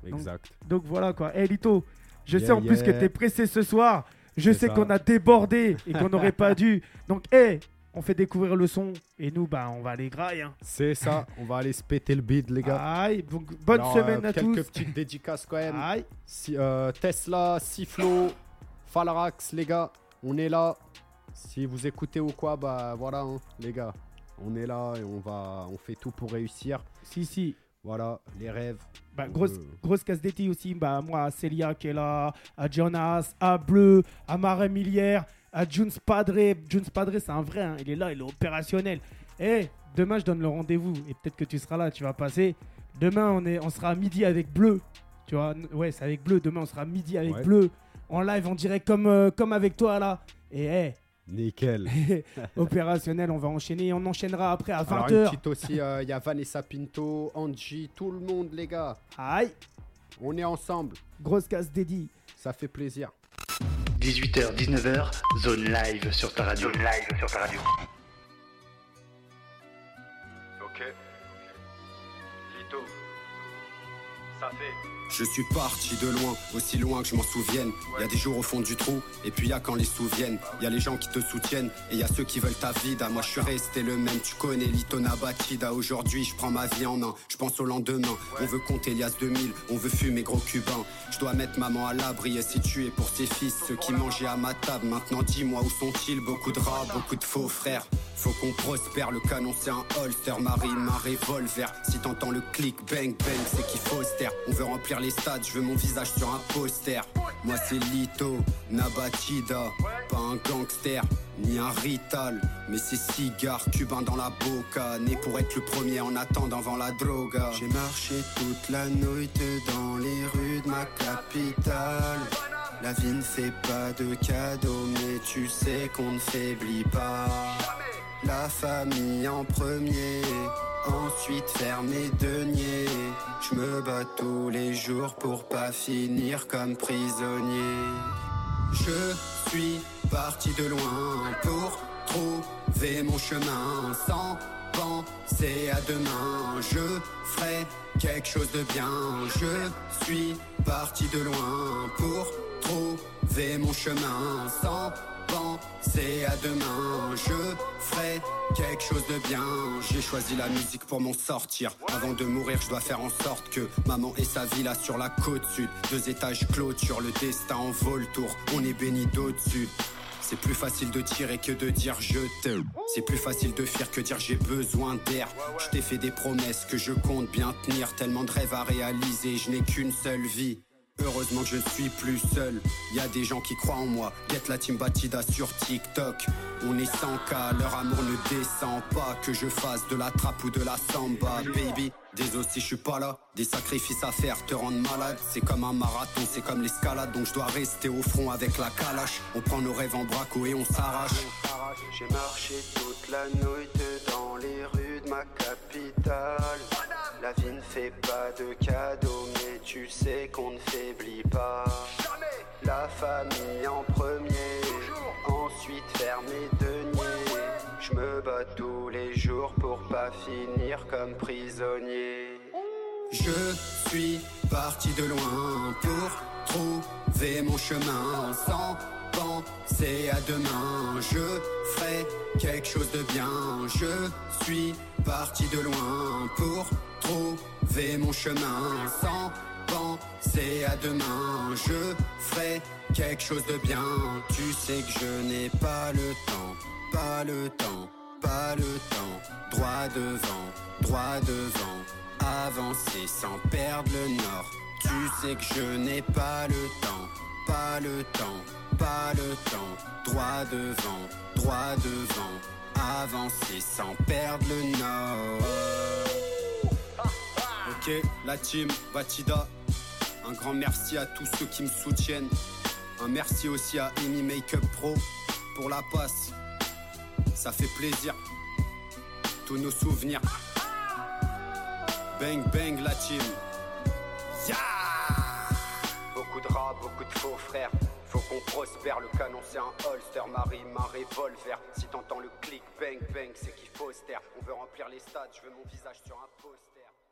Speaker 3: Exact.
Speaker 6: donc voilà quoi Eh Lito je sais
Speaker 3: Yeah,
Speaker 6: en plus que
Speaker 3: yeah.
Speaker 6: t'es pressé ce soir je
Speaker 3: C'est
Speaker 6: sais
Speaker 3: ça.
Speaker 6: qu'on a débordé et qu'on n'aurait pas dû donc eh on fait découvrir le son et nous bah on va aller graille hein.
Speaker 3: C'est ça. On va aller se péter le bide les gars.
Speaker 6: Aïe, donc bonne
Speaker 3: Ah. Alors,
Speaker 6: semaine
Speaker 3: euh,
Speaker 6: à
Speaker 3: quelques
Speaker 6: tous
Speaker 3: petites dédicaces quand même.
Speaker 6: Aïe.
Speaker 3: Si, euh, Tesla, Siflo, Falarax les gars, on est là. Si vous écoutez ou quoi bah voilà hein, les gars, on est là et on va on fait tout pour réussir.
Speaker 6: si si
Speaker 3: Voilà les rêves.
Speaker 2: Bah,
Speaker 3: On
Speaker 2: grosse,
Speaker 3: veut-
Speaker 2: grosse casse d'été aussi. Bah, moi, à Célia qui est là, à Jonas, à Bleu, à Marais Millière, à Junes Padre. Junes Padre, c'est un vrai, hein. il est là, il est opérationnel. Et demain, je donne le rendez-vous. Et peut-être que tu seras là, tu vas passer. Demain, on, est, on sera à midi avec Bleu. Tu vois, n- ouais, c'est avec Bleu. Demain, on sera à midi avec
Speaker 3: Ouais.
Speaker 2: Bleu. En live, en direct, comme, euh, comme avec toi là. Et hey,
Speaker 3: Nickel.
Speaker 2: opérationnel, on va enchaîner. On enchaînera après à
Speaker 3: Alors une
Speaker 2: 20h.
Speaker 3: petite aussi, euh, il y a Vanessa Pinto, Angie, tout le monde les gars.
Speaker 2: Aïe,
Speaker 3: On est ensemble,
Speaker 2: grosse casse dédiée.
Speaker 3: ça fait plaisir.
Speaker 1: 18h, 19h, zone live sur ta radio. Zone live sur ta radio.
Speaker 8: Ok. Lito. Ça fait.
Speaker 4: Je suis parti de loin, aussi loin que je m'en souvienne. Il y a des jours au fond du trou, et puis il y a quand les souviennent. Il y a les gens qui te soutiennent, et il y a ceux qui veulent ta vie. Moi, je suis resté le même, tu connais l'Itona Batida. Aujourd'hui, je prends ma vie en main, je pense au lendemain. On veut compter Elias 2000, on veut fumer gros cubain. Je dois mettre maman à l'abri et si tu es pour ses fils, ceux qui mangeaient à ma table. Maintenant, dis-moi où sont-ils Beaucoup de rats, beaucoup de faux frères. Faut qu'on prospère, le canon c'est un holster, Marie, un revolver. Si t'entends le clic, bang, bang, c'est qu'il faut se taire. On veut remplir les stades, je veux mon visage sur un poster. Moi c'est Lito, Nabatida, pas un gangster. ni un rital, mais ces cigares cubains dans la boca, né pour être le premier en attendant avant la droga. J'ai marché toute la nuit dans les rues de ma capitale. La vie ne fait pas de cadeaux, mais tu sais qu'on ne faiblit pas. La famille en premier, ensuite faire mes deniers. Je me bats tous les jours pour pas finir comme prisonnier. Je suis parti de loin pour trouver mon chemin sans penser à demain. Je ferai quelque chose de bien. Je suis parti de loin pour trouver mon chemin sans penser à demain. Je ferai quelque chose de bien. J'ai choisi la musique pour m'en sortir. Avant de mourir, je dois faire en sorte que maman et sa villa sur la côte sud. Deux étages clôture, le destin en vole-tour. On est béni d'au-dessus. C'est plus facile de tirer que de dire je t'aime. C'est plus facile de fuir que dire j'ai besoin d'air. Je t'ai fait des promesses que je compte bien tenir. Tellement de rêves à réaliser, je n'ai qu'une seule vie. Heureusement que je ne suis plus seul. Y a des gens qui croient en moi. Get la team Batida sur TikTok. On est sans cas, leur amour ne descend pas. Que je fasse de la trappe ou de la samba, baby. Désolé si je suis pas là, des sacrifices à faire te rendent malade. C'est comme un marathon, c'est comme l'escalade, donc je dois rester au front avec la calache. On prend nos rêves en braco et on s'arrache. J'ai marché toute la nuit dans les rues de ma capitale. La vie ne fait pas de cadeaux, mais tu sais qu'on ne faiblit pas. La famille en premier, ensuite faire mes deniers. Je me bats tous les jours pour pas finir comme prisonnier. Je suis parti de loin pour trouver mon chemin sans penser à demain. Je ferai quelque chose de bien. Je suis parti de loin pour trouver mon chemin sans penser à demain. Je ferai quelque chose de bien. Tu sais que je n'ai pas le temps, pas le temps, pas le temps. Droit devant, droit devant. Avancer sans perdre le nord. Tu sais que je n'ai pas le temps, pas le temps, pas le temps. Droit devant, droit devant. Avancer sans perdre le nord. Ok, la team Batida. Un grand merci à tous ceux qui me soutiennent. Un merci aussi à Amy Makeup Pro pour la passe. Ça fait plaisir. Tous nos souvenirs. Bang bang la team. Yeah beaucoup de rats, beaucoup de faux frères. Faut qu'on prospère, le canon c'est un holster, Marie, ma revolver. Si t'entends le clic, bang bang, c'est qu'il faut se taire. On veut remplir les stades, je veux mon visage sur un poster.